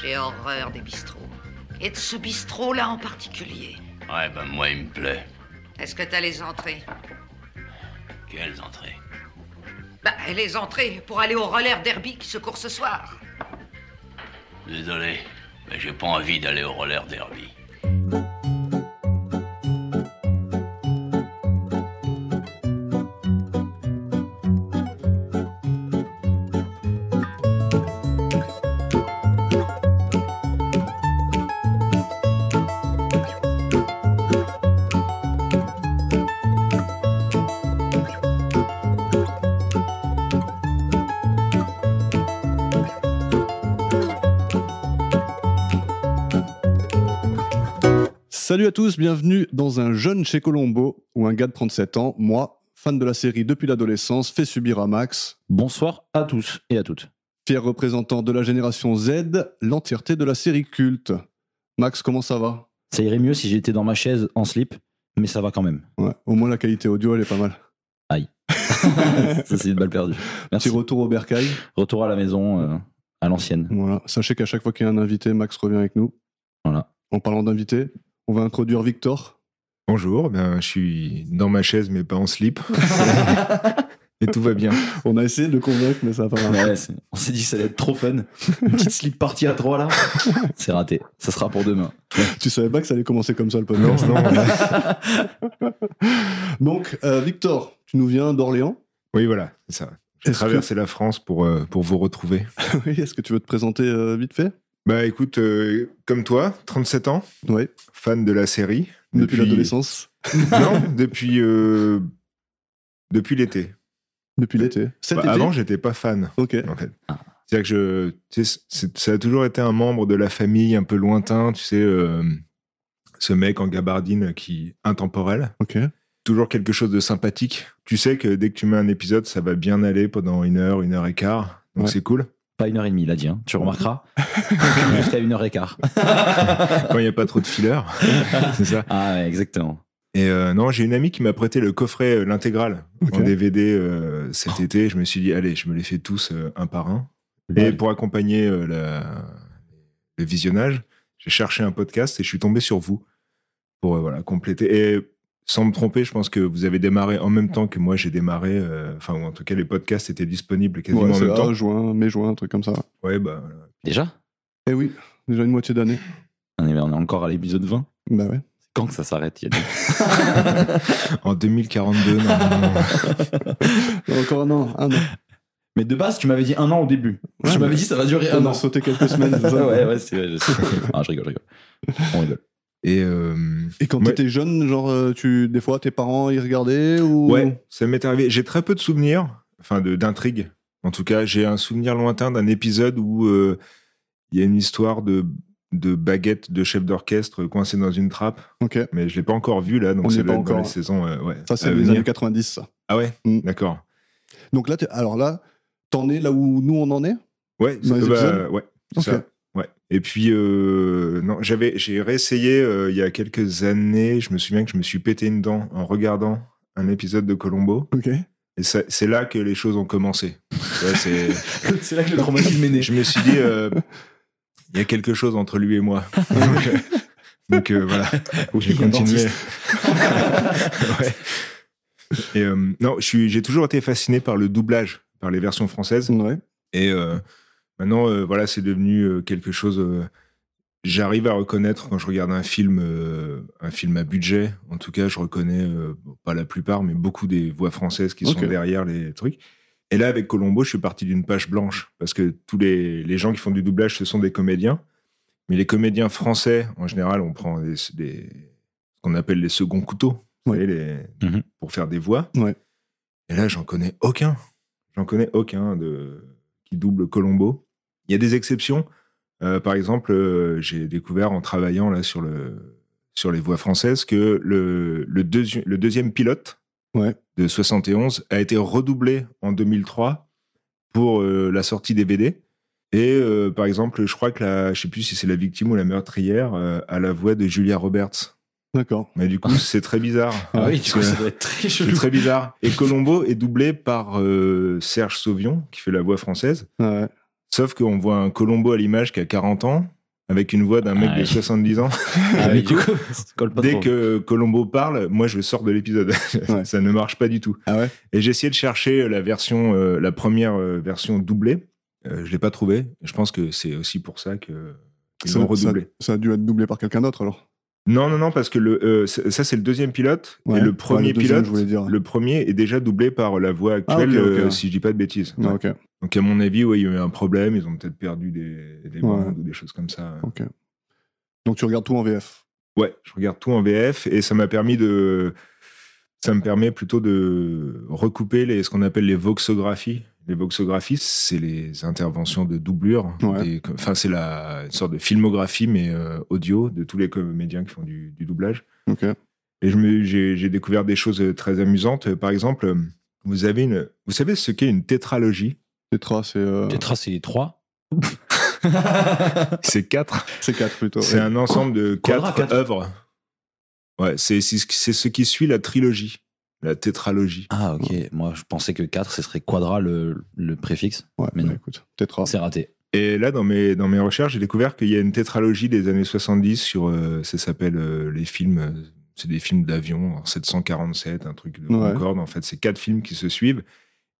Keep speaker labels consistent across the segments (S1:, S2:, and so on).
S1: J'ai horreur des bistrots. Et de ce bistrot-là en particulier.
S2: Ouais, ben moi, il me plaît.
S1: Est-ce que t'as les entrées
S2: Quelles entrées
S1: Bah, les entrées pour aller au roller derby qui se court ce soir.
S2: Désolé, mais j'ai pas envie d'aller au roller derby.
S3: Salut à tous, bienvenue dans un jeune chez Colombo, où un gars de 37 ans, moi, fan de la série depuis l'adolescence, fait subir à Max,
S4: Bonsoir à tous et à toutes.
S3: fier représentant de la génération Z, l'entièreté de la série culte. Max, comment ça va
S4: Ça irait mieux si j'étais dans ma chaise en slip, mais ça va quand même.
S3: ouais, Au moins la qualité audio, elle est pas mal.
S4: ça, c'est une balle perdue. Merci.
S3: Petit retour au bercail.
S4: Retour à la maison, euh, à l'ancienne.
S3: Voilà. Sachez qu'à chaque fois qu'il y a un invité, Max revient avec nous.
S4: Voilà.
S3: En parlant d'invité, on va introduire Victor.
S5: Bonjour, ben, je suis dans ma chaise mais pas en slip. Et tout va bien.
S3: On a essayé de le convaincre, mais ça n'a pas marché.
S4: Ouais, c'est- on s'est dit que ça allait être trop fun. Une petite slip partie à trois là. C'est raté. Ça sera pour demain.
S3: Tu savais pas que ça allait commencer comme ça le
S5: Non,
S3: podcast.
S5: non. euh,
S3: Donc, euh, Victor, tu nous viens d'Orléans.
S5: Oui, voilà, c'est ça. J'ai
S3: Est-ce
S5: traversé la France pour, euh, pour vous retrouver.
S3: Oui, Est-ce que tu veux te présenter euh, vite fait
S5: Bah écoute, euh, comme toi, 37 ans,
S3: Oui,
S5: fan de la série.
S3: depuis l'adolescence,
S5: Non, depuis, euh, depuis l'été.
S3: depuis l'été. Cet
S5: Bah,
S3: été Ah.
S5: avant, j'étais pas fan,
S3: Ok.
S5: en fait. C'est-à-dire que je, tu sais, c'est- ça a toujours été un membre de la famille un peu lointain, tu sais, euh, ce mec en gabardine qui intemporel.
S3: Ok.
S5: toujours quelque chose de sympathique. Tu sais que dès que tu mets un épisode, ça va bien aller pendant une heure, une heure et quart. Donc
S3: Ouais.
S5: c'est cool.
S4: Pas une heure et demie, il a dit. hein. Tu remarqueras. Juste à une heure et quart.
S5: Quand il n'y a pas trop de fillers. c'est ça.
S4: Ah ouais, exactement.
S5: Et euh, non, j'ai une amie qui m'a prêté le coffret, euh, l'intégrale,
S3: Ok. Oh.
S5: en DVD euh, cet été. Je me suis dit, allez, je me les fais tous euh, un par un. Et
S4: Ouais.
S5: pour accompagner euh, la- le visionnage, j'ai cherché un podcast et je suis tombé sur vous pour euh, voilà, compléter. Et sans me tromper, je pense que vous avez démarré en même temps que moi, j'ai démarré. euh, Enfin, ou en tout cas, les podcasts étaient disponibles quasiment
S3: Ouais,
S5: en
S3: c'est
S5: même temps.
S3: ah, juin, mai-juin, un truc comme ça.
S5: Ouais, bah, voilà.
S4: Déjà
S3: Eh oui, déjà une moitié d'année.
S4: on est, on est encore à l'épisode 20.
S3: Bah ouais.
S4: Quand que ça s'arrête Yann
S5: en 2042, normalement.
S3: Bah, Encore un an, un an.
S4: Mais de base, tu m'avais dit un an au début.
S3: Ouais,
S4: tu m'avais
S3: mais-
S4: dit ça va durer un
S3: On a
S4: an.
S3: sauté quelques semaines. c'est ça
S4: ouais, ouais, c'est vrai. Je... sais. Ah, je rigole, je rigole. On rigole.
S5: Et euh,
S3: Et quand
S5: Ouais.
S3: t'étais jeune, genre, euh, tu, des fois, tes parents y regardaient ou
S5: ouais, ça m'est arrivé. J'ai très peu de souvenirs, enfin de- d'intrigues. En tout cas, j'ai un souvenir lointain d'un épisode où euh, il y a une histoire de, de baguette de chef d'orchestre coincée dans une trappe.
S3: Ok.
S5: Mais je l'ai pas encore vu là,
S3: On
S5: donc c'est
S3: y est pas
S5: dans
S3: encore.
S5: les saisons. euh, ouais,
S3: Ça, c'est
S5: à
S3: les
S5: venir.
S3: années 90, ça.
S5: Ah ouais,
S3: Mm.
S5: d'accord.
S3: Donc là, t'es- alors là, t'en es là où nous on en est
S5: Ouais,
S3: Dans
S5: ça-
S3: les
S5: bah,
S3: épisodes
S5: ouais,
S3: Ok.
S5: ça. Ouais. Et puis euh, non, j'avais j'ai réessayé euh, il y a quelques années. Je me souviens que je me suis pété une dent en regardant un épisode de Colombo.
S3: Ok.
S5: Et ça- c'est là que les choses ont commencé. Tu vois, c'est-
S4: C'est là que le traumatisme est né.
S5: je me suis dit, euh, il y a quelque chose entre lui et moi. Donc, euh, donc, euh, voilà, j'ai
S4: Il y a un
S5: continué.
S4: dentiste.
S5: Ouais. Et, euh, non, je suis- j'ai toujours été fasciné par le doublage, par les versions françaises.
S3: Ouais.
S5: Et euh, maintenant, euh, voilà, c'est devenu euh, quelque chose. euh, J'arrive à reconnaître quand je regarde un film, euh, un film à budget. En tout cas, je reconnais euh, bon, pas la plupart, mais beaucoup des voix françaises qui
S3: Ok.
S5: sont derrière les trucs. Et là, avec Colombo, je suis parti d'une page blanche parce que tous les, les gens qui font du doublage, ce sont des comédiens. Mais les comédiens français, en général, on prend des, des- ce qu'on appelle les seconds couteaux vous
S3: Oui.
S5: voyez, les-
S4: Mhm.
S5: pour faire des voix.
S3: Mmh Ouais.
S5: Et là, j'en connais aucun. J'en connais aucun de, qui double Colombo. Il y a des exceptions. Euh, par exemple, euh, j'ai découvert en travaillant là sur, le, sur les voix françaises que le, le, deuxi- le deuxième pilote
S3: Ouais.
S5: de 71 a été redoublé en 2003 pour euh, la sortie des BD. Et euh, par exemple, je crois que la, je sais plus si c'est la victime ou la meurtrière, euh, à la voix de Julia Roberts.
S3: D'accord.
S5: Mais du coup, c'est très bizarre.
S4: Ah oui, du
S5: Parce
S4: coup,
S5: que-
S4: ça doit être très
S5: c'est
S4: chelou.
S5: très bizarre. Et Colombo est doublé par euh, Serge Sauvion, qui fait la voix française.
S3: Ouais.
S5: Sauf qu'on voit un Colombo à l'image qui a 40 ans, avec une voix d'un mec
S4: Ouais.
S5: de 70 ans.
S4: Ah,
S5: mais
S4: mais
S5: du
S4: du coup, ça colle pas
S5: Dès
S4: trop.
S5: que Colombo parle, moi je sors de l'épisode.
S3: Ouais.
S5: Ça ne marche pas du tout.
S3: Ah ouais
S5: Et j'ai essayé de chercher la version, euh, la première euh, version doublée. Euh, je l'ai pas trouvée. Je pense que c'est aussi pour ça que ils
S3: ça,
S5: l'ont
S3: ça,
S5: redoublé.
S3: ça a dû être doublé par quelqu'un d'autre alors.
S5: Non, non, non, parce que le, euh, c- ça c'est le deuxième pilote
S3: Ouais.
S5: et le
S3: Ouais,
S5: premier
S3: deuxième,
S5: pilote.
S3: je voulais dire.
S5: Le premier est déjà doublé par la voix
S3: Ah,
S5: actuelle,
S3: ok, ok.
S5: euh, si je dis pas de bêtises.
S3: Ah, ok.
S5: Donc à mon avis, ouais, il y a eu un problème. Ils ont peut-être perdu des, des
S3: Ouais.
S5: bandes ou des choses comme ça. hein.
S3: ok. Donc tu regardes tout en VF.
S5: Ouais, je regarde tout en VF et ça m'a permis de. Ça me permet plutôt de recouper les, ce qu'on appelle les voxographies. Les voxographies, c'est les interventions de doublure.
S3: Ouais.
S5: des- Enfin, c'est la une sorte de filmographie, mais euh, audio, de tous les comédiens qui font du, du doublage.
S3: Ok.
S5: Et je me- j'ai j'ai découvert des choses euh, très amusantes. Par exemple, vous, avez une, vous savez ce qu'est une tétralogie
S3: Tétra, c'est euh,
S6: Tétra, c'est les trois.
S5: C'est quatre
S3: c'est 4 plutôt.
S5: C'est
S3: ouais.
S5: un ensemble de
S4: Quadra,
S5: quatre
S4: quatre.
S5: œuvres. Ouais, c'est c'est ce qui- c'est ce qui suit la trilogie, la tétralogie.
S6: Ah, ok. Moi, je pensais que 4, ce serait quadra le, le préfixe.
S3: Ouais,
S6: Mais
S3: bah,
S6: non.
S3: écoute, Tétra.
S6: C'est raté.
S5: Et là, dans mes, dans mes recherches, j'ai découvert qu'il y a une tétralogie des années 70 sur. euh, ça s'appelle euh, les films. euh, C'est des films d'avion, en 747, un truc de
S3: Ouais.
S5: Concorde. En fait, c'est quatre films qui se suivent.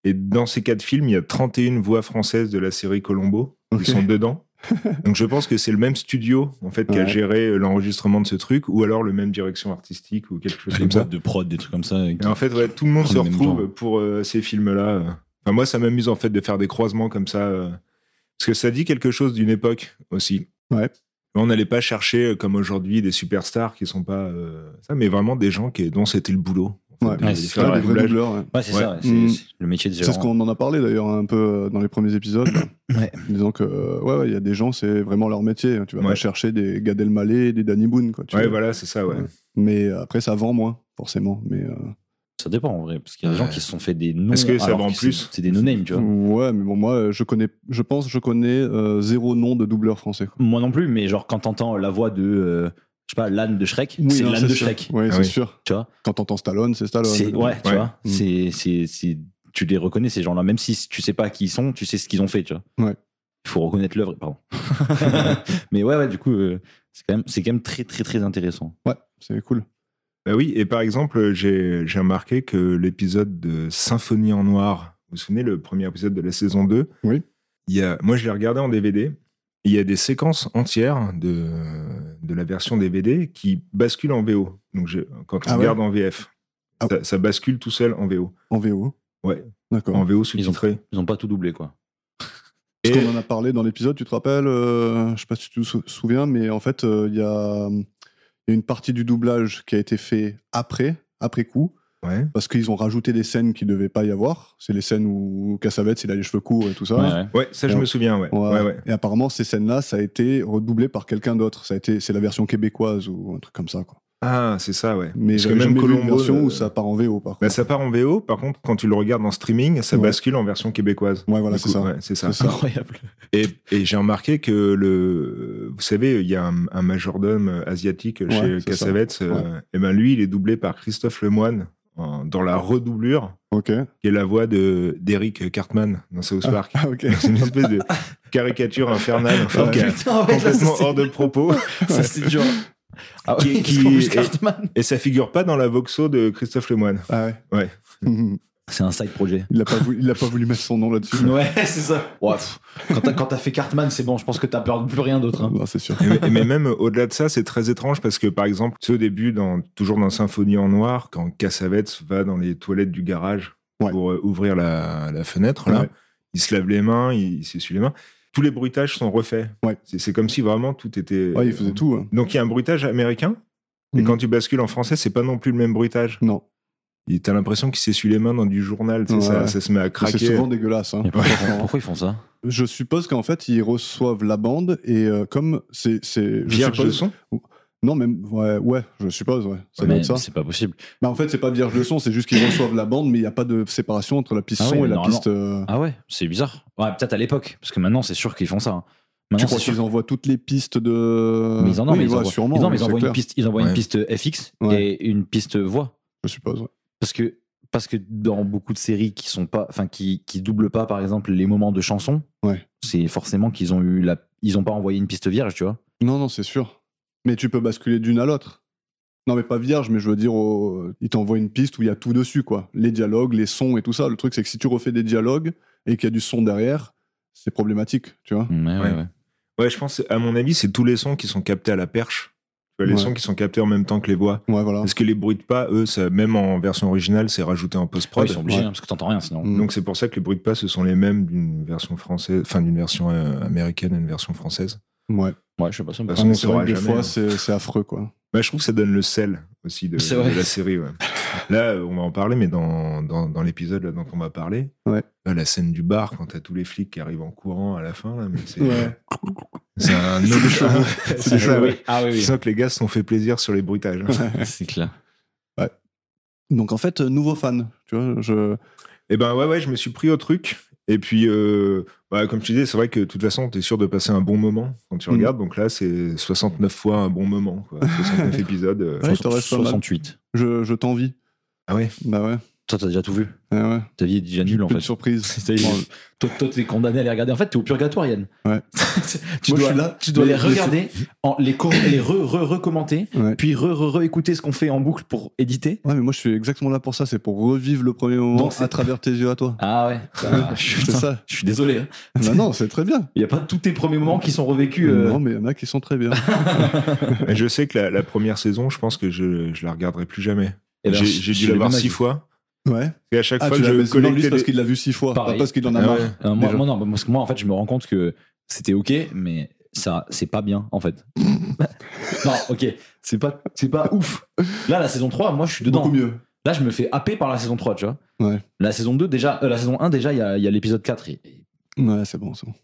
S5: Et dans ces quatre films, il y a 31 voix françaises de la série Colombo
S3: Ok.
S5: qui sont dedans. Donc je pense que c'est le même studio en fait qui a
S3: Ouais.
S5: géré euh, l'enregistrement de ce truc, ou alors le même direction artistique ou quelque chose
S6: Des
S5: comme ça.
S6: boîtes de prod, des trucs comme ça. euh,
S5: Et en fait, ouais, tout le monde se
S6: Dans le même
S5: retrouve
S6: genre.
S5: pour euh, ces films-là. Enfin, moi, ça m'amuse en fait de faire des croisements comme ça. euh, parce que ça dit quelque chose d'une époque aussi.
S3: Ouais.
S5: On n'allait pas chercher, euh, comme aujourd'hui, des superstars qui sont pas euh, ça, mais vraiment des gens qui, dont c'était le boulot. en fait,
S3: Ouais.
S5: de-
S6: Ouais,
S5: de
S6: c'est
S5: faire
S3: Ah, des
S5: du
S3: vrais
S5: doublage.
S3: doubleurs, ouais.
S6: Ouais, c'est
S5: Ouais.
S6: ça. ouais, c'est-
S3: Mm.
S6: c'est le métier de
S3: C'est ce
S6: gérant.
S3: qu'on en a parlé d'ailleurs un peu euh, dans les premiers épisodes.
S6: Ouais.
S3: Disons que euh, ouais, ouais, il y a des gens, c'est vraiment leur métier. Tu vas pas
S5: Ouais.
S3: chercher des Gad Elmaleh, des Danny Boone, quoi. tu
S5: Ouais,
S3: vois.
S5: voilà, c'est ça, ouais.
S3: Ouais. Mais euh, après, ça vend moins, forcément. Mais euh,
S6: Ça dépend en vrai. Parce qu'il y a des gens qui se sont fait des noms.
S5: Est-ce que ça
S6: alors
S5: va en
S6: que c'est-
S5: plus Mm.
S6: C'est des no-names, tu vois.
S3: ouais, mais bon, moi, euh, je connais, je pense, je connais euh, zéro nom de doubleur français. quoi.
S6: Moi non plus, mais genre quand t'entends la voix de. euh, je sais pas, l'âne de Shrek,
S3: Oui,
S6: c'est
S3: non,
S6: l'âne de
S3: sûr.
S6: Shrek.
S3: Ouais,
S5: Ah
S3: c'est
S5: oui.
S3: sûr.
S6: Tu vois
S3: Quand t'entends Stallone, c'est Stallone.
S6: C'est- Ouais, tu
S5: euh, Ouais.
S6: vois.
S3: Mm.
S6: C'est, c'est, c'est- tu les reconnais, ces gens-là. Même si tu sais pas qui ils sont, tu sais ce qu'ils ont fait, tu vois.
S3: Ouais.
S6: Il faut reconnaître l'œuvre, pardon. Mais ouais, ouais, du coup, euh, c'est, quand même, c'est quand même très, très, très intéressant.
S3: Ouais, c'est cool.
S5: Bah oui, et par exemple, j'ai j'ai remarqué que l'épisode de Symphonie en Noir, vous vous souvenez, le premier épisode de la saison 2,
S3: Oui.
S5: il y a, moi je l'ai regardé en DVD, il y a des séquences entières de, de la version DVD qui basculent en VO. Donc je- quand on
S3: Ah ouais
S5: regarde en VF,
S3: Ah
S5: ça, ça bascule tout seul en VO,
S3: En VO.
S5: Ouais.
S3: D'accord.
S5: en VO sous-titré.
S6: Ils ont pas tout doublé, quoi.
S3: Parce
S5: Et-
S3: qu'on en a parlé dans l'épisode, tu te rappelles euh, Je sais pas si tu te sou- souviens, mais en fait, euh, il y, a, hum, il y a une partie du doublage qui a été fait après, après coup,
S5: Ouais.
S3: parce qu'ils ont rajouté des scènes qui devaient pas y avoir. C'est les scènes où Cassavetes, il a les cheveux courts et tout ça.
S6: Ouais, ouais.
S5: Ouais, ça je
S3: Ouais.
S5: me souviens, ouais.
S3: Ouais.
S5: Ouais, ouais.
S3: Et apparemment, ces scènes-là, ça a été redoublé par quelqu'un d'autre. Ça a été, c'est la version québécoise ou un truc comme ça. Quoi.
S5: Ah, c'est ça, ouais.
S3: Mais
S5: Parce que
S3: j'avais
S5: même
S3: jamais vu une
S5: Colombo,
S3: version
S5: le-
S3: où ça part en VO, par
S5: Bah,
S3: contre.
S5: ça part en VO, par contre, quand tu le regardes en streaming, ça
S3: Ouais.
S5: bascule en version québécoise.
S3: Ouais, voilà,
S5: Du
S3: c'est
S5: coup,
S3: ça.
S5: ouais, c'est ça.
S3: C'est ça.
S6: Incroyable.
S5: Et, et j'ai remarqué que le, vous savez, il y a un, un majordome euh, asiatique
S3: Ouais,
S5: chez
S3: c'est ça.
S5: Cassavetes. euh, et ben lui, il est doublé par Christophe Lemoine en- dans la redoublure,
S3: Ok.
S5: qui est la voix de d'Eric Cartman dans South Park.
S3: Ah, ok.
S5: C'est une espèce de caricature infernale, enfin,
S3: Ouais.
S5: qui est Ah, complètement hors de propos.
S6: Ça, c'est dur. Ah
S5: Qui-
S6: ouais,
S5: qui-
S6: parce qu'en plus,
S5: et-
S6: Cartman.
S5: Et ça figure pas dans la voxo de Christophe Lemoine.
S3: Ah ouais.
S5: Ouais.
S3: Mhm.
S6: C'est un side projet.
S3: il a pas voulu, il a pas voulu mettre son nom là-dessus.
S6: Ouais, c'est ça. Ouais, pff, quand, t'as, quand t'as fait Cartman, c'est bon, je pense que t'as peur de plus rien d'autre. hein.
S3: Ouais, c'est sûr.
S5: Et- mais, mais même au-delà de ça, c'est très étrange parce que, par exemple, tu sais, au début, dans, toujours dans Symphonie en Noir, quand Cassavetes va dans les toilettes du garage
S3: Ouais.
S5: pour euh, ouvrir la, la fenêtre, là,
S3: Ouais.
S5: il se lave les mains, il, il s'essuie les mains. Tous les bruitages sont refaits.
S3: Ouais.
S5: C'est- C'est comme si vraiment tout était. euh,
S3: Ouais, il
S6: euh,
S3: faisait tout. hein.
S5: Donc il y a un bruitage américain, et
S3: Mhm.
S5: quand tu bascules en français, c'est pas non plus le même bruitage.
S3: Non.
S5: Il- T'as l'impression qu'il s'essuie les mains dans du journal, tu sais,
S3: Ouais.
S5: ça, ça se met à
S3: C'est
S5: craquer.
S3: souvent dégueulasse. hein.
S6: Mais pourquoi,
S3: Franchement.
S6: pourquoi ils font ça
S3: Je suppose qu'en fait, ils reçoivent la bande et euh, comme c'est. c'est- Je
S5: Vierge de
S3: suppose.
S5: son.
S3: Non, même. Ouais, ouais, je suppose, ouais. Ça doit
S6: Mais
S3: être ça.
S6: C'est pas possible.
S3: Bah, en fait, c'est pas vierge de son, c'est juste qu'ils reçoivent la bande, mais il n'y a pas de séparation entre la piste
S6: Ah oui,
S3: son
S6: mais
S3: et la
S6: normalement.
S3: piste. euh,
S6: Ah ouais, c'est bizarre. Ouais, peut-être à l'époque, parce que maintenant, c'est sûr qu'ils font ça. hein.
S3: tu
S6: Maintenant,
S3: crois
S6: c'est sûr
S3: qu'ils envoient toutes les pistes de.
S6: Mais ils en ont,
S3: Oui,
S6: mais ils
S3: ouais,
S6: envoient,
S3: sûrement.
S6: ils, non, mais ils
S3: c'est
S6: envoient une euh,
S3: clair,
S6: piste, ils envoient
S5: Ouais.
S6: une piste FX
S3: Ouais.
S6: et une piste voix.
S3: Je suppose. ouais.
S6: Parce que parce que dans beaucoup de séries qui sont pas, enfin qui, qui doublent pas, par exemple les moments de chansons,
S3: Ouais.
S6: c'est forcément qu'ils ont eu la, ils ont pas envoyé une piste vierge, tu vois.
S3: Non, non, c'est sûr. Mais tu peux basculer d'une à l'autre. Non, mais pas vierge, mais je veux dire, au- euh, il t'envoie une piste où il y a tout dessus, quoi. Les dialogues, les sons et tout ça. Le truc, c'est que si tu refais des dialogues et qu'il y a du son derrière, c'est problématique, tu vois.
S6: Ouais,
S5: ouais, ouais. Ouais, je pense, à mon avis, c'est tous les sons qui sont captés à la perche. Tu vois, Les
S3: Ouais.
S5: sons qui sont captés en même temps que les voix.
S3: Ouais,
S6: Ah.
S3: voilà.
S5: Parce que les bruits de pas, eux, ça, même en version originale, c'est rajouté en post-prod.
S6: ils sont obligés, hein, parce que t'entends rien sinon.
S3: Mm.
S5: Donc c'est pour ça que les bruits de pas, ce sont les mêmes d'une version française, enfin d'une version euh, américaine et une version française.
S3: Ouais.
S6: Ouais, je sais pas, ça me
S5: Parce
S6: paraît-
S5: qu'on
S3: Mais
S5: ne
S3: c'est vrai
S5: saura
S3: que des
S5: jamais,
S3: fois,
S5: hein.
S3: c'est c'est affreux, quoi.
S5: Bah, je trouve que ça donne le sel aussi de,
S6: C'est vrai.
S5: de la série. ouais. là, euh, on va en parler, mais dans, dans, dans l'épisode là, dont on va parler,
S3: Ouais.
S5: là, la scène du bar, quand t'as tous les flics qui arrivent en courant à la fin, là, mais c'est
S3: Ouais.
S5: c'est un autre
S3: chevaux.
S5: C'est
S3: des
S5: ça,
S3: chevaux.
S5: ouais.
S6: Ah
S5: Je
S6: oui,
S5: sens que les gars se sont fait plaisir sur les bruitages. hein.
S6: oui. c'est clair.
S3: Donc, en fait, euh, nouveau fan, tu vois. Je...
S5: Eh ben ouais, ouais, je me suis pris au truc. Et puis, euh, bah, comme tu disais, c'est vrai que de toute façon, tu es sûr de passer un bon moment quand tu
S3: Mm.
S5: regardes. Donc là, c'est 69 fois un bon moment. Quoi. 69 épisodes. euh.
S3: Ouais, il t'en reste pas mal.
S6: 68.
S3: Je, je t'envie.
S5: Ah ouais
S3: Bah ouais.
S6: Toi, t'as déjà tout vu.
S3: Ouais, ouais.
S6: Ta vie est déjà nulle en
S3: Plus
S6: fait.
S3: de surprise.
S6: C'est-à-dire, Toi, toi, t'es condamné à les regarder. En fait, t'es au purgatoire, Yann.
S3: Ouais.
S6: tu,
S3: Moi, je
S6: dois,
S3: suis là.
S6: tu dois
S3: Mais-
S6: les
S3: mais c'est-
S6: regarder, en, les, co- les re, re, recommander,
S3: Ouais.
S6: puis re, re, re-écouter ce qu'on fait en boucle pour éditer.
S3: Ouais, mais moi, je suis exactement là pour ça. C'est pour revivre le premier moment
S6: Donc, c'est-
S3: à travers tes yeux à toi.
S6: Ah ouais. Bah,
S3: C'est
S6: putain,
S3: ça.
S6: je suis désolé. hein.
S3: bah non, c'est très bien.
S6: Il n'y a pas tous tes premiers moments qui sont revécus. euh,
S3: Non, mais il y en a qui sont très bien.
S5: Et je sais que la, la première saison, je pense que je, je la regarderai plus jamais.
S6: eh ben,
S5: J'ai-
S6: je-
S5: J'ai
S6: je
S5: dû
S6: suis
S5: la voir
S6: le même
S5: six
S6: avis.
S5: fois.
S3: Ouais.
S5: Et à chaque
S3: Ah,
S5: fois,
S3: tu l'as
S5: je
S3: baissé- non, lui,
S5: collectais
S3: c'est parce
S5: des...
S3: qu'il l'a vu six fois,
S6: Pareil.
S3: pas parce qu'il en a
S5: Ah
S3: marre.
S5: ouais.
S6: Euh, moi,
S3: Déjà.
S6: moi, non, parce que moi, en fait, je me rends compte que c'était ok, mais ça, c'est pas bien, en fait. non, ok, c'est pas, c'est pas ouf. Là, la saison 3, moi, je suis dedans.
S3: Beaucoup mieux.
S6: Là, je me fais happer par la saison 3, tu vois.
S3: Ouais.
S6: La saison 2, déjà, euh, la saison 1, déjà, il y a, il y a l'épisode 4. et- et-
S3: Ouais, c'est bon, c'est bon.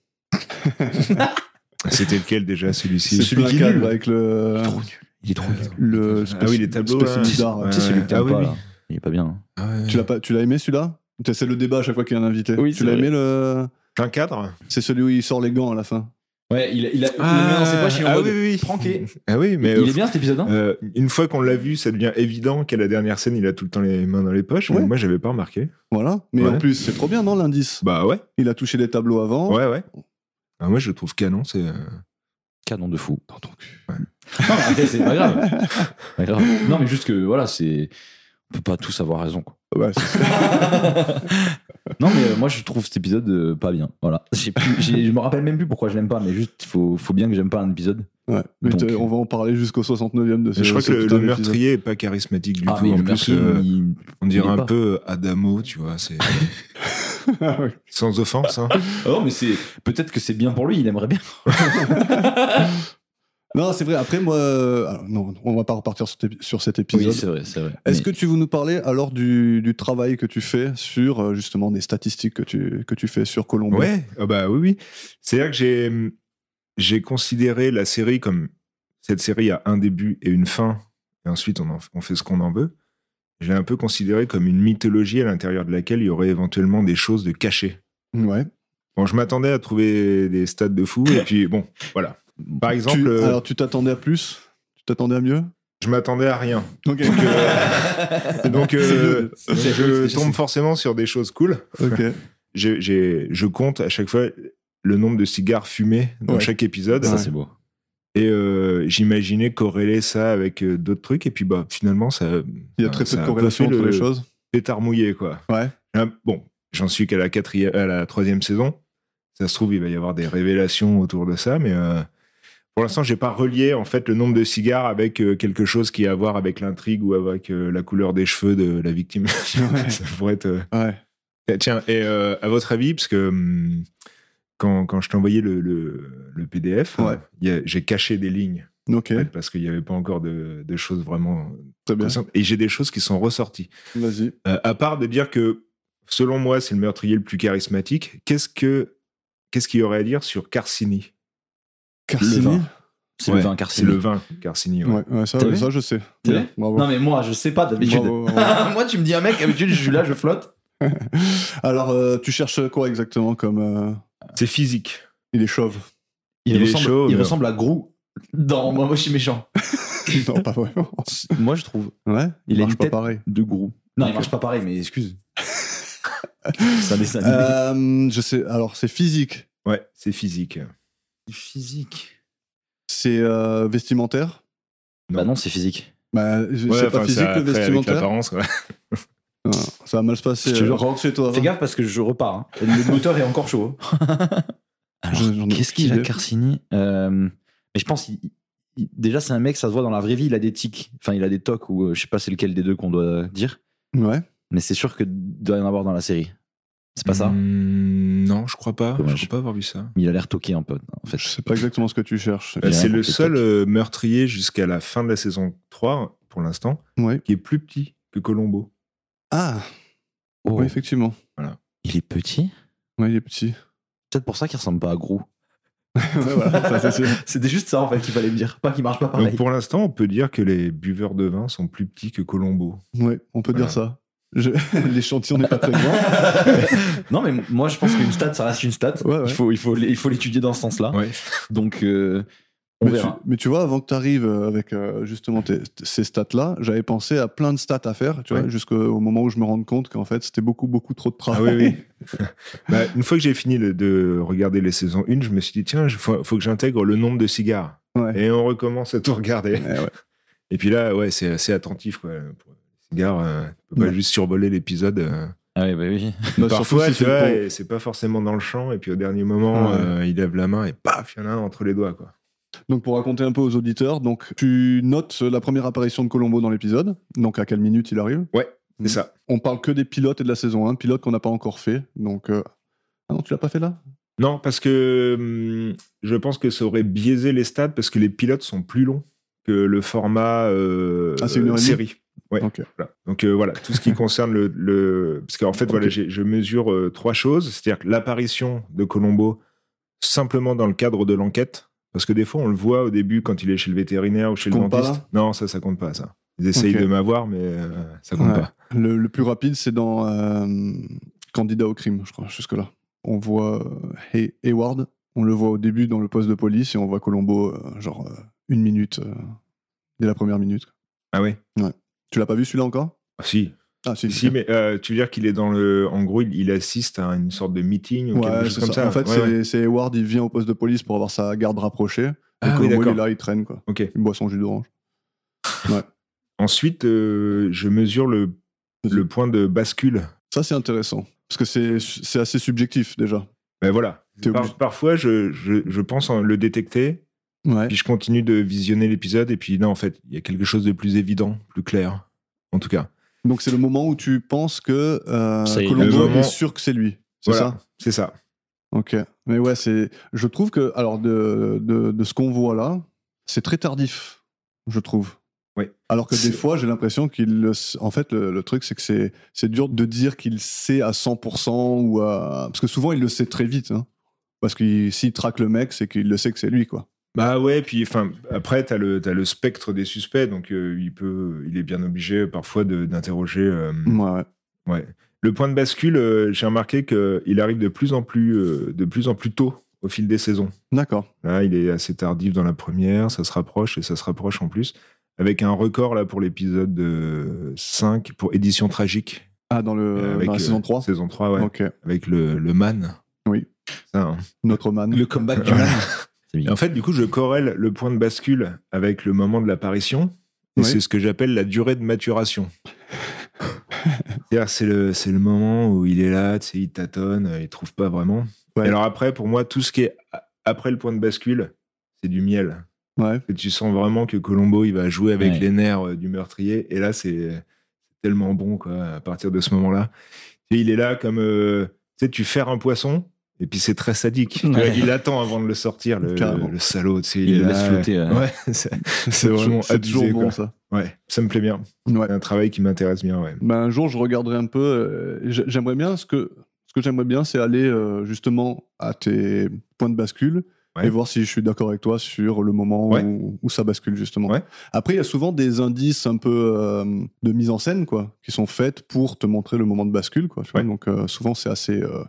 S5: C'était lequel déjà, celui-ci
S3: C'est celui qui est nul. avec le.
S6: trop nul. Il est trop nul.
S3: le
S5: Ah oui, les tableaux,
S3: Space
S5: là.
S3: Bizarre.
S5: Ouais,
S6: Tu sais, celui que
S5: ah
S6: t'aimes
S5: oui,
S6: pas,
S5: oui.
S6: là. Il est pas bien. hein.
S5: Ah ouais.
S3: Tu l'as pas, tu l'as aimé celui-là Putain, C'est le débat à chaque fois qu'il y a un invité.
S6: Oui,
S3: tu
S6: c'est
S3: l'as
S6: vrai.
S3: aimé le
S5: Un cadre
S3: C'est celui où il sort les gants à la fin.
S6: Ouais, il a. Il a il a mis dans ses poches, il est en
S5: ah
S6: mode
S5: oui, oui, oui.
S6: pranké.
S5: Ah oui, mais
S6: Il est bien cet épisode, hein
S5: Euh, une fois qu'on l'a vu, ça devient évident qu'à la dernière scène, il a tout le temps les mains dans les poches.
S3: Ouais.
S5: Mais moi, j'avais pas remarqué.
S3: Voilà. Mais
S5: Ouais.
S3: en plus, c'est trop bien, non L'indice.
S5: Bah ouais,
S3: Il a touché les tableaux
S6: Oh.
S3: avant.
S5: ouais, ouais. Ah, moi, je le trouve canon. C'est euh,
S6: Canon de fou.
S3: Dans ton cul.
S6: Non, mais après, c'est pas grave. Pas grave. Non, mais juste que, voilà, c'est. On peut pas tous avoir raison, quoi.
S3: Ouais, c'est-
S6: non, mais euh, moi, je trouve cet épisode euh, pas bien. Voilà. J'ai plus- j'ai- je me rappelle même plus pourquoi je l'aime pas, mais juste, faut, faut bien que j'aime pas un épisode.
S3: ouais. Mais
S6: Donc,
S3: t'as- on va en parler jusqu'au 69e de ce
S5: Je crois
S3: ce
S5: que le,
S3: putain
S5: le
S3: d'épisode.
S5: meurtrier est pas charismatique du
S6: ah,
S5: tout.
S6: mais
S5: En
S6: le
S5: plus,
S6: meurtrier,
S5: euh,
S6: il-
S5: on dirait
S6: il est
S5: un
S6: pas.
S5: peu Adamo, tu vois. C'est euh,
S3: Ah ouais.
S5: sans offense. Hein.
S6: Ah non, mais c'est. Peut-être que c'est bien pour lui, il aimerait bien.
S3: Non, c'est vrai. Après, moi. euh, alors, non, on va pas repartir sur, t'épi- sur cet épisode.
S6: vrai, c'est vrai.
S3: Est-ce que tu veux nous parler alors du, du travail que tu fais sur euh, justement des statistiques que tu, que tu fais sur Colombo
S5: Ouais, ah bah oui, oui. C'est-à-dire que j'ai, j'ai considéré la série comme cette série a un début et une fin, et ensuite on, en- on fait ce qu'on en veut. J'ai un peu considéré comme une mythologie à l'intérieur de laquelle il y aurait éventuellement des choses de cachées.
S3: Ouais.
S5: Bon, je m'attendais à trouver des stats de fou, et puis bon, voilà. Par exemple,
S3: Tu-
S5: euh,
S3: alors, tu t'attendais à plus Tu t'attendais à mieux
S5: je m'attendais à rien.
S3: Ok.
S5: Donc, euh,
S6: C'est nul.
S5: je
S6: C'est-
S5: tombe forcément sur des choses cool.
S3: ok.
S5: J'ai- j'ai- je compte à chaque fois le nombre de cigares fumés dans
S3: Ouais.
S5: chaque épisode.
S6: Ça,
S3: Ouais.
S6: c'est beau.
S5: Et euh, j'imaginais corréler ça avec euh, d'autres trucs. Et puis bah, finalement, ça.
S3: Il y a
S5: ça-
S3: très peu
S5: ça
S3: de
S5: a
S3: corrélation
S5: fait
S3: entre
S5: le
S3: les choses.
S5: Pétard mouillé, quoi.
S3: Ouais.
S5: Ah, bon, j'en suis qu'à la, quatrième, à la troisième saison. Ça se trouve, il va y avoir des révélations autour de ça. Mais euh, pour l'instant, j'ai pas relié en fait le nombre de cigares avec euh, quelque chose qui a à voir avec l'intrigue ou avec euh, la couleur des cheveux de la victime. ça pourrait être. euh,
S3: Ouais.
S5: eh, Tiens, et euh, à votre avis, parce que hum, quand, quand je t'envoyais le, le, le PDF,
S3: Ouais.
S5: euh, il y a- j'ai caché des lignes
S3: Ok.
S5: en fait, parce qu'il n'y avait pas encore de, de choses vraiment
S3: Très bien.
S5: intéressantes. Et j'ai des choses qui sont ressorties.
S3: Vas-y.
S5: Euh, à part de dire que, selon moi, c'est le meurtrier le plus charismatique, qu'est-ce que qu'est-ce qu'il y aurait à dire sur Carcini
S3: Carcini
S6: vin. C'est le
S5: Ouais,
S6: vin
S5: C'est le
S6: Carcini.
S5: vin, Carcini. ouais.
S3: Ouais, ouais, ça,
S6: T'as vu
S3: ça, je sais.
S6: T'as
S3: Ouais,
S6: vu
S3: Bravo.
S6: Non, mais moi, je sais pas d'habitude.
S3: Bravo, bravo.
S6: moi, tu me dis un mec, d'habitude, je suis là, je flotte.
S3: Alors, euh, tu cherches quoi exactement comme. euh,
S5: C'est physique.
S3: Il est chauve.
S6: Il,
S5: Il est
S6: ressemble,
S5: chaud,
S6: il
S5: mais-
S6: ressemble à Grou. Dans moi, moi, je suis méchant.
S3: non, pas vraiment.
S6: Moi, je trouve
S3: Ouais. Il
S6: Il a
S3: marche
S6: une
S3: pas
S6: tête.
S3: pareil.
S6: de Grou. Non, il
S3: Ok.
S6: marche pas pareil, mais excuse. c'est un dessin animé.
S3: Euh, je sais. Alors, c'est physique,
S5: Ouais, c'est physique.
S6: physique.
S3: c'est euh, vestimentaire.
S6: Bah non, c'est physique.
S3: Bah, je-
S5: Ouais,
S3: c'est
S5: enfin,
S3: pas physique
S5: ça a
S3: le
S5: trait avec
S3: vestimentaire.
S5: l'apparence, ouais.
S3: Ah, ça va mal se passer.
S6: Je te
S3: euh,
S6: jure.
S3: rentre chez toi.
S6: Fais
S3: va.
S6: gaffe parce que je repars. hein. Le moteur est encore chaud. hein. Alors,
S3: Je- j'en ai
S6: Oh, qu'est-ce
S3: aucune
S6: qu'il a,
S3: idée.
S6: Carcini Euh, Mais je pense, il- il- déjà, c'est un mec, ça se voit dans la vraie vie, il a des tics. Enfin, il a des tocs, ou euh, je sais pas c'est lequel des deux qu'on doit dire.
S3: Ouais.
S6: Mais c'est sûr que doit y en avoir dans la série. C'est pas
S3: Mm.
S6: ça
S5: Hmm, Non, je crois pas.
S6: Dommage.
S5: Je crois pas avoir vu ça.
S6: Il a l'air toqué un peu, en fait.
S3: Je sais pas exactement ce que tu cherches.
S5: Euh,
S6: Il y a
S5: c'est
S6: un
S5: le
S6: côté
S5: seul
S6: toc.
S5: euh, meurtrier jusqu'à la fin de la saison 3, pour l'instant,
S3: Ouais.
S5: qui est plus petit que Colombo.
S3: Ah,
S6: Oh,
S3: oui, effectivement.
S6: Il est petit
S3: Ouais, il est petit.
S6: Peut-être pour ça qu'il ressemble pas à Gros.
S3: Ouais, voilà, ça, c'est sûr.
S6: C'était juste ça, en fait, qu'il fallait me dire. Pas qu'il marche
S3: Ah
S6: pas
S5: Donc pour l'instant, on peut dire que les buveurs de vin sont plus petits que Colombo.
S3: Ouais, on peut dire ça. Je- L'échantillon n'est pas très grand.
S6: non, mais moi, je pense qu'une stat, ça reste une stat.
S3: Ouais, ouais.
S6: Il faut il faut l'é- il faut l'étudier dans ce sens-là.
S5: Ouais.
S6: Donc, euh, on
S3: Mais Bah, tu,
S6: verra.
S3: mais tu vois, avant que tu arrives avec euh, justement tes- t- ces stats-là, j'avais pensé à plein de stats à faire, tu vois,
S5: Ouais.
S3: jusqu'au moment où je me rends compte qu'en fait, c'était beaucoup, beaucoup trop de
S5: Ah
S3: travail.
S5: oui, oui. Bah, une fois que j'ai fini le- de regarder les saisons 1, je me suis dit, tiens, il faut, faut que j'intègre le nombre de cigares.
S3: Ouais.
S5: Et on recommence à tout regarder.
S3: Eh ouais.
S5: Et puis là, ouais, c'est assez attentif. Quoi. Pour les cigares, euh, tu peux pas
S3: Ouais.
S5: juste survoler l'épisode. euh.
S6: Ah oui, bah oui.
S3: Bah, surtout
S5: Parfois,
S3: si
S5: tu
S3: c'est le
S5: vois,
S3: bon-
S5: et c'est pas forcément dans le champ. Et puis au dernier moment,
S3: Ouais.
S5: euh, il lève la main et paf, il y en a un entre les doigts. Quoi.
S3: Donc, pour raconter un peu aux auditeurs, donc, tu notes la première apparition de Colombo dans l'épisode, donc à quelle minute il arrive.
S5: C'est
S3: Mm.
S5: ça.
S3: On parle que des pilotes et de la saison 1, pilote qu'on n'a pas encore fait. Donc, euh, ah non, tu l'as pas fait là
S5: Non, parce que hum, je pense que ça aurait biaisé les stades parce que les pilotes sont plus longs que le format euh,
S3: Ah, c'est une heure et demie
S5: série. Ouais.
S3: Ok.
S5: Voilà. Donc euh, voilà, tout ce qui concerne le, le- Parce qu'en fait, voilà, j'ai- je mesure euh, trois choses. C'est-à-dire que l'apparition de Colombo simplement dans le cadre de l'enquête. Parce que des fois, on le voit au début quand il est chez le vétérinaire ou chez le
S3: compte pas,
S5: dentiste. non, ça, ça compte pas, ça. Ils essayent
S3: Ok.
S5: de m'avoir, mais euh, ça compte
S3: Ouais.
S5: pas.
S3: Le, le plus rapide, c'est dans euh, Candidat au crime, je crois, jusque-là. On voit euh, Hay- Hayward, on le voit au début dans le poste de police et on voit Colombo, euh, genre euh, une minute, euh, dès la première minute.
S5: Ah ouais
S3: Tu l'as pas vu celui-là encore
S5: Ah, Si,
S3: Ah, si,
S5: si, mais euh, tu veux dire qu'il est dans le. En gros, il, il assiste à une sorte de meeting ou quelque
S3: Ouais,
S5: chose
S3: c'est
S5: comme ça.
S3: ça. En fait,
S5: Ouais,
S3: c'est-
S5: ouais.
S3: c'est Hayward, il vient au poste de police pour avoir sa garde rapprochée.
S5: Ah
S3: et
S5: oui,
S3: Colombo, il est
S5: d'accord.
S3: là, il traîne, quoi.
S5: Ok.
S3: Il boit son jus d'orange.
S5: Ensuite, euh, je mesure le, le point de bascule.
S3: Ça, c'est intéressant. Parce que c'est- c'est assez subjectif, déjà.
S5: Ben voilà.
S3: T'es
S5: Par-
S3: obligé-
S5: parfois, je, je, je pense en le détecter,
S3: Ouais.
S5: puis je continue de visionner l'épisode, et puis non, en fait, il y a quelque chose de plus évident, plus clair, en tout cas.
S3: Donc, c'est le moment où tu penses que euh,
S6: C'est le
S3: Colombo
S5: moment-
S3: est sûr que c'est lui. C'est
S5: Voilà,
S3: ça
S5: C'est ça.
S3: Ok. Mais ouais, c'est. Je trouve que, alors, de, de, de ce qu'on voit là, c'est très tardif, je trouve.
S5: Oui.
S3: Alors que des
S5: C'est-
S3: fois, j'ai l'impression qu'il. le s- En fait, le, le truc, c'est que c'est, c'est dur de dire qu'il sait à 100% ou à. Parce que souvent, il le sait très vite. hein. Parce que s'il traque le mec, c'est qu'il le sait que c'est lui, quoi.
S5: Bah ouais, puis enfin, après, t'as le, t'as le spectre des suspects, donc euh, il, peut, il est bien obligé euh, parfois de- d'interroger. euh,
S3: Ouais, ouais.
S5: Ouais. Le point de bascule, euh, j'ai remarqué qu'il arrive de plus en plus, euh, de plus en plus tôt au fil des saisons.
S3: D'accord.
S5: Là, il est assez tardif dans la première, ça se rapproche et ça se rapproche en plus. Avec un record là pour l'épisode euh, 5, pour édition tragique.
S3: Ah, dans, le,
S5: euh,
S3: dans la
S5: euh,
S3: saison 3
S5: Saison 3, ouais.
S3: Ok.
S5: Avec le, le man.
S3: Oui.
S5: Ça, hein.
S3: Notre man.
S6: Le comeback
S5: du
S6: du
S5: mal.
S6: mal.
S5: Et en fait, du coup, je corrèle le point de bascule avec le moment de l'apparition. Et
S3: Oui.
S5: c'est ce que j'appelle la durée de maturation. C'est-à-dire, c'est le, c'est le moment où il est là, tu sais, il tâtonne, euh, il trouve pas vraiment.
S3: Ouais.
S5: Et alors après, pour moi, tout ce qui est a- après le point de bascule, c'est du miel.
S3: Ouais.
S5: Et tu sens vraiment que Colombo, il va jouer avec
S6: Ouais.
S5: les nerfs euh, du meurtrier. Et là, c'est tellement bon, quoi, à partir de ce moment-là. Et il est là comme, euh, tu sais, tu ferres un poisson, et puis c'est très sadique. Tu vois,
S6: Ouais.
S5: Il attend avant de le sortir, le,
S3: Carrément.
S5: le salaud, tu sais.
S6: Il
S5: est
S6: le laisse
S5: là. euh,
S6: flotter, euh. ouais.
S5: Ouais, c'est c'est vraiment
S3: c'est toujours
S5: abusé,
S3: bon,
S5: quoi.
S3: ça.
S5: Ouais, ça me plaît bien.
S3: Ouais.
S5: C'est un travail qui m'intéresse bien, ouais.
S3: Ben, un jour, je regarderai un peu. euh, j'a- j'aimerais bien ce que ce que j'aimerais bien, c'est aller euh, justement à tes points de bascule
S5: Ouais.
S3: et voir si je suis d'accord avec toi sur le moment
S5: Ouais.
S3: où, où ça bascule justement.
S5: Ouais.
S3: Après, il y a souvent des indices un peu euh, de mise en scène quoi, qui sont faites pour te montrer le moment de bascule quoi. tu vois.
S5: Ouais.
S3: Donc euh, souvent, c'est assez euh,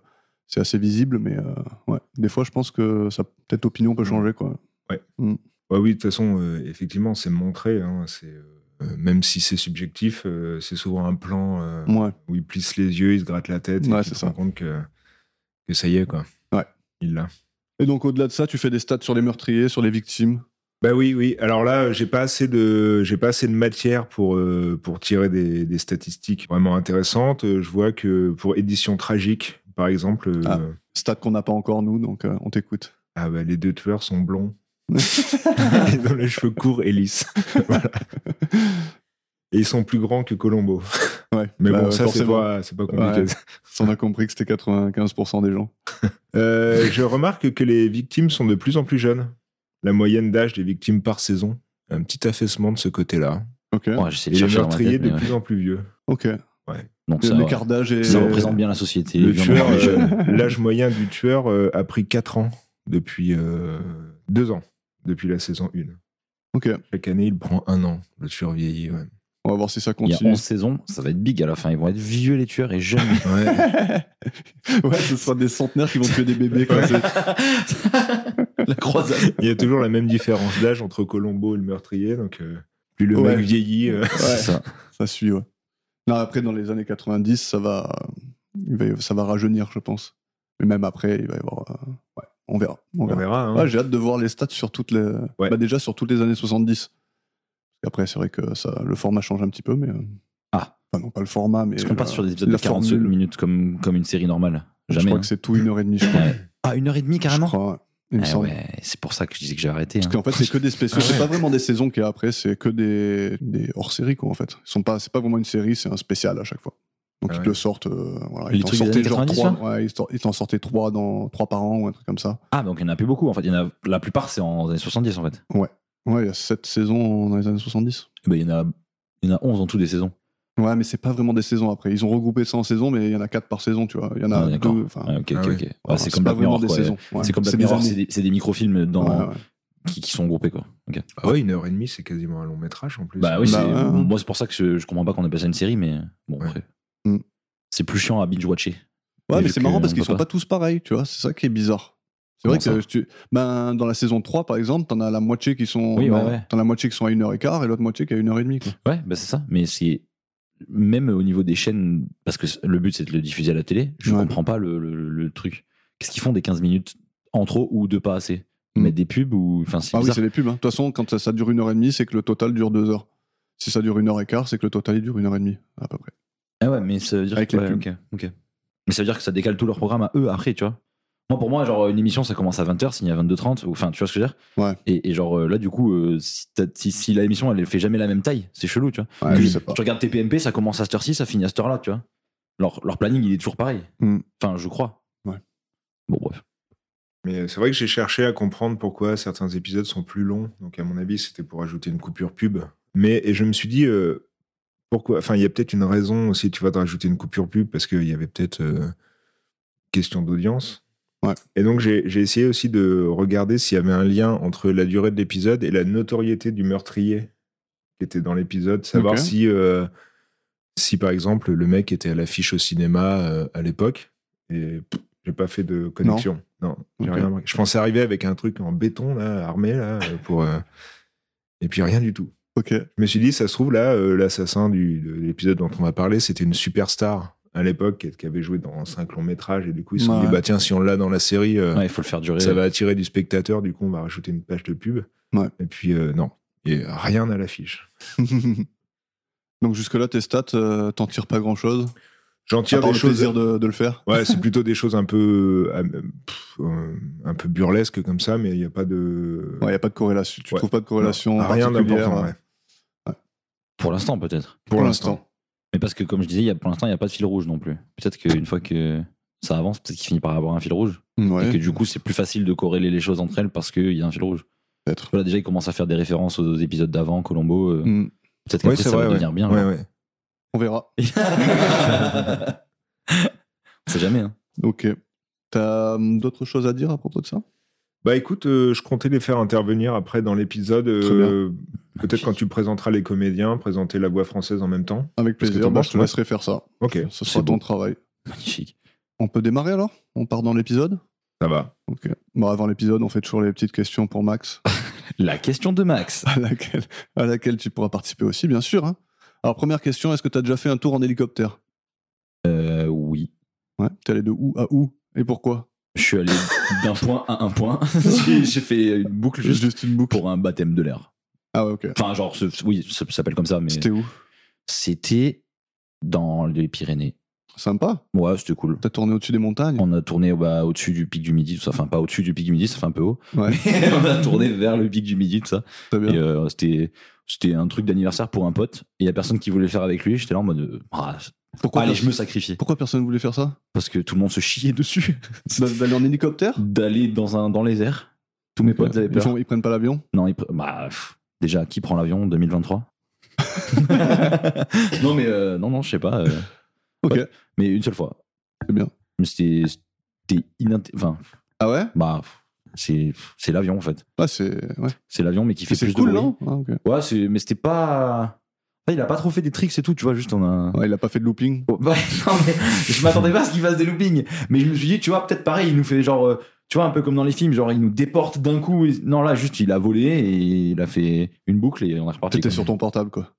S3: c'est assez visible, mais euh, ouais. Des fois, je pense que ça peut-être opinion peut changer quoi.
S5: Ouais, oui, de toute façon, euh, effectivement, c'est montré. hein, c'est euh, euh, même si c'est subjectif, euh, c'est souvent un plan euh,
S3: Ouais.
S5: où il plisse les yeux, il se gratte la tête,
S3: Ouais,
S5: et
S3: c'est
S5: il se
S3: ça.
S5: rend compte que, que ça y est, quoi.
S3: Ouais.
S5: Il l'a.
S3: Et donc, au-delà de ça, tu fais des stats sur les meurtriers, sur les victimes.
S5: Bah oui, oui. Alors là, euh, j'ai pas assez de, j'ai pas assez de matière pour euh, pour tirer des, des statistiques vraiment intéressantes. Euh, Je vois que pour édition tragique, par exemple, euh,
S3: Ah.
S5: ah,
S3: Stats qu'on n'a pas encore, nous, donc euh, on t'écoute.
S5: bah, les deux tueurs sont blonds, ils ont les cheveux courts et lisses, Voilà. et ils sont plus grands que Colombo.
S3: Ouais.
S5: Mais
S3: Bah,
S5: bon,
S3: ouais,
S5: ça c'est
S3: forcément.
S5: pas, c'est pas compliqué.
S3: Ouais. On a compris que c'était 95% des gens.
S5: Euh, je remarque que les victimes sont de plus en plus jeunes. La moyenne d'âge des victimes par saison, un petit affaissement de ce côté-là.
S3: Ok.
S6: Ouais, Oh, j'essaie de
S5: Et les
S6: chercher dans ma tête,
S5: meurtriers
S6: mais
S5: de
S6: ouais.
S5: plus en plus vieux.
S3: Ok.
S6: Donc ça,
S3: L'écart d'âge est.
S6: ça représente bien la société.
S5: Le
S6: bien
S5: tueur,
S6: les
S5: euh,
S6: jeunes.
S5: l'âge moyen du tueur euh, a pris 4 ans depuis 2 ans, depuis la saison 1.
S3: Ok.
S5: Chaque année, il prend un an, le tueur vieillit. Ouais.
S3: On va voir si ça
S6: Il y a
S3: continue.
S6: 11 saisons, ça va être big à la fin. Ils vont être vieux les tueurs et jeunes.
S5: Ouais.
S3: ouais, ce sera des centenaires qui vont tuer des bébés. quoi. C'est-
S6: la croisade.
S5: il y a toujours la même différence d'âge entre Colombo et le meurtrier. Donc, euh, plus le
S3: Ouais.
S5: mec vieillit, euh,
S6: C'est ça.
S3: Ça suit, ouais. Non, après, dans les années 90, ça va, il va- ça va rajeunir, je pense. Mais même après, il va y avoir. euh, ouais, on verra. On
S5: on
S3: verra.
S5: verra. hein.
S3: Ouais, J'ai hâte de voir les stats sur toutes les.
S5: Ouais.
S3: Bah, déjà sur toutes les années 70. Après, c'est vrai que ça, le format change un petit peu, mais. euh,
S6: Ah.
S3: Enfin, non, pas le format, mais.
S6: Est-ce qu'on
S3: euh,
S6: passe sur des épisodes de
S3: la
S6: 40
S3: formule.
S6: minutes comme, comme une série normale
S3: Je
S6: Jamais.
S3: crois que c'est tout une heure et demie, je crois.
S6: hein. Ouais. Ah, une heure et demie carrément
S3: Je crois, ouais. Il me
S6: Eh
S3: semble.
S6: ouais, C'est pour ça que je disais que j'ai arrêté.
S3: Parce
S6: hein.
S3: qu'en fait, c'est que des spéciaux.
S5: Ah
S3: C'est
S5: ouais.
S3: pas vraiment des saisons qu'il y a après, c'est que des, des hors-séries, quoi, en fait. Ils sont pas, c'est pas vraiment une série, c'est un spécial à chaque fois. Donc
S5: Ah
S3: ils
S5: ouais.
S3: te sortent. euh, voilà,
S6: Les
S3: ils t'en
S6: trucs des
S3: sortaient
S6: années
S3: genre
S6: 90,
S3: trois. ouais, ils t'en- ils t'en sortaient trois, dans, trois par an ou un truc comme ça.
S6: Ah, donc il n'y en a plus beaucoup en fait. Il y en a, la plupart c'est en années 70 en fait.
S3: Ouais, il y a sept saisons dans les années 70.
S6: Eh ben, il, y en a, il y en a 11 en tout des saisons.
S3: Ouais, mais c'est pas vraiment des saisons après. Ils ont regroupé ça en saisons, mais il y en a quatre par saison, tu vois. Il y en a
S6: Ah, d'accord.
S3: deux. Enfin,
S6: Ouais, ok, ok,
S5: Ah
S6: ok.
S5: ouais.
S6: Ouais,
S3: voilà,
S6: c'est comme
S3: pas
S6: Black
S3: vraiment
S6: Mirror.
S3: des
S6: quoi.
S3: saisons. ouais.
S6: C'est comme Black
S3: des
S6: Mirror,
S3: années.
S6: c'est des, c'est des microfilms dans,
S3: Ouais, ouais.
S6: Qui, qui sont groupés quoi. Ok.
S5: Ah ouais, une heure et demie, c'est quasiment un long métrage en plus.
S6: Bah oui,
S3: Bah,
S6: c'est-
S3: ouais.
S6: moi c'est pour ça que je, je comprends pas qu'on appelle ça une série, mais bon
S5: Ouais.
S6: après.
S3: Mm.
S6: C'est plus chiant à binge-watcher.
S3: Ouais, mais
S6: Et vu
S3: c'est marrant
S6: que
S3: parce
S6: on
S3: qu'ils
S6: peut
S3: sont pas
S6: pas.
S3: tous pareils, tu vois. C'est ça qui est bizarre. C'est vrai
S6: Comment
S3: que tu... ben, dans la saison 3, par exemple, t'en as la moitié qui sont,
S6: Oui, ouais,
S3: ben,
S6: ouais.
S3: t'en as la moitié qui sont à 1h15 et l'autre moitié qui est à 1h30. Quoi.
S6: Ouais, bah c'est ça. Mais c'est même au niveau des chaînes, parce que c- le but c'est de le diffuser à la télé, je
S3: Ouais.
S6: comprends pas le, le- le truc. Qu'est-ce qu'ils font des 15 minutes en trop ou de pas assez Ils
S3: Mm.
S6: mettent des pubs ou. Enfin, c'est
S3: Ah oui,
S6: bizarre.
S3: c'est les pubs. hein. De toute façon, quand ça, ça dure 1h30, c'est que le total dure 2h. Si ça dure 1h15, c'est que le total il dure 1h30, à peu près.
S6: ah ouais, mais ça veut dire
S3: Avec
S6: que.
S3: les
S6: ouais,
S3: pubs.
S6: ok, ok. Mais ça veut dire que ça décale tout leur programme à eux après, tu vois. Moi, pour moi, genre, une émission, ça commence à 20h, s'il y a 22h30, ou- enfin, tu vois ce que je veux dire
S3: Ouais.
S6: et, et genre, euh, là, du coup, euh, si, t'as- si, si la émission, elle fait jamais la même taille, c'est chelou, tu vois.
S3: Ouais,
S6: Que
S3: je sais pas.
S6: Tu regardes TPMP, ça commence à cette heure-ci, ça finit à cette heure-là, tu vois. Leur, leur planning, il est toujours pareil.
S3: Hmm.
S6: Enfin, je crois.
S3: Ouais.
S6: Bon, bref.
S5: Mais euh, c'est vrai que j'ai cherché à comprendre pourquoi certains épisodes sont plus longs. Donc, à mon avis, c'était pour ajouter une coupure pub. Mais et je me suis dit, euh, pourquoi Enfin, il y a peut-être une raison aussi, tu vois, de rajouter une coupure pub parce qu'il y avait peut-être euh, question d'audience.
S3: Ouais.
S5: Et donc, j'ai j'ai essayé aussi de regarder s'il y avait un lien entre la durée de l'épisode et la notoriété du meurtrier qui était dans l'épisode. Savoir
S3: Ok.
S5: si, euh, si, par exemple, le mec était à l'affiche au cinéma euh, à l'époque. Et pff, j'ai pas fait de connexion. Non, j'ai
S3: Ok.
S5: rien remarqué. Je pensais arriver avec un truc en béton, là, armé, là, euh, pour. euh, Et puis rien du tout.
S3: Ok.
S5: Je me suis dit, ça se trouve, là, euh, l'assassin du- de l'épisode dont on va parler, c'était une superstar à l'époque qui- qui avait joué dans cinq longs métrages. Et du coup, ils se sont
S3: Ouais.
S5: dit, bah tiens, si on l'a dans la série, euh,
S6: Ouais, il faut le faire durer.
S5: ça va attirer du spectateur. Du coup, on va rajouter une page de pub.
S3: Ouais.
S5: Et puis, euh, non. Et rien à l'affiche.
S3: Donc jusque-là, tes stats, euh, t'en tires pas grand-chose.
S5: J'en
S3: À
S5: tire
S3: part
S5: des
S3: le
S5: choses.
S3: plaisir de, de le faire.
S5: Ouais, c'est plutôt des choses un peu. euh, pff, euh, un peu burlesques comme ça, mais il n'y a pas de.
S6: euh,
S3: Il n'y a pas de corrélation. Tu
S5: Ouais.
S3: trouves pas Ah, de corrélation
S5: Non, rien
S3: particulière euh,
S5: d'important, ouais.
S6: Pour l'instant, peut-être.
S5: Pour l'instant.
S6: Mais parce que, comme je disais, il y a, pour l'instant, il n'y a pas de fil rouge non plus. Peut-être qu'une fois que ça avance, peut-être qu'il finit par avoir un fil rouge. Et
S3: Ouais,
S6: que du coup, c'est plus facile de corréler les choses entre elles parce qu'il y a un fil rouge.
S3: peut-être.
S6: Voilà, déjà, ils commencent à faire des références aux, aux épisodes d'avant, Colombo. euh,
S3: Hmm.
S6: Peut-être
S5: Oui,
S6: qu'après,
S5: c'est
S6: ça
S5: vrai.
S6: va
S5: ouais.
S6: devenir bien.
S5: Ouais,
S6: genre.
S5: ouais.
S3: On verra.
S6: On sait jamais. Hein.
S3: Ok. T'as hum, d'autres choses à dire à propos de ça
S5: Bah écoute, euh, je comptais les faire intervenir après dans l'épisode.
S3: Très
S5: euh, Peut-être quand tu présenteras les comédiens, présenter la voix française en même temps.
S3: Avec
S5: Parce que
S3: plaisir.
S5: t'en
S3: Moi,
S5: penses,
S3: je te
S5: ouais.
S3: laisserai faire ça.
S5: Ok,
S3: Ce sera
S6: C'est
S3: ton
S6: beau.
S3: travail.
S6: Magnifique.
S3: On peut démarrer alors On part dans l'épisode
S5: ça va.
S3: Ok. Bon, avant l'épisode, on fait toujours les petites questions pour Max.
S6: La question de Max.
S3: à laquelle, à laquelle tu pourras participer aussi, bien sûr. hein. Alors, première question, est-ce que tu as déjà fait un tour en hélicoptère
S6: Euh, oui.
S3: Ouais. T'es allé de où à où Et pourquoi
S6: Je suis allé d'un point à un point. J'ai j'ai fait une boucle juste
S3: Juste une boucle.
S6: pour un baptême de l'air.
S3: Ah ouais, ok.
S6: Enfin, genre, ce- oui, ça s'appelle comme ça, mais
S3: C'était où
S6: c'était dans les Pyrénées.
S3: Sympa.
S6: Ouais, c'était cool.
S3: T'as tourné au-dessus des montagnes
S6: On a tourné bah, au-dessus du pic du Midi, tout ça. Enfin, pas au-dessus du pic du Midi, ça fait un peu haut.
S3: Ouais.
S6: Mais on a tourné vers le pic du Midi, tout ça.
S3: Très bien.
S6: Et euh, c'était, c'était un truc d'anniversaire pour un pote. Et il y a personne qui voulait le faire avec lui. J'étais là en mode, euh, ah,
S3: Pourquoi,
S6: allez,
S3: pers-
S6: je me sacrifie.
S3: Pourquoi personne voulait faire ça
S6: Parce que tout le monde se chiait dessus.
S3: D'a- D'aller en hélicoptère
S6: D'aller dans, un, dans les airs. Tous mes potes avaient
S3: ils,
S6: peur.
S3: font- ils prennent pas l'avion
S6: Non, il pr- bah, pff, déjà, qui prend l'avion en 2023 Non, mais euh, non, non, je sais pas. euh,
S3: Ok.
S6: ouais. Mais une seule fois.
S3: C'est bien.
S6: Mais c'était, c'était inint- Enfin,
S3: Ah ouais
S6: bah, pff, c'est, c'est l'avion en fait.
S3: Ah, c'est. Ouais.
S6: C'est l'avion, mais qui fait
S3: C'est
S6: plus
S3: cool,
S6: de bruit.
S3: non Ah, ok.
S6: ouais, c'est, mais c'était pas. Ouais, il a pas trop fait des tricks et tout, tu vois, juste on a.
S3: Ouais, il a pas fait de looping.
S6: Oh, bah, non, mais je m'attendais pas à ce qu'il fasse des loopings. Mais je me suis dit, tu vois, peut-être pareil, il nous fait genre, euh, tu vois, un peu comme dans les films, genre il nous déporte d'un coup. et- Non, là, juste il a volé et il a fait une boucle et on est reparti.
S3: T'étais
S6: quoi.
S3: sur ton portable, quoi.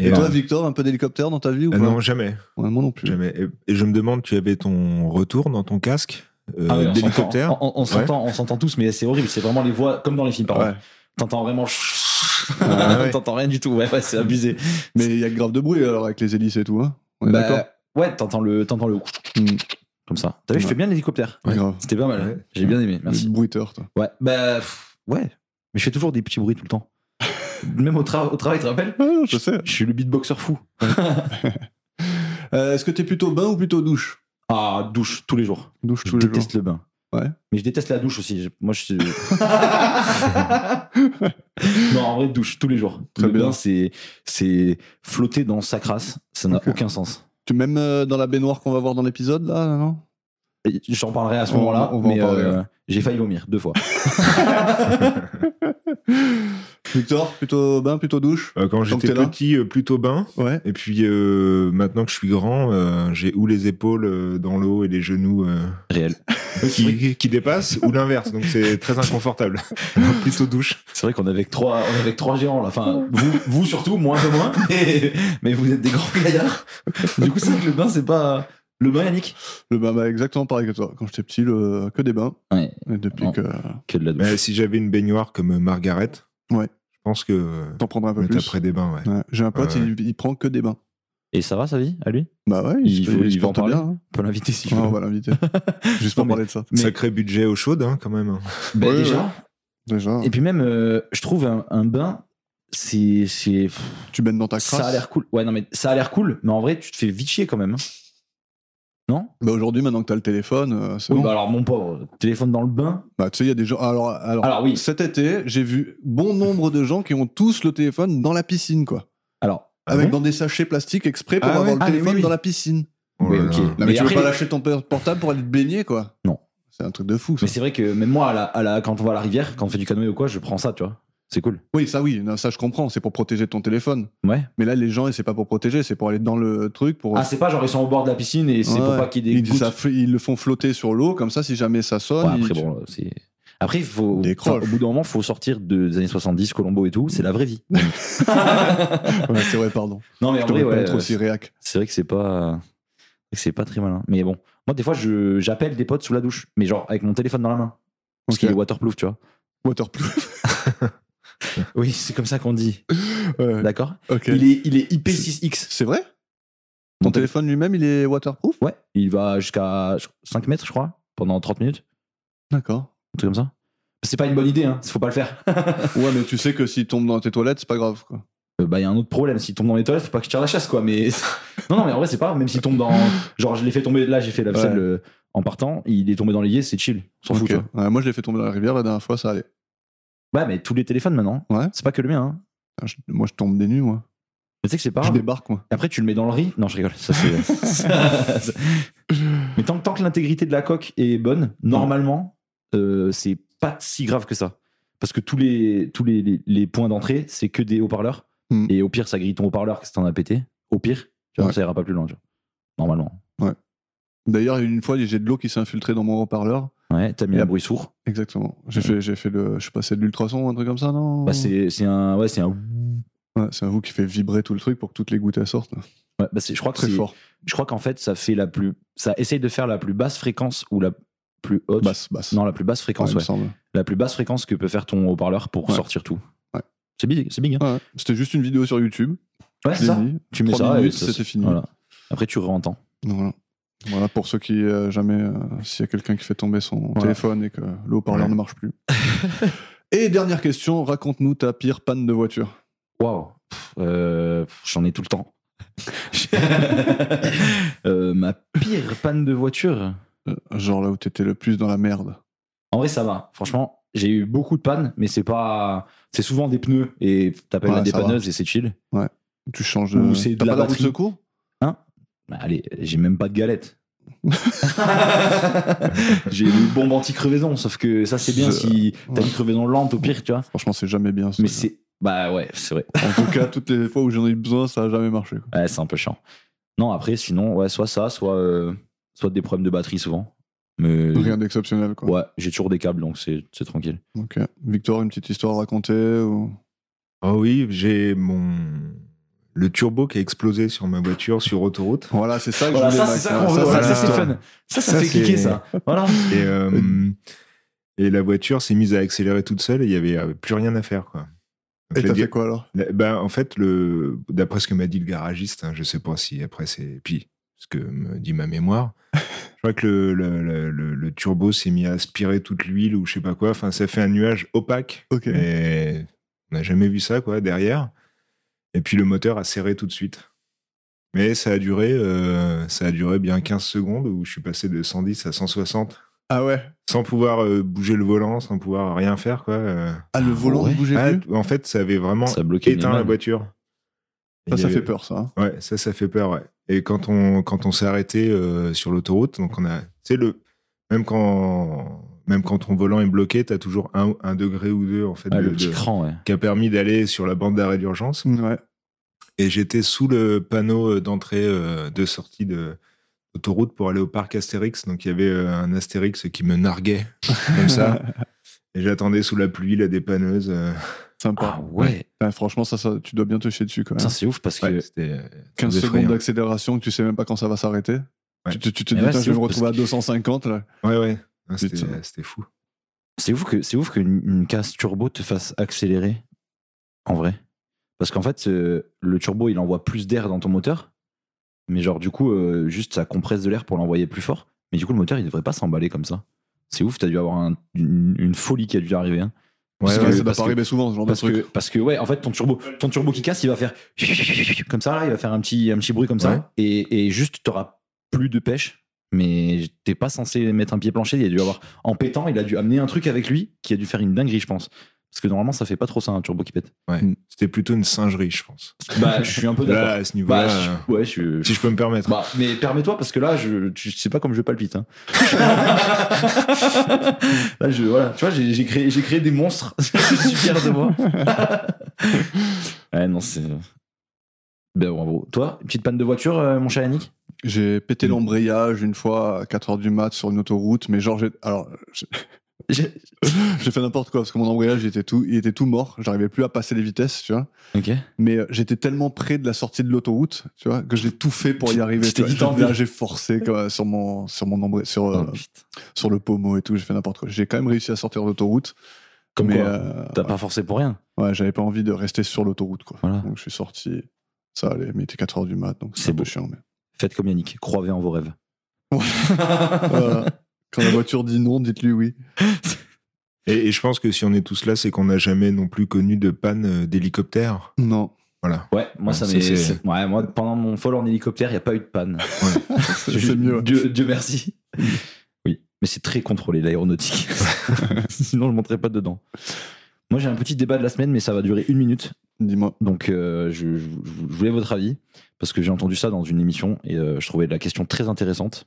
S5: Et,
S3: Et toi,
S5: euh,
S3: Victor, un peu d'hélicoptère dans ta vie ou
S5: ah
S3: pas
S5: non, jamais.
S3: Ouais, Moi non plus.
S5: jamais. Et, et je me demande, tu avais ton retour dans ton casque euh,
S6: Ah ouais, on
S5: d'hélicoptère
S6: s'entend. On, on- on s'entend, on s'entend tous, mais c'est horrible. C'est vraiment les voix comme dans les films, par
S3: Ouais.
S6: exemple. T'entends vraiment.
S5: Ah ouais.
S6: T'entends rien du tout. Ouais, ouais, c'est abusé.
S3: Mais il y a grave de bruit alors avec les hélices et tout, hein On est
S6: Bah,
S3: d'accord
S6: Ouais, t'entends le, t'entends le.
S3: Mm.
S6: Comme ça. T'as vu, je
S3: Ouais.
S6: fais bien l'hélicoptère.
S3: Ouais, grave.
S6: C'était pas mal. hein.
S5: Ouais.
S6: J'ai bien aimé. Merci.
S3: Le Bruiteur, toi.
S6: Ouais, bah pff, ouais. Mais je fais toujours des petits bruits tout le temps. Même au, tra- au travail, tu te rappelles
S3: Ouais, non, je sais.
S6: Je suis le beatboxer fou.
S3: Euh, Est-ce que t'es plutôt bain ou plutôt douche
S6: Ah, douche tous les jours.
S3: Douche
S6: Je
S3: tous les jours.
S6: déteste le bain.
S3: Ouais.
S6: Mais je déteste la douche aussi. Je- Moi, je suis. non, en vrai, douche tous les jours.
S3: Très
S6: le
S3: bien.
S6: bain, c'est c'est flotter dans sa crasse. Ça n'a
S3: Ok.
S6: aucun sens.
S3: Tu même euh, dans la baignoire qu'on va voir dans l'épisode, là, non
S6: Et J'en parlerai à ce
S3: On-
S6: moment-là.
S3: on va en
S6: mais,
S3: parler,
S6: euh, J'ai failli vomir deux fois.
S3: Victor, plutôt bain, plutôt douche
S5: Euh, Quand
S3: t'es
S5: j'étais
S3: là.
S5: petit, euh, plutôt bain.
S3: Ouais.
S5: Et puis euh, maintenant que je suis grand, euh, j'ai ou les épaules euh, dans l'eau et les genoux euh,
S3: Bah,
S6: Réel.
S5: qui, qui dépassent, ou l'inverse. Donc c'est très inconfortable. Alors, plutôt douche.
S6: C'est vrai qu'on est avec trois, on est avec trois géants là. Enfin, vous, vous surtout, moi un peu moins. Mais, mais vous êtes des grands gaillards. Du coup, c'est vrai que le bain, c'est pas le bain, Yannick.
S3: Le bain, bah, exactement pareil que toi. Quand j'étais petit, le... que des bains.
S6: Ouais,
S3: Et depuis
S6: Non.
S3: que.
S6: que de la douche.
S5: Mais si j'avais une baignoire comme euh, Margaret,
S3: Ouais.
S5: je pense que euh,
S3: T'en prendrais un peu
S5: on est
S3: plus.
S5: après des bains. Ouais.
S3: Ouais, J'ai un pote,
S5: Ouais, ouais.
S3: il, il prend que des bains.
S6: Et ça va sa vie à lui
S3: Bah ouais,
S6: Il
S3: se-
S6: faut-
S3: se
S6: il va en
S3: porte
S6: parler.
S3: bien, hein.
S6: On peut l'inviter si je
S3: Ouais,
S6: veux.
S3: on va l'inviter. Juste pour
S6: Non, mais-
S3: parler de ça.
S5: Sacré budget eau chaude hein, quand même.
S6: Bah,
S3: Ouais,
S6: déjà.
S3: Déjà,
S6: Et puis même, euh, je trouve un, un bain, c'est c'est
S3: tu baignes dans ta crasse.
S6: ça a l'air cool. Ouais, non mais ça a l'air cool. Mais en vrai, tu te fais vite chier quand même. hein. Non
S3: Bah aujourd'hui, maintenant que t'as le téléphone, euh, c'est
S6: Oui,
S3: bon.
S6: bah
S3: Bah,
S6: alors mon pauvre, téléphone dans le bain.
S3: tu sais, il y a des gens. Alors, alors,
S6: Alors oui.
S3: cet été, j'ai vu bon nombre de gens qui ont tous le téléphone dans la piscine, quoi.
S6: Alors.
S5: Ah
S3: Avec
S5: bon
S3: dans des sachets plastiques exprès pour
S5: Ah
S3: avoir
S5: ouais
S3: le
S6: Ah, mais
S3: téléphone
S6: oui, oui.
S3: dans la piscine.
S5: Oh
S6: Oui, ok.
S3: Non, mais, euh,
S6: Mais
S3: tu
S6: après-
S3: veux pas lâcher ton per- portable pour aller te baigner, quoi.
S6: Non.
S3: C'est un truc de fou, ça.
S6: Mais c'est vrai que même moi, à la, à la- quand on va à la rivière, quand on fait du canoë ou quoi, je prends ça, tu vois. C'est cool.
S3: Oui, ça, oui, non, ça, je comprends. C'est pour protéger ton téléphone.
S6: Ouais.
S3: Mais là, les gens, et c'est pas pour protéger, c'est pour aller dans le truc, pour.
S6: Ah, c'est pas genre ils sont au bord de la piscine et c'est pour
S3: Ouais.
S6: pas qu'il y ait des
S3: ils,
S6: gouttes.
S3: ça fait- ils le font flotter sur l'eau, comme ça, si jamais ça sonne.
S6: Ouais, après,
S3: ils-
S6: bon, là, c'est. Après, il faut,
S3: Décroche.
S6: enfin, au bout d'un moment, faut sortir de- des années 70, Colombo et tout, c'est la vraie vie.
S3: Ouais, c'est vrai, pardon.
S6: non, mais en
S3: Je
S6: vrai,
S3: devrais pas
S6: ouais,
S3: être aussi réac.
S6: c'est vrai que c'est pas, que c'est pas très malin. Mais bon, moi, des fois, je, j'appelle des potes sous la douche, mais genre avec mon téléphone dans la main, parce
S3: Ok.
S6: qu'il est waterproof, tu vois.
S3: Waterproof.
S6: Oui, c'est comme ça qu'on dit.
S3: Ouais,
S6: D'accord.
S3: ok.
S6: Il est, il est IP6X.
S3: C'est vrai
S6: Mon
S3: Ton téléphone lui-même, il est waterproof
S6: Ouais, il va jusqu'à 5 mètres, je crois, pendant 30 minutes,
S3: D'accord.
S6: un truc comme ça. C'est pas une bonne idée, hein. Faut pas le faire.
S3: Ouais, mais tu sais que s'il tombe dans tes toilettes, c'est pas grave, quoi.
S6: Euh, bah il y a un autre problème s'il tombe dans les toilettes faut pas que je tire la chasse quoi mais non non mais en vrai c'est pas grave même s'il tombe dans genre je l'ai fait tomber là j'ai fait la vaisselle
S3: Ouais.
S6: euh, en partant il est tombé dans l'évier c'est chill on s'en fout
S3: Ok.
S6: tu vois.
S3: Ouais, moi, je l'ai fait tomber dans la rivière la dernière fois, ça allait.
S6: ouais mais tous les téléphones maintenant
S3: Ouais.
S6: c'est pas que le mien hein.
S3: Ah, je- moi, je tombe des nues, moi.
S6: mais tu sais que c'est pas
S3: Je
S6: grave.
S3: débarque, moi.
S6: après tu le mets dans le riz non je rigole ça c'est ça, c'est- mais tant, que- tant que l'intégrité de la coque est bonne normalement euh, c'est pas si grave que ça parce que tous les tous les, les- les points d'entrée c'est que des haut-parleurs
S3: Hmm.
S6: et au pire ça grille ton haut-parleur que t'en as pété au pire tu vois,
S3: Ouais.
S6: ça ira pas plus loin tu vois. normalement
S3: D'ailleurs, une fois, j'ai de l'eau qui s'est infiltrée dans mon haut-parleur.
S6: Ouais, t'as mis
S3: Et
S6: un
S3: ap-
S6: bruit sourd.
S3: Exactement. J'ai fait, j'ai fait le, je suis passé de l'ultrason, un truc comme ça, non
S6: Bah, c'est c'est un. Ouais, c'est un.
S3: Ouais, c'est un vous qui fait vibrer tout le truc pour que toutes les gouttes elles sortent.
S6: ouais, bah, c'est- je crois que
S3: Très
S6: c'est-
S3: fort.
S6: Je crois qu'en fait, ça fait la plus. Ça essaye de faire la plus basse fréquence ou la plus haute.
S3: Basse, basse.
S6: Non, la plus basse
S3: Ouais,
S6: fréquence,
S3: il me
S6: ouais.
S3: semble.
S6: La plus basse fréquence que peut faire ton haut-parleur pour
S3: Ouais.
S6: sortir tout.
S3: Ouais.
S6: C'est big, c'est big. hein.
S3: Ouais, ouais. C'était juste une vidéo sur YouTube.
S6: Ouais,
S3: Je l'ai mis.
S6: Tu mets
S3: Trois
S6: ça et
S3: minutes,
S6: ça-
S3: c'était fini.
S6: voilà. Après, tu réentends.
S3: Voilà. Voilà, pour ceux qui euh, jamais, euh, s'il y a quelqu'un qui fait tomber son téléphone et que le haut-parleur
S5: Ouais.
S3: ne marche plus. et dernière question, raconte-nous ta pire panne de voiture.
S6: Waouh, Pff, euh, pff, j'en ai tout le temps. Euh, ma pire panne de voiture.
S3: Euh, Genre là où t'étais le plus dans la merde.
S6: En vrai, ça va. Franchement, j'ai eu beaucoup de pannes, mais c'est pas. C'est souvent des pneus et t'appelles
S3: Ouais,
S6: la
S3: ça va.
S6: dépanneuse et c'est chill.
S3: Tu changes
S6: Ou c'est
S3: de.
S6: de
S3: T'as
S6: la
S3: pas la roue de
S6: batterie.
S3: secours
S6: Bah, allez, j'ai même pas de galette. j'ai une bombe anti-crevaison, sauf que ça, c'est bien
S3: Je-
S6: si t'as
S3: ouais.
S6: une crevaison lente au pire, tu vois.
S3: Franchement, c'est jamais bien. ça.
S6: Mais c'est. Bah ouais, c'est vrai.
S3: En tout cas, toutes les fois où j'en ai eu besoin, ça a jamais marché. quoi.
S6: Ouais, c'est un peu chiant. Non, après, sinon, ouais, soit ça, soit, euh, soit des problèmes de batterie souvent. Mais
S3: Rien d'exceptionnel, quoi.
S6: ouais, j'ai toujours des câbles, donc c'est c'est tranquille.
S3: Ok. Victor, une petite histoire à raconter ou...
S5: Oh oui, j'ai mon. Le turbo qui a explosé sur ma voiture sur autoroute.
S3: Voilà, c'est ça que
S6: Voilà,
S3: je
S6: ça,
S3: voulais. Max.
S6: c'est hein. ça qu'on
S3: Ouais,
S6: veut. Voilà,
S5: c'est
S6: ça, c'est
S5: l'histoire.
S6: fun. Ça, ça,
S5: Ça,
S6: fait
S5: c'est-
S6: cliquer, ça. Voilà.
S5: Et, euh, et la voiture s'est mise à accélérer toute seule et il n'y avait euh, plus rien à faire. Quoi. Donc,
S3: Et
S5: la
S3: t'as
S5: di-
S3: fait quoi alors
S5: la- ben, en fait, le, d'après ce que m'a dit le garagiste, hein, je sais pas si après c'est. Puis, ce que me dit ma mémoire, je crois que le, le- le- le- le turbo s'est mis à aspirer toute l'huile ou je sais pas quoi. Enfin, ça fait un nuage opaque.
S3: Ok.
S5: Et on n'a jamais vu ça, quoi, derrière. Et puis le moteur a serré tout de suite. Mais ça a duré, euh, ça a duré bien 15 secondes où je suis passé de 110 à 160
S3: Ah ouais.
S5: sans pouvoir euh, bouger le volant, sans pouvoir rien faire, quoi. euh.
S3: Ah, le volant
S6: ouais.
S3: ne bougeait
S5: Ah,
S3: plus.
S5: en fait, ça avait vraiment
S6: Ça a bloqué
S5: éteint
S6: les
S5: la
S6: vannes.
S5: voiture.
S3: Ça,
S5: Il y
S3: ça
S5: avait-
S3: fait
S6: euh,
S3: peur, ça. hein.
S5: Ouais, ça, ça fait peur, ouais. Et quand on, quand on s'est arrêté euh, sur l'autoroute, donc on a. C'est le. Même quand, même quand ton volant est bloqué, t'as toujours un, un degré ou deux, en fait,
S6: Ouais,
S5: de-
S6: Ah, le petit
S5: de-
S6: cran, ouais.
S5: qui a permis d'aller sur la bande d'arrêt d'urgence.
S3: Ouais.
S5: Et j'étais sous le panneau euh, d'entrée euh, de sortie de autoroute pour aller au parc Astérix. Donc il y avait euh, un Astérix qui me narguait comme ça. Et j'attendais sous la pluie la dépanneuse. euh,
S3: Sympa.
S6: Ah ouais.
S3: Ah, franchement, ça, ça, tu dois bien te chier dessus quand même.
S6: Putain, c'est ouf parce que.
S5: ouais, c'était, euh,
S3: 15
S5: effrayant.
S3: secondes d'accélération que tu sais même pas quand ça va s'arrêter.
S5: Ouais.
S3: Tu, te- tu te
S6: Mais
S3: dis,
S6: ouais,
S3: putain,
S6: c'est
S3: je vais me
S6: ouf parce
S3: retrouver à
S6: que-
S3: 250 là.
S5: Ouais, ouais. Non, c'était, euh,
S3: Putain.
S5: c'était fou.
S6: C'est ouf que c'est ouf qu'une une casse turbo te fasse accélérer en vrai, parce qu'en fait euh, le turbo il envoie plus d'air dans ton moteur, mais genre du coup euh, juste ça compresse de l'air pour l'envoyer plus fort, mais du coup le moteur il devrait pas s'emballer comme ça. C'est ouf, t'as dû avoir un- une, une folie qui a dû arriver. hein.
S5: Ouais,
S3: Parce que
S5: ouais,
S6: parce
S3: ça doit
S6: que-
S3: pas arriver souvent, ce genre de
S6: Parce que
S3: truc.
S6: parce que ouais en fait ton turbo ton turbo qui casse il va faire comme ça là, il va faire un petit un petit bruit comme ça
S5: Ouais.
S6: et, et juste t'auras plus de pêche. Mais t'es pas censé mettre un pied plancher. Il a dû avoir en pétant, il a dû amener un truc avec lui qui a dû faire une dinguerie, je pense. Parce que normalement, ça fait pas trop ça un turbo qui pète.
S5: C'était plutôt une singerie, je pense.
S6: Bah, je suis un peu
S5: Là,
S6: d'accord.
S5: à ce
S6: Bah,
S5: niveau-là, euh,
S6: je- ouais, je.
S5: si je peux me permettre.
S6: Bah, mais permets-toi parce que là, je, tu sais pas comme je palpite. hein. là, je, voilà, tu vois, j'ai j'ai créé, j'ai créé des monstres. je suis fier de moi. ouais, non, c'est. Ben bravo. Toi, une petite panne de voiture, euh, mon cher Yannick
S3: J'ai
S6: Hmm.
S3: pété l'embrayage une fois à 4h du mat sur une autoroute, mais genre, j'ai- alors, j'ai-
S6: J'ai-
S3: j'ai fait n'importe quoi parce que mon embrayage il était tout, il était tout mort. J'arrivais plus à passer les vitesses, tu vois.
S6: Ok.
S3: Mais euh, j'étais tellement près de la sortie de l'autoroute, tu vois, que j'ai tout fait pour
S6: Tu-
S3: y arriver.
S6: tu
S3: tu
S6: t'es
S3: vois.
S6: dit tant
S3: J'ai-
S6: pis.
S3: J'ai forcé quoi, sur mon, sur mon embray- sur, euh,
S6: Oh, putain.
S3: sur le pommeau et tout. J'ai fait n'importe quoi. J'ai quand même réussi à sortir de l'autoroute.
S6: Comme
S3: mais,
S6: quoi,
S3: euh,
S6: t'as pas forcé pour rien.
S3: Ouais, j'avais pas envie de rester sur l'autoroute, quoi.
S6: Voilà.
S3: Donc je suis sorti. Ça allait, mais il était 4h du mat, donc
S6: C'est
S3: c'est un
S6: beau.
S3: peu chiant. Mais...
S6: Faites comme Yannick, croyez en vos rêves.
S3: Voilà. euh, Quand la voiture dit non, dites-lui oui.
S5: Et, et je pense que si on est tous là, c'est qu'on n'a jamais non plus connu de panne euh, d'hélicoptère.
S3: Non.
S5: Voilà.
S6: Ouais, moi
S5: Ouais,
S6: ça
S5: ça,
S6: m'est.
S5: c'est-
S6: c'est- Ouais, moi pendant mon vol en hélicoptère, il n'y a pas eu de panne.
S3: C'est c'est mieux. ouais.
S6: Dieu, Dieu merci. Oui, mais c'est très contrôlé l'aéronautique. Sinon, je monterais pas dedans. Moi, j'ai un petit débat de la semaine, mais ça va durer une minute.
S3: Dis-moi.
S6: Donc, euh, je, je- je voulais votre avis parce que j'ai entendu ça dans une émission et euh, je trouvais la question très intéressante.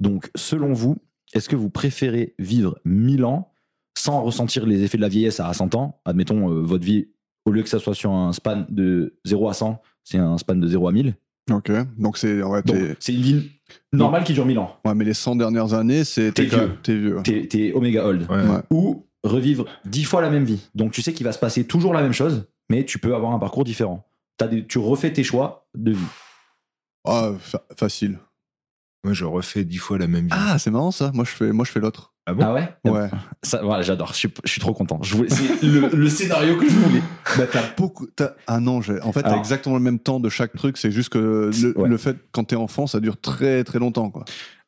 S6: Donc, selon vous, est-ce que vous préférez vivre 1000 ans sans ressentir les effets de la vieillesse à 100 ans Admettons, euh, votre vie, au lieu que ça soit sur un span de 0 à 100, c'est un span de 0 à 1000.
S3: Ok. Donc, c'est. Ouais,
S6: Donc,
S3: t'es-
S6: c'est une ville normale qui dure 1000 ans.
S3: ouais, mais les 100 dernières années, c'est.
S6: T'es
S3: quand-
S6: vieux.
S3: T'es vieux. ouais.
S6: T'es t'es Omega Old.
S5: Ouais.
S3: Ouais.
S6: Ou revivre 10 fois la même vie. Donc tu sais qu'il va se passer toujours la même chose, mais tu peux avoir un parcours différent. T'as des- tu refais tes choix de vie.
S3: Ah, fa- facile.
S5: Moi, je refais dix fois la même vie.
S3: Ah, c'est marrant ça. Moi, je fais, moi, je fais l'autre.
S5: Ah bon
S6: Ah ouais
S3: Ouais.
S6: Ça, Voilà, j'adore. Je suis, je suis trop content. Je voulais- C'est le, le scénario que je voulais.
S3: Bah, t'as beaucoup. t'as- Ah non, j'ai- en fait, t'as
S6: Alors-
S3: exactement le même temps de chaque truc. C'est juste que le,
S6: Ouais.
S3: le fait, quand t'es enfant, ça dure très très longtemps. Quoi.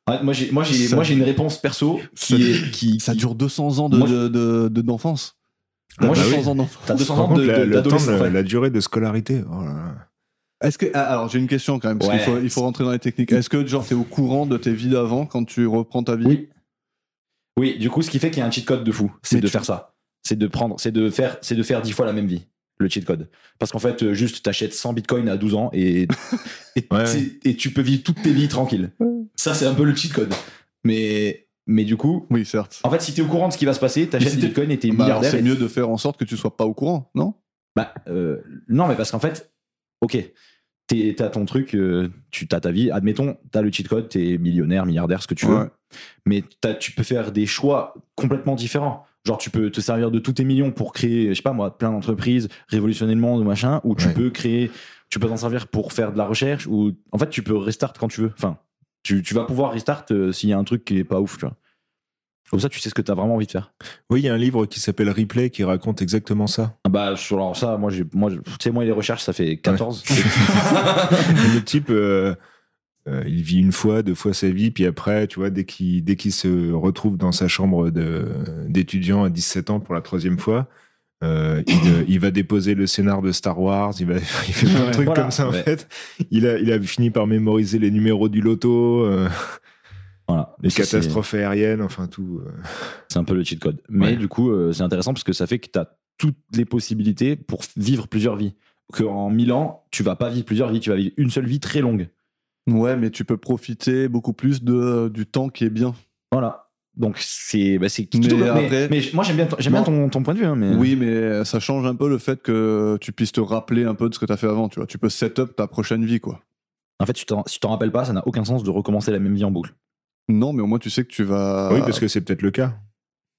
S6: Ouais, moi, j'ai, moi, j'ai,
S3: Ça-
S6: moi, j'ai une réponse perso qui
S3: Ça-
S6: est. Qui,
S3: Ça
S6: qui-
S3: dure 200 ans de-
S6: Moi,
S3: de- de- de- d'enfance.
S6: Moi,
S5: Ah bah
S6: j'ai
S5: oui.
S6: 200 ans.
S3: ans d'enfance.
S6: T'as 200
S5: Par
S6: ans
S5: contre,
S6: de,
S5: la,
S6: de-
S5: le temps
S6: d'adolescence,
S5: de-
S6: ouais.
S5: la durée de scolarité. oh là là.
S3: Est-ce que ah, alors j'ai une question quand même parce
S6: Ouais.
S3: qu'il faut, il faut rentrer dans les techniques. Est-ce que genre t'es au courant de tes vies d'avant quand tu reprends ta vie
S6: Oui. Oui, du coup, ce qui fait qu'il y a un cheat code de fou, c'est
S3: Mais
S6: de
S3: tu-
S6: faire ça. C'est de prendre, c'est de faire, c'est de faire 10 fois la même vie, le cheat code. Parce qu'en fait, euh, juste, t'achètes 100 bitcoins à 12 ans et, et,
S5: Ouais,
S6: c'est- et tu peux vivre toutes tes vies tranquille. Ça, c'est un peu le cheat code. Mais, mais du coup,
S3: Oui, certes.
S6: en fait, si t'es au courant de ce qui va se passer,
S3: Mais
S6: t'achètes
S3: si
S6: des
S3: t'es-
S6: bitcoins et t'es
S3: Bah, alors,
S6: milliardaire.
S3: c'est
S6: et-
S3: mieux de faire en sorte que tu sois pas au courant, non
S6: Bah, euh, non, mais parce qu'en fait, ok, t'es- t'as ton truc, euh, tu t'as ta vie, admettons, t'as le cheat code, t'es millionnaire, milliardaire, ce que tu veux,
S3: Ouais.
S6: mais t'as- tu peux faire des choix complètement différents. Genre, tu peux te servir de tous tes millions pour créer, je sais pas moi, plein d'entreprises, révolutionner le monde ou machin, ou tu
S5: Ouais.
S6: peux créer, tu peux t'en servir pour faire de la recherche, ou en fait, tu peux restart quand tu veux. Enfin, tu, tu vas pouvoir restart euh, s'il y a un truc qui est pas ouf, tu vois. Comme ça, tu sais ce que t'as vraiment envie de faire.
S5: Oui, il y a un livre qui s'appelle Replay qui raconte exactement ça.
S6: Ah Bah, sur- alors ça, moi, j'ai- moi je- tu sais, moi, les recherches, ça fait 14.
S5: le type, euh, euh, il vit une fois, deux fois sa vie, puis après, tu vois, dès qu'il dès qu'il se retrouve dans sa chambre de- d'étudiant à 17 ans pour la troisième fois, euh, il, euh, il va déposer le scénar de Star Wars, il, va, il fait plein de
S3: Ouais.
S5: trucs
S6: Voilà.
S5: comme ça en
S6: Ouais.
S5: fait. Il a, il a fini par mémoriser les numéros du loto, euh,
S6: Voilà.
S5: les
S6: Ça, c'est-
S5: catastrophes aériennes, enfin tout. euh.
S6: C'est un peu le cheat code. Mais
S5: Ouais.
S6: du coup, euh, c'est intéressant parce que ça fait que tu as toutes les possibilités pour f- vivre plusieurs vies. Qu'en 1000 ans, tu vas pas vivre plusieurs vies, tu vas vivre une seule vie très longue.
S3: Ouais, mais tu peux profiter beaucoup plus de, du temps qui est bien.
S6: Voilà. Donc c'est bah, c'est
S3: Mais
S6: plutôt bien.
S3: après-
S6: mais moi j'aime bien, ton- j'aime bien
S3: Non.
S6: ton, ton point de vue. hein, mais...
S3: Oui, mais ça change un peu le fait que tu puisses te rappeler un peu de ce que t'as fait avant. Tu vois, tu peux set up ta prochaine vie, quoi.
S6: En fait, tu t'en- si tu t'en rappelles pas, ça n'a aucun sens de recommencer la même vie en boucle.
S3: Non, mais au moins tu sais que tu vas.
S5: Oui, parce que c'est peut-être le cas.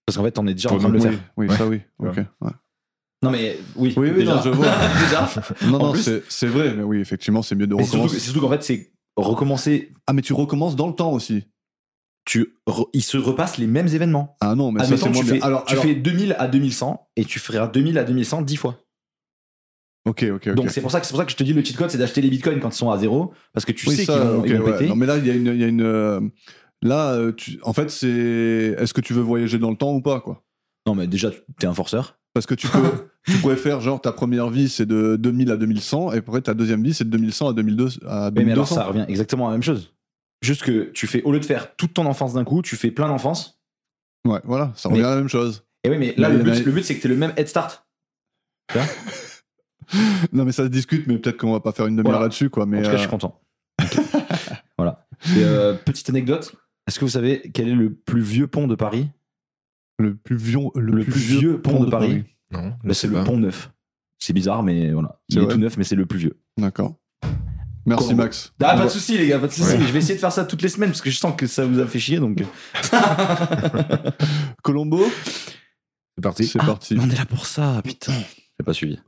S6: Parce qu'en fait, t'en es déjà en
S3: Oui,
S6: train de le
S3: oui,
S6: faire.
S3: oui,
S5: Ouais.
S3: ça oui.
S5: Ouais.
S3: Ok. ouais.
S6: Non mais oui.
S3: Oui, oui,
S6: déjà.
S3: non, je vois.
S6: Déjà.
S3: Non,
S6: En
S3: non,
S6: plus-
S3: c'est c'est vrai, mais oui, effectivement, c'est mieux de
S6: Mais surtout,
S3: recommencer.
S6: que- c'est surtout qu'en fait, c'est recommencer.
S3: Ah, mais tu recommences dans le temps aussi.
S6: Tu re- il se repasse les mêmes événements.
S3: Ah non, mais ça
S6: Admettons,
S3: c'est moins
S6: tu,
S3: bien.
S6: fais,
S3: alors,
S6: tu
S3: alors-
S6: fais 2000 à 2100 et tu feras 2000 à 2100 10 fois.
S3: Ok, ok, ok.
S6: Donc c'est pour ça que c'est pour ça que je te dis le cheat code c'est d'acheter les bitcoins quand ils sont à zéro parce que tu
S3: Oui,
S6: sais
S3: ça,
S6: qu'ils vont,
S3: ok,
S6: ils vont
S3: ouais.
S6: péter.
S3: Non, mais là, il y a une. il y a une, euh, Là, euh, tu- en fait, c'est. Est-ce que tu veux voyager dans le temps ou pas, quoi
S6: Non mais déjà tu- t'es un forceur.
S3: Parce que tu peux. tu pourrais faire genre ta première vie, c'est de 2000 à 2100, et après ta deuxième vie, c'est de 2100 à 2200. À
S6: Mais, mais alors
S3: 2200.
S6: ça revient exactement à la même chose. Juste que tu fais au lieu de faire toute ton enfance d'un coup, tu fais plein d'enfance.
S3: Ouais, voilà, ça
S6: Mais-
S3: revient à la même chose.
S6: Et oui mais là
S3: Mais
S6: le
S3: il y en
S6: but,
S3: a-
S6: le but c'est que t'aies le même head start.
S3: Non, mais ça se discute, mais peut-être qu'on va pas faire une demi-heure
S6: Voilà.
S3: là-dessus, quoi. Mais
S6: en tout cas je suis
S3: euh,
S6: content. Ok. voilà. Et, euh, petite anecdote. Est-ce que vous savez quel est le plus vieux pont de Paris
S3: le plus vieux, le,
S6: Le plus vieux pont de Paris.
S5: Non,
S6: Bah, C'est le pont neuf. C'est bizarre mais voilà. Il
S3: C'est
S6: est
S3: vrai.
S6: tout neuf mais c'est le plus vieux.
S3: D'accord. Merci
S6: Comment-
S3: Max.
S6: Ah,
S3: On
S6: pas
S3: va-
S6: de soucis, les gars, pas de soucis.
S5: Ouais.
S6: Je vais essayer de faire ça toutes les semaines parce que je sens que ça vous a fait chier donc. euh,
S3: Colombo,
S5: C'est parti.
S6: ah,
S3: c'est parti.
S6: On est là pour ça, putain. J'ai pas suivi.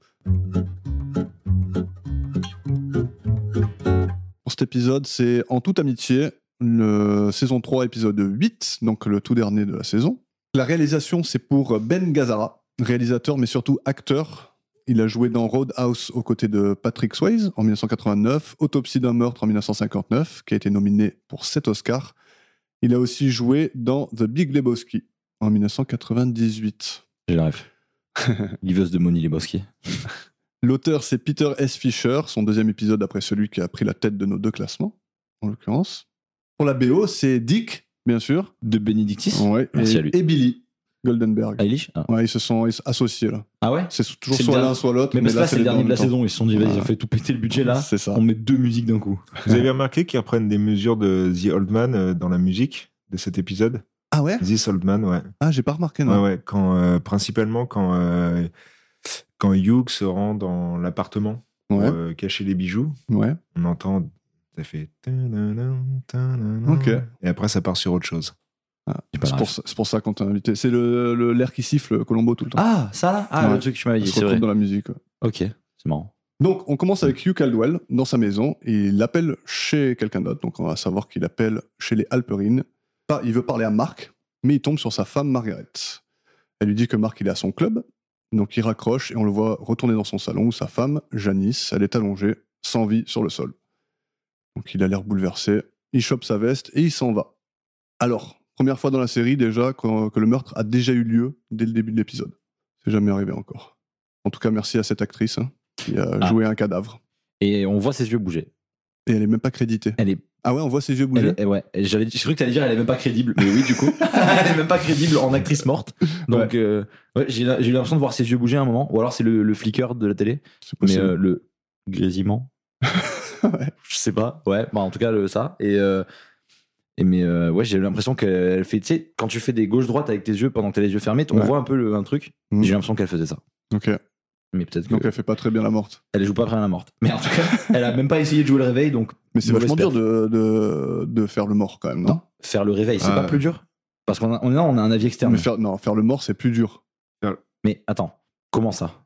S3: Pour cet épisode, c'est En toute amitié, le saison 3, épisode 8, donc le tout dernier de la saison. La réalisation, c'est pour Ben Gazzara, réalisateur mais surtout acteur. Il a joué dans Roadhouse aux côtés de Patrick Swayze en 1989, Autopsie d'un meurtre en 1959, qui a été nominé pour 7 Oscars. Il a aussi joué dans The Big Lebowski en 1998.
S6: J'ai la ref. Liveuse de Moni Lebowski.
S3: L'auteur, c'est Peter S. Fisher, son deuxième épisode après celui qui a pris la tête de nos deux classements, en l'occurrence. Pour la BO, c'est Dick, bien sûr,
S6: De Benedictis
S3: ouais,
S6: Merci à lui.
S3: et, et Billy Goldenberg.
S6: Eilish ah.
S3: Ouais, ils se sont ils se- associés là.
S6: Ah ouais
S3: C'est toujours
S6: C'est le
S3: soit
S6: dernier.
S3: l'un, soit l'autre.
S6: Mais parce que là, c'est le
S3: les deux
S6: dernier Ah.
S3: en
S6: de la
S3: même temps.
S6: saison. Ils se sont dit, vas-y,
S3: Ouais.
S6: on fait tout péter le budget là.
S3: C'est ça.
S6: On met deux musiques d'un coup.
S5: Vous avez remarqué qu'ils reprennent des mesures de The Old Man euh, dans la musique de cet épisode
S3: Ah ouais
S5: This Old Man, ouais.
S3: Ah, j'ai pas remarqué,
S5: Ouais,
S3: non.
S5: ouais. Quand, euh, principalement quand, euh, quand Hugh se rend dans l'appartement pour
S3: Ouais,
S5: euh, cacher les bijoux,
S3: ouais.
S5: on entend Ça fait. tadadam, tadadam.
S3: Ok.
S5: Et après, ça part sur autre chose.
S3: Ah,
S6: J'ai pas
S3: c'est
S6: la
S3: pour,
S6: ref.
S3: ça- c'est pour ça qu'on t'a invité. C'est le le- l'air qui siffle Colombo tout le temps.
S6: Ah, ça là Ah,
S3: Ouais.
S6: le truc que tu m'avais
S3: Il
S6: dit,
S3: se
S6: c'est vrai.
S3: retrouve dans la musique. ouais.
S6: Ok, c'est marrant.
S3: Donc, on commence avec Hugh Caldwell dans sa maison et il appelle chez quelqu'un d'autre. Donc, on va savoir qu'il appelle chez les Halperines. Pas- Il veut parler à Marc, mais il tombe sur sa femme Margaret. Elle lui dit que Marc, il est à son club. Donc, il raccroche et on le voit retourner dans son salon où sa femme, Janice, elle est allongée, sans vie, sur le sol. Donc, il a l'air bouleversé. Il chope sa veste et il s'en va. Alors, première fois dans la série déjà qu'on- que le meurtre a déjà eu lieu dès le début de l'épisode. C'est jamais arrivé encore. En tout cas, merci à cette actrice hein, qui a
S6: Ah.
S3: joué un cadavre.
S6: Et on voit ses yeux bouger.
S3: Et elle est même pas créditée.
S6: Elle est.
S3: Ah ouais, on voit ses yeux
S6: elle
S3: bouger.
S6: est- eh ouais, j'allais- j'ai cru que t'allais dire elle est même pas crédible. Mais oui, du coup. elle est même pas crédible en actrice morte. Donc, euh, ouais, j'ai j'ai eu l'impression de voir ses yeux bouger à un moment. Ou alors c'est le, le flicker de la télé.
S3: C'est
S6: Mais
S3: possible.
S6: euh, le grésillement.
S3: Ouais.
S6: Je sais pas. Ouais, bah, en tout cas, le, ça. Et. euh, et mais euh, ouais, j'ai eu l'impression qu'elle fait, tu sais, quand tu fais des gauches-droites avec tes yeux pendant que t'as les yeux fermés, on
S3: Ouais.
S6: voit un peu le- un truc.
S3: Mhm.
S6: J'ai eu l'impression qu'elle faisait ça.
S3: Ok.
S6: Mais peut-être que.
S3: Donc elle fait pas très bien la morte.
S6: Elle joue pas après la morte. Mais en tout cas, elle a même pas essayé de jouer le réveil, donc
S3: Mais c'est
S6: Mauvaise
S3: vachement dur de, de, de faire le mort quand même, non,
S6: Non, faire le réveil, c'est
S5: Ah
S6: pas
S5: ouais.
S6: plus dur Parce qu'on a, on a, on a un avis externe.
S3: mais
S6: Mais,
S3: faire, non, faire le mort, c'est plus dur.
S6: attends, comment ça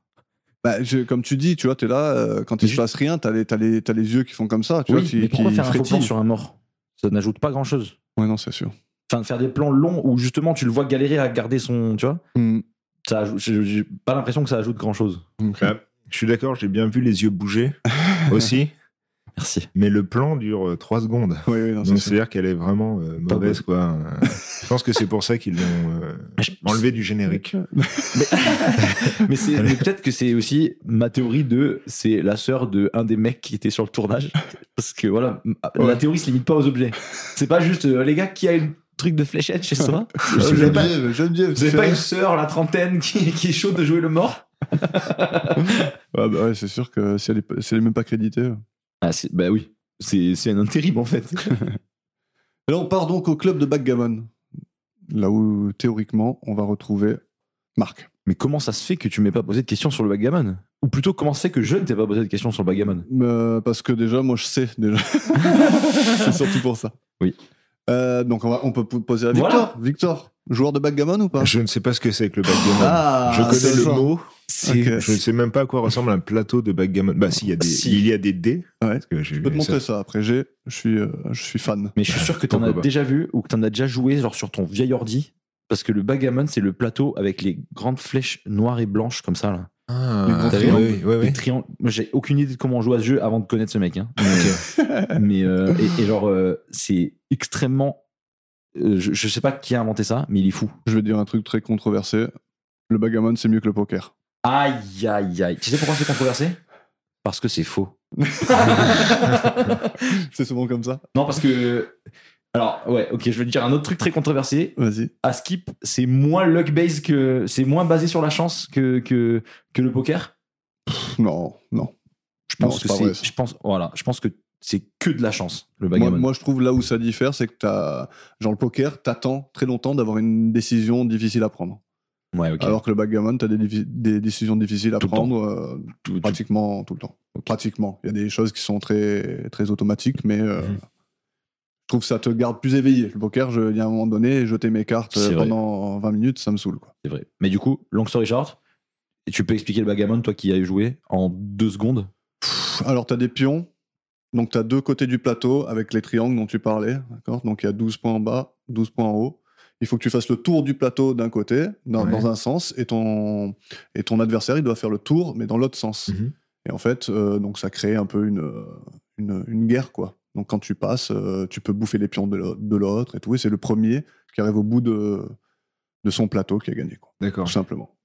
S3: Bah, je- comme tu dis, tu vois, t'es là, euh, quand il
S6: Mais
S3: se
S6: ju-
S3: passe rien, t'as les, t'as les, t'as les yeux qui font comme ça, tu vois,
S6: Oui,
S3: qui,
S6: mais pourquoi
S3: qui
S6: faire un faux plan
S3: frétillent.
S6: sur un mort Ça n'ajoute pas grand-chose.
S3: Ouais, non, c'est sûr.
S6: Enfin, de faire des plans longs où justement tu le vois galérer à garder son, tu vois
S3: Hmm.
S6: ça ajoute- j'ai j'ai pas l'impression que ça ajoute grand-chose.
S3: Ok.
S5: Ouais. Je suis d'accord, j'ai bien vu les yeux bouger aussi,
S6: Merci.
S5: mais le plan dure 3 secondes.
S3: Oui, oui, non, c'est
S5: Donc
S3: sûr.
S5: c'est-à-dire qu'elle est vraiment euh,
S6: Pas
S5: mauvaise, quoi. Euh, Je pense que c'est pour ça qu'ils l'ont euh, enlevée du générique.
S6: Mais, c'est- mais peut-être que c'est aussi ma théorie de c'est la sœur de un des mecs qui était sur le tournage. Parce que voilà, m- ah, la
S3: Ouais.
S6: théorie se limite pas aux objets. C'est pas juste euh, les gars qui a une truc de fléchette chez soi. Euh, vous avez pas-
S3: Ah, Geneviève, Geneviève,
S6: vous avez
S3: tu
S6: pas
S3: fais-
S6: une sœur, la trentaine, qui, qui est chaude de jouer le mort
S3: Ouais, bah ouais, c'est sûr que si elle, est, pas- si elle est même pas créditée.
S6: ah, Bah oui, c'est c'est un intérim en fait.
S3: Là, on part donc au club de backgammon, là où théoriquement on va retrouver Marc.
S6: Mais comment ça se fait que tu m'aies pas posé de questions sur le backgammon Ou plutôt, comment c'est que je ne t'ai pas posé de questions sur le backgammon
S3: Euh, parce que déjà, moi je sais déjà. c'est surtout pour ça.
S6: Oui.
S3: Euh, donc on, va- on peut p- poser à Victor.
S6: Voilà.
S3: Victor, joueur de backgammon ou pas
S5: Je ne sais pas ce que c'est que le backgammon. je
S3: c'est
S5: connais le
S3: ça.
S5: mot,
S6: C'est
S3: Ok.
S5: je ne sais même pas à quoi ressemble un plateau de backgammon. Bah si, il y a des,
S6: Si.
S5: il y a des dés.
S3: Ouais.
S5: parce que j'ai
S3: Je peux te
S5: vu ça.
S3: montrer ça après. J'ai, je suis, euh, je suis fan.
S6: Mais je suis sûr que t'en
S5: Pourquoi
S6: as
S5: pas.
S6: déjà vu ou que t'en as déjà joué genre sur ton vieil ordi. Parce que le backgammon, c'est le plateau avec les grandes flèches noires et blanches comme ça. Là.
S5: Ah,
S3: Les grands
S5: oui,
S6: triangles.
S5: oui, oui, oui.
S6: Les triangles. Moi, j'ai aucune idée de comment on joue à ce jeu avant de connaître ce mec. hein. Mais, mais, euh, et, et genre, euh, c'est extrêmement. euh, je, je sais pas qui a inventé ça, mais il est fou.
S3: Je vais dire un truc très controversé. Le backgammon, c'est mieux que le poker.
S6: Aïe, aïe, aïe. Tu sais pourquoi c'est controversé Parce que c'est faux.
S3: C'est souvent comme ça.
S6: Non, parce que. Alors, ouais, ok, je vais te dire un autre truc très controversé.
S3: Vas-y.
S6: à skip, c'est moins luck based que c'est moins basé sur la chance que que, que le poker.
S3: Pff, Non, non.
S6: Je
S3: Non,
S6: pense
S3: c'est
S6: que
S3: pas vrai,
S6: c'est
S3: ça.
S6: je pense voilà, je pense que c'est que de la chance le
S3: Moi,
S6: backgammon.
S3: moi, je trouve là où ça diffère, c'est que t'as, genre le poker, t'attends très longtemps d'avoir une décision difficile à prendre.
S6: ouais, ok.
S3: Alors que le backgammon, t'as des, diffi- des décisions difficiles à
S6: Tout le
S3: prendre euh,
S6: Tout- tout-
S3: pratiquement tout le temps.
S6: Ok.
S3: Pratiquement. Il y a des choses qui sont très, très automatiques, mais euh,
S6: Mhm.
S3: je trouve que ça te garde plus éveillé. Le poker, je- il y a un moment donné, jeter mes cartes
S6: C'est
S3: euh,
S6: vrai.
S3: pendant 20 minutes, ça me saoule. Quoi.
S6: c'est vrai. Mais du coup, long story short, tu peux expliquer le backgammon toi qui y as joué en deux secondes.
S3: Pff, Alors, tu as des pions. Donc, tu as deux côtés du plateau avec les triangles dont tu parlais. D'accord Donc, il y a 12 points en bas, 12 points en haut. Il faut que tu fasses le tour du plateau d'un côté, dans,
S5: Ouais.
S3: dans un sens, et ton, et ton adversaire, il doit faire le tour, mais dans l'autre sens.
S5: Mhm.
S3: Et en fait, euh, donc ça crée un peu une, euh, une, une guerre, quoi. Donc, quand tu passes, euh, tu peux bouffer les pions de l'au- de l'autre et tout. Et c'est le premier qui arrive au bout de, de son plateau qui a gagné, quoi.
S5: D'accord.
S3: Tout simplement.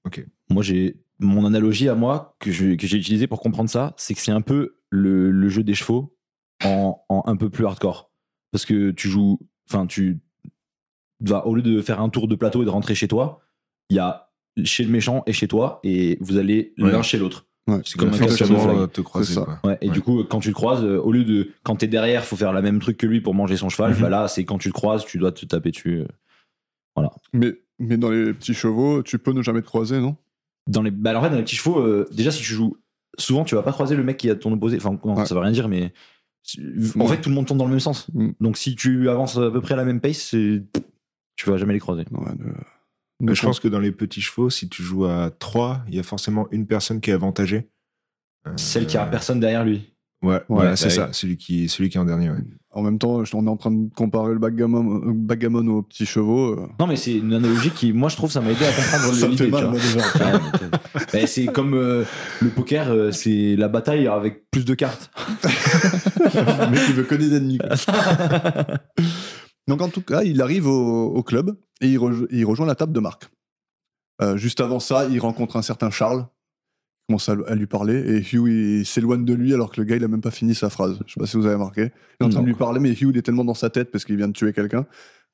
S6: Moi, j'ai mon analogie à moi que je- que j'ai utilisée pour comprendre ça, c'est que c'est un peu le, le jeu des chevaux en, en un peu plus hardcore. Parce que tu joues, enfin, tu vas au lieu de faire un tour de plateau et de rentrer chez toi, il y a chez le méchant et chez toi, et vous allez l'un
S5: Ouais.
S6: chez l'autre.
S3: Ouais.
S6: C'est comme un
S5: Il va
S6: capture de
S5: forcément,
S6: flag.
S5: euh, te croiser.
S3: ça.
S5: quoi.
S6: Ouais, et
S5: Ouais.
S6: du coup, quand tu le croises, euh, au lieu de quand t'es derrière, faut faire la même truc que lui pour manger son cheval.
S5: Mhm.
S6: Bah là, c'est quand tu le croises, tu dois te taper dessus. euh.
S3: Mais, mais dans les petits chevaux, tu peux ne jamais te croiser, non
S6: dans les bah, en fait, dans les petits chevaux euh, déjà si tu joues souvent tu vas pas croiser le mec qui est à ton opposé enfin non,
S3: Ouais.
S6: ça veut rien dire mais tu- en
S3: Ouais.
S6: fait, tout le monde tourne dans le même sens.
S3: Mm.
S6: Donc, si tu avances à peu près à la même pace, c'est- tu vas jamais les croiser.
S3: Ouais, ne-
S5: Mais
S3: ne
S5: je pense que dans les petits chevaux, si tu joues à 3, il y a forcément une personne qui est avantagée. Euh,
S6: Celle qui a personne derrière lui.
S5: Ouais, voilà,
S6: bah
S5: c'est
S6: oui.
S5: ça, celui qui, celui qui est en dernier. ouais.
S3: En même temps, je- on est en train de comparer le backgammon, euh, backgammon aux petits chevaux. euh,
S6: Non, mais c'est une analogie qui, moi, je trouve, ça m'a aidé à comprendre
S3: ça me
S6: l'idée,
S3: fait
S6: tu
S3: mal,
S6: vois.
S3: moi, déjà.
S6: Ouais, mais t'as- Ben, c'est comme euh, le poker, euh, c'est la bataille avec plus de cartes.
S3: mais qui veut que des ennemis. quoi. Donc en tout cas, il arrive au, au club et il, rejo- il rejoint la table de Marc. Euh, juste avant ça, il rencontre un certain Charles, il commence à, à lui parler, et Hugh il s'éloigne de lui alors que le gars il a même pas fini sa phrase. Je sais pas si vous avez remarqué. Il est en train
S6: Non.
S3: de lui parler, mais Hugh il est tellement dans sa tête parce qu'il vient de tuer quelqu'un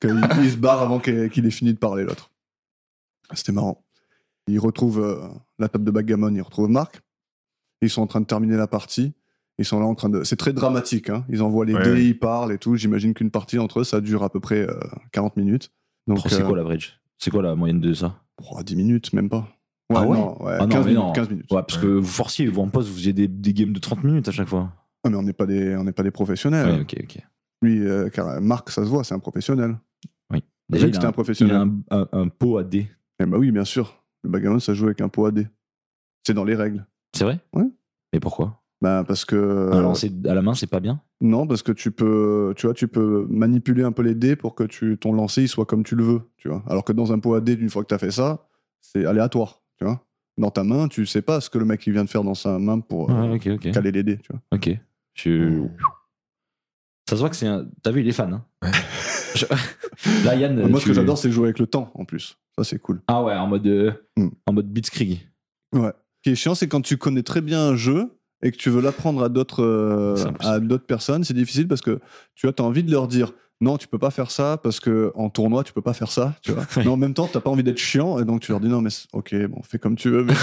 S3: qu'il il se barre avant qu'il qu'il ait fini de parler l'autre. C'était marrant. Il retrouve euh, la table de backgammon, il retrouve Marc. Ils sont en train de terminer la partie. Ils sont là en train de. C'est très dramatique. hein. Ils envoient les
S5: Ouais,
S3: dés,
S5: ouais.
S3: ils parlent et tout. J'imagine qu'une partie entre eux, ça dure à peu près euh, 40 minutes. Donc,
S6: Oh, c'est
S3: euh,
S6: quoi la bridge C'est quoi la moyenne de ça
S3: oh, 10 minutes, même pas.
S6: Ah ouais
S3: non,
S6: Ah non,
S3: 15,
S6: mais
S3: minutes,
S6: non.
S3: 15 minutes.
S6: Ouais, parce que vous forciez, vous en poste, vous faisiez des, des games de 30 minutes à chaque fois.
S3: Ah, mais on n'est pas, des- on n'est pas des professionnels.
S6: Ouais, ok, ok.
S3: Lui, euh, car Marc, ça se voit, c'est un professionnel.
S6: Déjà,
S3: Déjà que
S6: il
S3: c'était
S6: a
S3: un
S6: un, il
S3: professionnel.
S6: a un, un- un pot à dés.
S3: Eh bah oui, bien sûr. Le backgammon, ça joue avec un pot à dés. C'est dans les règles.
S6: C'est vrai
S3: Ouais.
S6: Mais pourquoi
S3: Bah, parce que.
S6: Un lancer à la main, c'est pas bien
S3: Non, parce que tu peux, tu vois, tu peux manipuler un peu les dés pour que tu, ton lancer il soit comme tu le veux, tu vois. Alors que dans un pot à dés, une fois que tu as fait ça, c'est aléatoire, tu vois. Dans ta main, tu sais pas ce que le mec il vient de faire dans sa main pour euh,
S6: Ouais, ok, ok.
S3: caler les dés, tu vois.
S6: Ok. Je-
S3: Euh,
S6: Ça se voit que c'est un. T'as vu, il est fan. Hein
S5: Ouais.
S6: Je- Là, Yann.
S3: Moi, ce
S6: tu-
S3: que j'adore, c'est jouer avec le temps, en plus. Ça, c'est cool.
S6: Ah ouais, en mode. euh,
S3: Hmm.
S6: En mode blitzkrieg.
S3: Ce qui est chiant, c'est quand tu connais très bien un jeu et que tu veux l'apprendre à d'autres euh,
S6: C'est impossible.
S3: à d'autres personnes, c'est difficile parce que tu vois, as envie de leur dire non, tu peux pas faire ça parce que en tournoi tu peux pas faire ça, tu vois. Mais en même temps, t'as pas envie d'être chiant et donc tu leur dis non, mais c'est- ok, bon, fais comme tu veux, mais,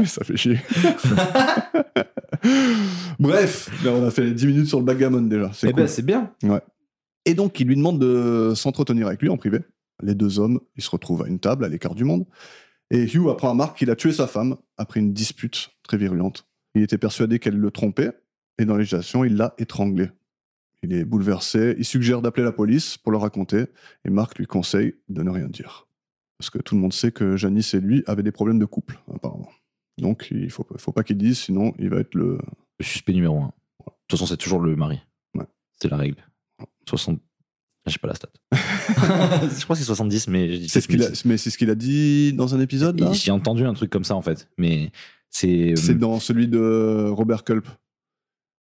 S3: mais ça fait chier. Bref, là, on a fait 10 minutes sur le backgammon déjà. C'est
S6: Eh
S3: cool.
S6: ben, c'est bien.
S3: Et donc, il lui demande de s'entretenir avec lui en privé. Les deux hommes, ils se retrouvent à une table à l'écart du monde. Et Hugh apprend à Mark qu'il a tué sa femme après une dispute très virulente. Il était persuadé qu'elle le trompait, et dans l'agitation, il l'a étranglé. Il est bouleversé, il suggère d'appeler la police pour le raconter, et Mark lui conseille de ne rien dire. Parce que tout le monde sait que Janice et lui avaient des problèmes de couple, apparemment. Donc, il faut, faut pas qu'il dise, sinon il va être le...
S6: Le suspect numéro 1. De toute façon, c'est toujours le mari.
S3: Ouais.
S6: C'est la règle. 60. Ah, J'ai pas la stat. je crois que c'est 70, mais je dis
S3: C'est ce qu'il a, mais c'est ce qu'il a dit dans un épisode, là
S6: Et J'ai entendu un truc comme ça en fait, mais c'est. euh,
S3: C'est dans celui de Robert Culp.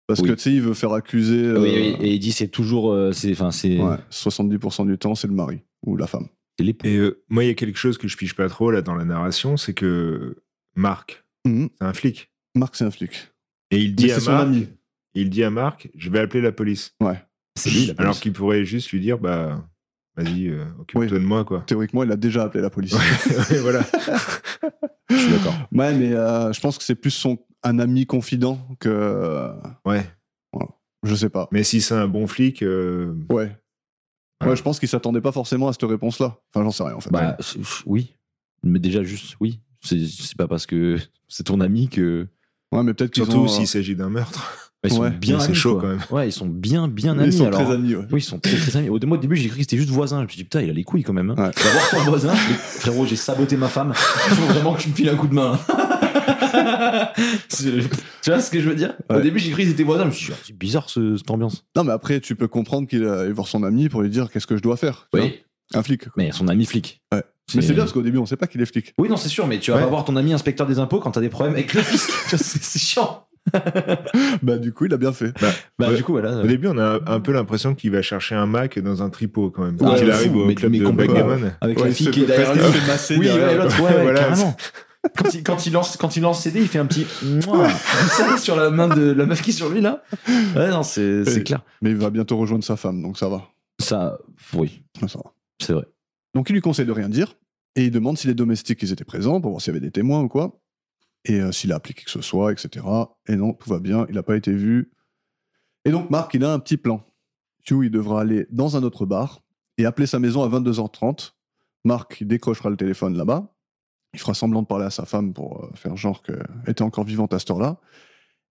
S3: Parce
S6: Oui.
S3: que tu sais, il veut faire accuser euh,
S6: Oui, oui, et il dit c'est toujours. euh, c'est- Enfin, c'est.
S3: ouais, 70% du temps, c'est le mari ou la femme.
S6: c'est l'époux.
S5: Et euh, moi, il y a quelque chose que je pige pas trop là dans la narration, c'est que Marc,
S3: Mhm.
S5: c'est un flic.
S3: Marc, c'est un flic.
S5: Et il
S3: Mais
S5: dit, à
S3: c'est son
S5: Marc,
S3: ami.
S5: il dit à Marc, je vais appeler la police.
S6: C'est lui la police.
S5: Alors qu'il pourrait juste lui dire, bah, vas-y, euh, occupe-toi
S3: Oui.
S5: de moi, quoi.
S3: Théoriquement, il a déjà appelé la police. Ouais,
S5: Ouais, voilà.
S6: Je suis d'accord.
S3: mais euh, je pense que c'est plus son un ami confident que.
S5: Ouais.
S3: Je sais pas.
S5: Mais si c'est un bon flic, euh,
S3: Ouais.
S5: Ouais.
S3: Ouais, je pense qu'il s'attendait pas forcément à cette réponse-là. Enfin, j'en sais rien en fait.
S6: Bah, c'est- oui. Mais déjà, juste, oui. C'est c'est pas parce que c'est ton ami que. bah,
S3: Ouais, mais peut-être qu'ils
S5: surtout
S3: ont, euh,
S5: s'il s'agit d'un meurtre.
S6: Ils sont
S3: Ouais,
S6: bien
S5: mais c'est
S6: amis.
S5: chaud,
S6: quoi.
S5: quand même.
S6: Ouais, ils sont bien, bien
S3: ils
S6: amis.
S3: sont
S6: alors. hein.
S3: très amis. ouais.
S6: Oui, ils sont très, très amis. Au, moi, au début, j'ai cru que c'était juste voisin. Je me suis dit, putain, il a les couilles quand même. hein.
S3: Ouais.
S6: Je vais voir ton voisin. Je dis, Frérot, j'ai saboté ma femme. Il faut vraiment que tu me files un coup de main. hein. C'est- tu vois ce que je veux dire Au
S3: Ouais.
S6: début, j'ai cru qu'ils étaient voisins. Je me suis dit, Ah, c'est bizarre ce- cette ambiance.
S3: Non, mais après, tu peux comprendre qu'il a- il va voir son ami pour lui dire qu'est-ce que je dois faire. tu
S6: Oui.
S3: vois. Un flic. quoi.
S6: Mais son ami flic.
S3: Ouais. Mais c'est bien parce qu'au début, on sait pas qu'il est flic.
S6: Oui, non, c'est sûr, mais tu vas
S5: Ouais.
S6: pas voir ton ami inspecteur des impôts quand t'as des problèmes avec le fisc. Tu vois, c'est c'est chiant.
S3: bah, du coup, il a bien fait.
S6: Bah,
S5: Ouais.
S6: du coup, voilà.
S5: Au début, on a un peu l'impression qu'il va chercher un Mac dans un tripot quand même.
S6: Ouais,
S5: Quand il
S6: de
S5: arrive
S6: fou,
S5: au
S6: mais-
S5: club
S6: mais
S5: de
S6: complètement.
S5: backgammon.
S6: Avec
S3: Ouais,
S6: la
S3: il
S6: fille
S3: se
S6: qui est
S3: fait
S6: derrière lui.
S3: presque- il se fait masser
S6: Oui,
S3: derrière
S6: ouais,
S3: le-
S6: l'autre, ouais, ouais,
S5: Voilà.
S6: carrément. Quand il, quand, il lance, quand il lance CD, il fait un petit mouah comme ça, sur la main de la meuf qui est sur lui là. Ouais, non, c'est c'est
S3: Et-
S6: clair.
S3: Mais il va bientôt rejoindre sa femme, donc ça va.
S6: Ça, oui,
S3: Ça va.
S6: c'est vrai.
S3: Donc il lui conseille de rien dire et il demande si les domestiques ils étaient présents pour voir s'il y avait des témoins ou quoi. Et euh, s'il a appliqué que ce soit, etc. Et non, tout va bien, il n'a pas été vu. Et donc Marc, il a un petit plan. Hugh, il devra aller dans un autre bar et appeler sa maison à 22h30. Marc, il décrochera le téléphone là-bas. Il fera semblant de parler à sa femme pour euh, faire genre qu'elle était encore vivante à cette heure-là.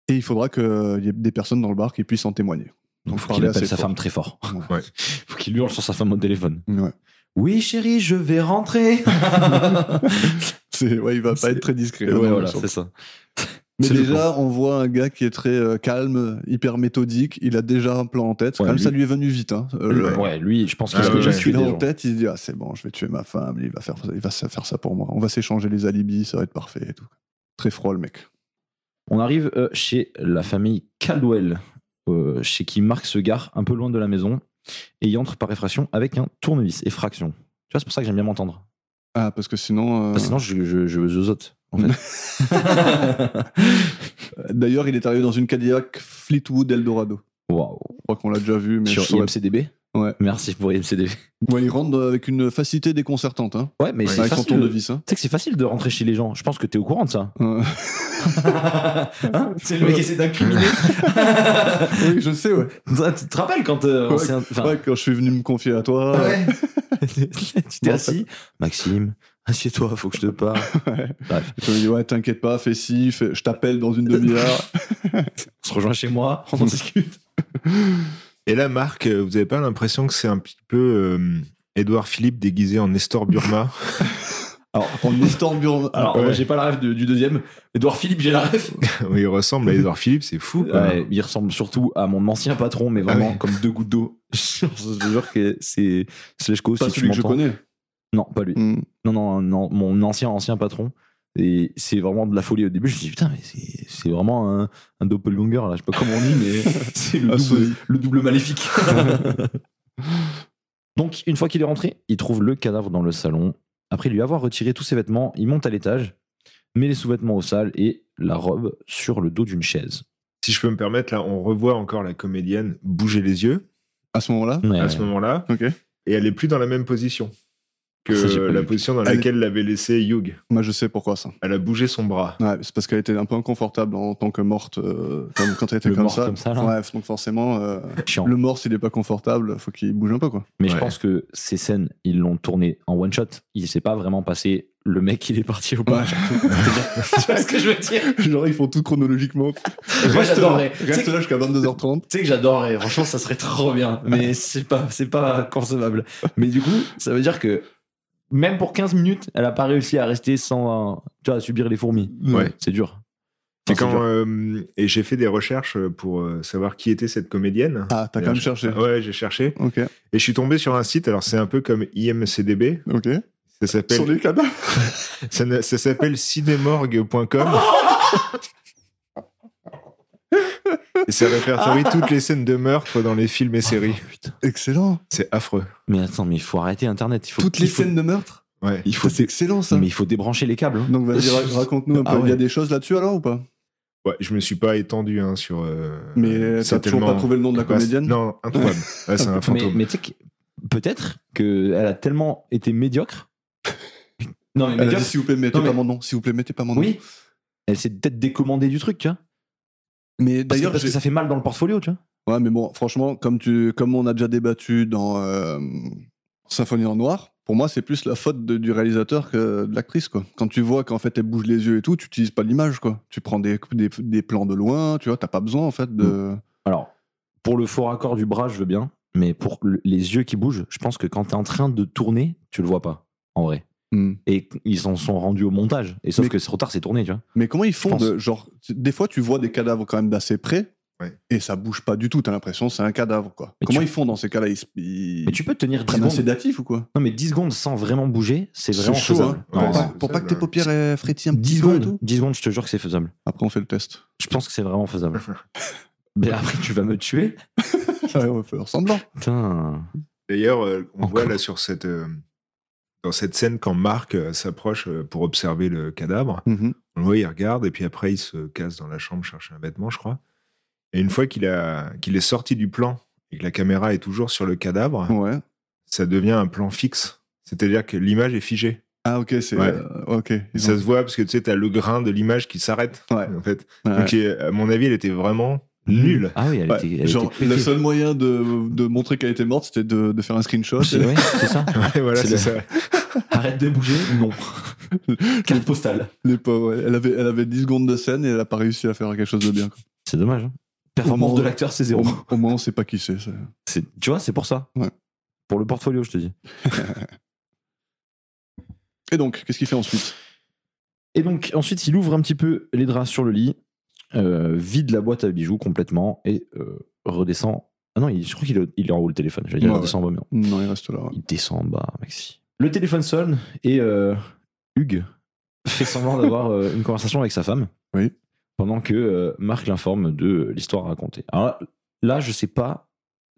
S3: Et il faudra qu'il y ait des personnes dans le bar qui puissent en témoigner.
S6: Donc, faut
S3: parler
S6: qu'il appelle
S3: assez
S6: sa
S3: fort.
S6: femme très fort.
S5: Ouais.
S6: faut qu'il hurle sur sa femme au téléphone.
S3: Ouais.
S6: Oui, chérie, je vais rentrer.
S3: C'est, ouais, il va pas
S6: C'est-
S3: être très discret.
S6: Et
S3: Non,
S6: ouais,
S3: non,
S6: voilà,
S3: sur-
S6: c'est ça.
S3: Mais
S6: C'est le
S3: déjà, on voit un gars qui est très euh, calme, hyper méthodique. Il a déjà un plan en tête.
S6: Ouais,
S3: Quand même,
S6: lui-
S3: ça lui est venu vite. Hein. Euh, le-
S6: Ouais, lui, je pense qu'il
S5: Ah,
S3: Parce
S6: a
S3: que
S5: ouais,
S6: déjà
S5: ouais.
S3: j'ai
S6: tué
S3: là
S6: des
S3: en
S6: gens.
S3: tête, il se dit ah c'est bon, je vais tuer ma femme, il va faire, ça- il va se faire ça pour moi. On va s'échanger les alibis, ça va être parfait et tout. Très froid le mec.
S6: On arrive euh, chez la famille Caldwell, euh, chez qui Marc se gare un peu loin de la maison et y entre par effraction avec un tournevis. Effraction. Tu vois, c'est pour ça que j'aime bien m'entendre.
S3: Ah parce que sinon. euh,
S6: Parce que sinon, je, je, je, je zozote, en fait.
S3: D'ailleurs, il est arrivé dans une Cadillac Fleetwood Eldorado.
S6: Waouh.
S3: Je crois qu'on l'a déjà vu, mais je
S6: Sur
S3: saurais-
S6: IMCDB
S3: Ouais.
S6: Merci pour IMCDB.
S3: Ouais, il rentre avec une facilité déconcertante, hein,
S6: Ouais, mais c'est
S3: avec son
S6: facile. de- Tu
S3: tournevis. Hein.
S6: sais que c'est facile de rentrer chez les gens. Je pense que t'es au courant de ça.
S3: Euh,
S6: Hein c'est le mec qui essaie d'incriminer.
S3: oui, je sais. Ouais.
S6: Toi, tu te rappelles quand euh, on
S3: Ouais,
S6: s'est- enfin,
S3: Ouais, quand je suis venu me confier à toi,
S6: ouais. tu t'es
S3: Bon,
S6: assis. Maxime, assieds-toi, faut que je te parle. Bref,
S3: je te dis ouais, t'inquiète pas, fais ci, fais- je t'appelle dans une demi-heure.
S6: on se rejoint chez moi, on en discute.
S5: Et là, Marc, euh, vous avez pas l'impression que c'est un petit peu euh, Edouard Philippe déguisé en Nestor Burma
S6: Alors,
S3: On est Stormburn.
S6: alors,
S5: Ouais.
S6: moi, j'ai pas la ref de- du deuxième. Edouard Philippe, j'ai la ref.
S5: Oui, Il ressemble à Edouard Philippe, c'est fou. quoi.
S6: Ouais, il ressemble surtout à mon ancien patron, mais vraiment
S5: oui.
S6: comme deux gouttes d'eau. je te jure que c'est Sleshko,
S3: pas
S6: si tu
S3: celui que je
S6: m'entends.
S3: connais.
S6: Non, pas lui.
S3: Hmm.
S6: Non, non, non, mon ancien, ancien patron. Et c'est vraiment de la folie au début. Je me suis dit, putain, mais c'est c'est vraiment un, un doppelganger, là. Je sais pas comment on dit, mais c'est le
S3: Ah,
S6: double
S3: celui-
S6: le double maléfique. Donc, une fois qu'il est rentré, il trouve le cadavre dans le salon. Après lui avoir retiré tous ses vêtements, il monte à l'étage, met les sous-vêtements au sale et la robe sur le dos d'une chaise.
S5: Si je peux me permettre, là, on revoit encore la comédienne bouger les yeux
S3: À ce moment-là.
S6: Ouais,
S5: à ce moment-là,
S6: Mm.
S3: Ok.
S5: et elle est plus dans la même position que
S6: Ça, j'ai pas
S5: la
S6: vu.
S5: position dans
S3: Elle-
S5: laquelle l'avait laissé Hugh.
S3: Moi, je sais pourquoi ça.
S5: Elle a bougé son bras.
S3: Ouais, c'est parce qu'elle était un peu inconfortable en tant que morte euh, comme- quand elle était
S6: Le
S3: comme
S6: mort
S3: ça.
S6: comme ça, là.
S3: Ouais, donc forcément, euh,
S6: chiant.
S3: le mort s'il est pas confortable, faut qu'il bouge un peu quoi.
S6: Mais je
S5: Ouais.
S6: pense que ces scènes, ils l'ont tourné en one shot. Il s'est pas vraiment passé le mec il est parti ou pas.
S3: Ouais.
S6: tu vois ce que je veux dire
S3: Genre ils font tout chronologiquement.
S6: Moi
S3: Reste là,
S6: j'adorerais. Tu sais
S3: reste
S6: que-
S3: là jusqu'à 22h30.
S6: tu sais que j'adorerais, franchement ça serait trop bien, mais c'est pas, c'est pas concevable. Mais du coup, ça veut dire que même pour 15 minutes, elle a pas réussi à rester sans, euh, tu vois, à subir les fourmis.
S5: Ouais.
S6: C'est dur.
S5: Et,
S6: Enfin, c'est
S5: quand,
S6: dur.
S5: euh, et j'ai fait des recherches pour euh, savoir qui était cette comédienne.
S3: Ah, t'as
S5: Et
S3: quand même
S5: je-
S3: cherché.
S5: Ouais, j'ai cherché.
S3: Ok,
S5: Et je suis tombé sur un site, alors c'est un peu comme IMCDB.
S3: ok.
S5: Ça
S3: Sur
S5: s'appelle
S3: les cadavres.
S5: ça ne- ça s'appelle cinémorgue.com. Et ça répertorie toutes les scènes de meurtre dans les films et séries.
S6: Oh, putain.
S3: Excellent.
S5: C'est affreux.
S6: Mais attends, mais il faut arrêter Internet. Il faut,
S3: Toutes
S6: il
S3: les
S6: faut-
S3: scènes de meurtre.
S5: Ouais.
S6: Il faut
S3: Ça, c'est excellent ça.
S6: mais il faut débrancher les câbles. hein.
S3: Donc vas-y ra- raconte-nous un peu. Il
S6: Ah
S3: y a
S6: ouais. Euh,
S3: des choses là-dessus alors ou pas
S5: Ouais, je me suis pas étendu hein, sur. euh,
S3: Mais
S5: c'est
S3: t'as toujours pas
S5: tellement-
S3: trouvé le nom de la
S5: Bah, c'est-
S3: comédienne
S5: Non, introuvable. Ouais, c'est un
S6: Mais,
S5: fantôme.
S6: mais tu sais que peut-être qu'elle a tellement été médiocre. non, mais
S3: Elle a
S6: médiocre.
S3: dit Euh, s'il vous plaît mettez
S6: Non, mais-
S3: pas mon nom, s'il vous plaît mettez pas mon nom.
S6: Oui. Elle s'est peut-être décommandée du truc, tu vois.
S3: Mais
S6: Parce, que,
S3: d'ailleurs
S6: parce que
S3: j'ai-
S6: ça fait mal dans le portfolio, tu vois.
S3: Ouais, mais bon, franchement, comme, tu, comme on a déjà débattu dans euh, Symphonie en Noir, pour moi, c'est plus la faute de- du réalisateur que de l'actrice, quoi. Quand tu vois qu'en fait, elle bouge les yeux et tout, tu utilises pas l'image, quoi. Tu prends des, des, des plans de loin, tu vois, t'as pas besoin, en fait, de...
S6: Alors, pour le faux raccord du bras, je veux bien, mais pour le- les yeux qui bougent, je pense que quand t'es en train de tourner, tu le vois pas, en vrai.
S3: Hmm.
S6: Et ils s'en sont rendus au montage. Et sauf
S3: Mais-
S6: que c'est trop tard, c'est tourné, tu vois.
S3: Mais comment ils font
S6: pense.
S3: de, Genre, tu- des fois, tu vois des cadavres quand même d'assez près,
S5: Ouais.
S3: et ça bouge pas du tout, t'as l'impression que c'est un cadavre, quoi.
S6: Mais
S3: comment
S6: tu-
S3: ils font dans ces cas-là Ils, se- ils
S6: Mais tu peux tenir 10
S3: prennent un
S6: secondes.
S3: sédatif ou quoi
S6: Non, mais 10 secondes sans vraiment bouger, c'est
S3: C'est
S6: vraiment
S3: chaud,
S6: faisable.
S3: hein. Pour,
S5: Ouais,
S3: pas, pour
S5: c'est
S3: pas que
S5: faisable,
S3: tes
S5: ouais.
S3: paupières elles frétillent un
S6: 10
S3: petit peu et tout.
S6: secondes, 10 secondes, je te jure que c'est faisable.
S3: Après, on fait le test.
S6: Je pense que c'est vraiment faisable. mais après, tu vas me tuer.
S3: Ouais, on va faire semblant.
S6: Putain.
S5: D'ailleurs, euh, on
S6: Encore.
S5: voit là sur cette. euh, Dans cette scène, quand Marc euh, s'approche euh, pour observer le cadavre,
S3: Mhm.
S5: on le voit, il regarde, et puis après, il se casse dans la chambre chercher un vêtement, je crois. Et une fois qu'il a- qu'il est sorti du plan et que la caméra est toujours sur le cadavre,
S3: Ouais.
S5: ça devient un plan fixe. C'est-à-dire que l'image est figée.
S3: Ah ok, c'est
S5: Ouais.
S3: euh, ok.
S5: Et
S3: Ils
S5: ça
S3: ont-
S5: se voit parce que tu sais, t'as le grain de l'image qui s'arrête.
S3: Ouais.
S5: En fait.
S3: Ouais.
S5: Donc, et, à mon avis, elle était vraiment nulle.
S6: Ah oui, elle
S3: Ouais,
S6: était. elle
S3: Genre,
S6: était pétée.
S3: le seul moyen de, de montrer qu'elle était morte, c'était de, de faire un screenshot.
S6: C'est ouais, c'est ça.
S5: Ouais, voilà,
S6: C'est
S5: c'est
S6: le-
S5: ça.
S6: Arrête de bouger. Non. Carte postale.
S3: Les pauvres, ouais. elle, avait, elle avait 10 secondes de scène et elle a pas réussi à faire quelque chose de bien. quoi.
S6: C'est dommage. hein. Performance
S3: Au moins-
S6: de l'acteur, c'est zéro.
S3: Au moins, on sait pas qui c'est. c'est-
S6: C'est- Tu vois, c'est pour ça.
S3: Ouais.
S6: Pour le portfolio, je te dis.
S3: Et donc, qu'est-ce qu'il fait ensuite
S6: Et donc, ensuite, il ouvre un petit peu les draps sur le lit, euh, vide la boîte à bijoux complètement et euh, redescend. Ah non, il- je crois qu'il il est en haut le téléphone. J'allais dire,
S3: Ouais,
S6: il redescend en bas, mais non.
S3: Non, il reste là. ouais.
S6: Il descend en bas, Maxi. Le téléphone sonne et euh, Hugues fait semblant d'avoir euh, une conversation avec sa femme.
S3: Oui.
S6: Pendant que euh, Marc l'informe de l'histoire racontée. Alors là, là, je sais pas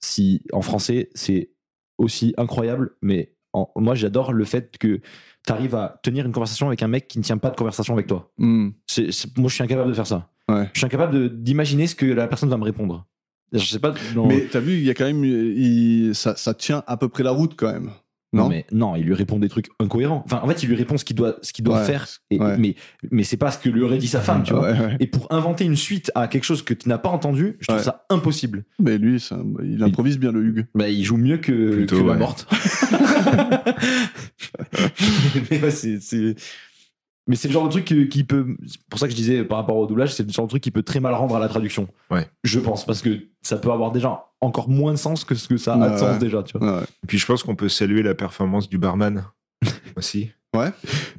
S6: si en français c'est aussi incroyable, mais en- moi j'adore le fait que tu arrives à tenir une conversation avec un mec qui ne tient pas de conversation avec toi.
S3: Hmm.
S6: C'est- c'est- moi je suis incapable de faire ça.
S3: Ouais.
S6: Je suis incapable de- d'imaginer ce que la personne va me répondre. Je sais pas. dans-
S3: Mais t'as vu, il y a quand même, il- ça, ça tient à peu près la route quand même. Non,
S6: mais non, il lui répond des trucs incohérents. Enfin, en fait, il lui répond ce qu'il doit, ce qu'il doit
S3: Ouais,
S6: faire. Et-
S3: ouais.
S6: Mais, mais c'est pas ce que lui aurait dit sa femme, tu vois.
S3: Ouais, ouais.
S6: Et pour inventer une suite à quelque chose que tu n'as pas entendu, je trouve
S3: Ouais.
S6: ça impossible.
S3: Mais lui, ça- il improvise bien le Hugues.
S6: Bah, il joue mieux que,
S5: Plutôt,
S6: que la
S5: ouais.
S6: morte. mais ouais, c'est, c'est- mais c'est le genre de truc que- qui peut. C'est pour ça que je disais par rapport au doublage, c'est le genre de truc qui peut très mal rendre à la traduction.
S5: Ouais.
S6: Je pense, parce que ça peut avoir déjà encore moins de sens que ce que ça a de
S3: Ouais,
S6: sens
S3: ouais.
S6: déjà, tu vois.
S3: Ouais, ouais.
S5: Et puis je pense qu'on peut saluer la performance du barman aussi.
S3: Ouais.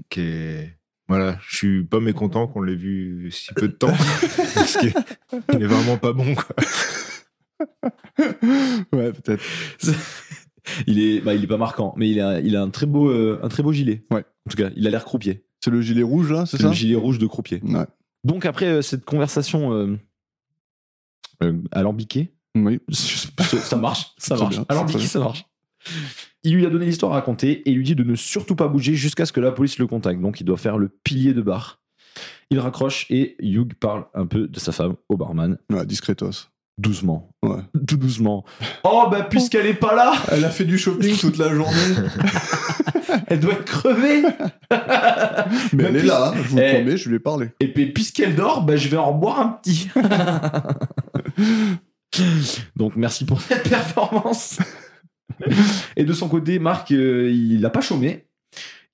S5: Qui est... Voilà, je suis pas mécontent qu'on l'ait vu si peu de temps. parce qu'il est vraiment pas bon. Quoi.
S3: Ouais, peut-être.
S6: Il est, bah, il est pas marquant, mais il a, il a un très beau, euh, un très beau gilet.
S3: Ouais.
S6: En tout cas, il a l'air croupier.
S3: C'est le gilet rouge là, c'est
S6: C'est
S3: ça
S6: le gilet rouge de croupier.
S3: Ouais.
S6: Donc après euh, cette conversation euh, euh, alambiquée,
S3: Oui.
S6: ça ça marche, ça
S3: Très
S6: marche.
S3: bien,
S6: Alambiquée,
S3: très
S6: ça marche. Il lui a donné l'histoire à raconter et il lui dit de ne surtout pas bouger jusqu'à ce que la police le contacte. Donc il doit faire le pilier de bar. Il raccroche et Hugh parle un peu de sa femme au barman,
S3: Ouais, discretos.
S6: doucement.
S3: Ouais.
S6: Tout doucement. Oh bah puisqu'elle est pas là
S3: Elle a fait du shopping toute la journée.
S6: Elle doit être crevée
S3: Mais elle est là, hein, je vous le
S6: Eh.
S3: promets, je lui ai parlé.
S6: Et puis, puisqu'elle dort, bah, je vais en boire un petit. Donc, merci pour cette performance. Et de son côté, Marc, euh, il n'a pas chômé.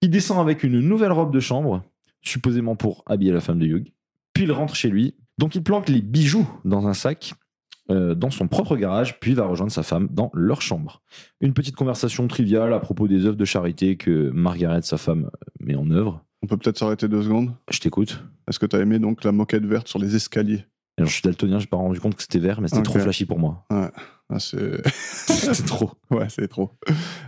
S6: Il descend avec une nouvelle robe de chambre, supposément pour habiller la femme de Hugh. Puis il rentre chez lui. Donc, il planque les bijoux dans un sac, euh, dans son propre garage, puis il va rejoindre sa femme dans leur chambre. Une petite conversation triviale à propos des œuvres de charité que Margaret, sa femme, met en œuvre.
S3: On peut peut-être s'arrêter deux secondes.
S6: Je t'écoute.
S3: Est-ce que t'as aimé donc la moquette verte sur les escaliers
S6: Alors, je suis daltonien, j'ai pas rendu compte que c'était vert, mais c'était
S3: Ok.
S6: trop flashy pour moi.
S3: Ah, c'est...
S6: C'était trop.
S3: Ouais, c'est trop.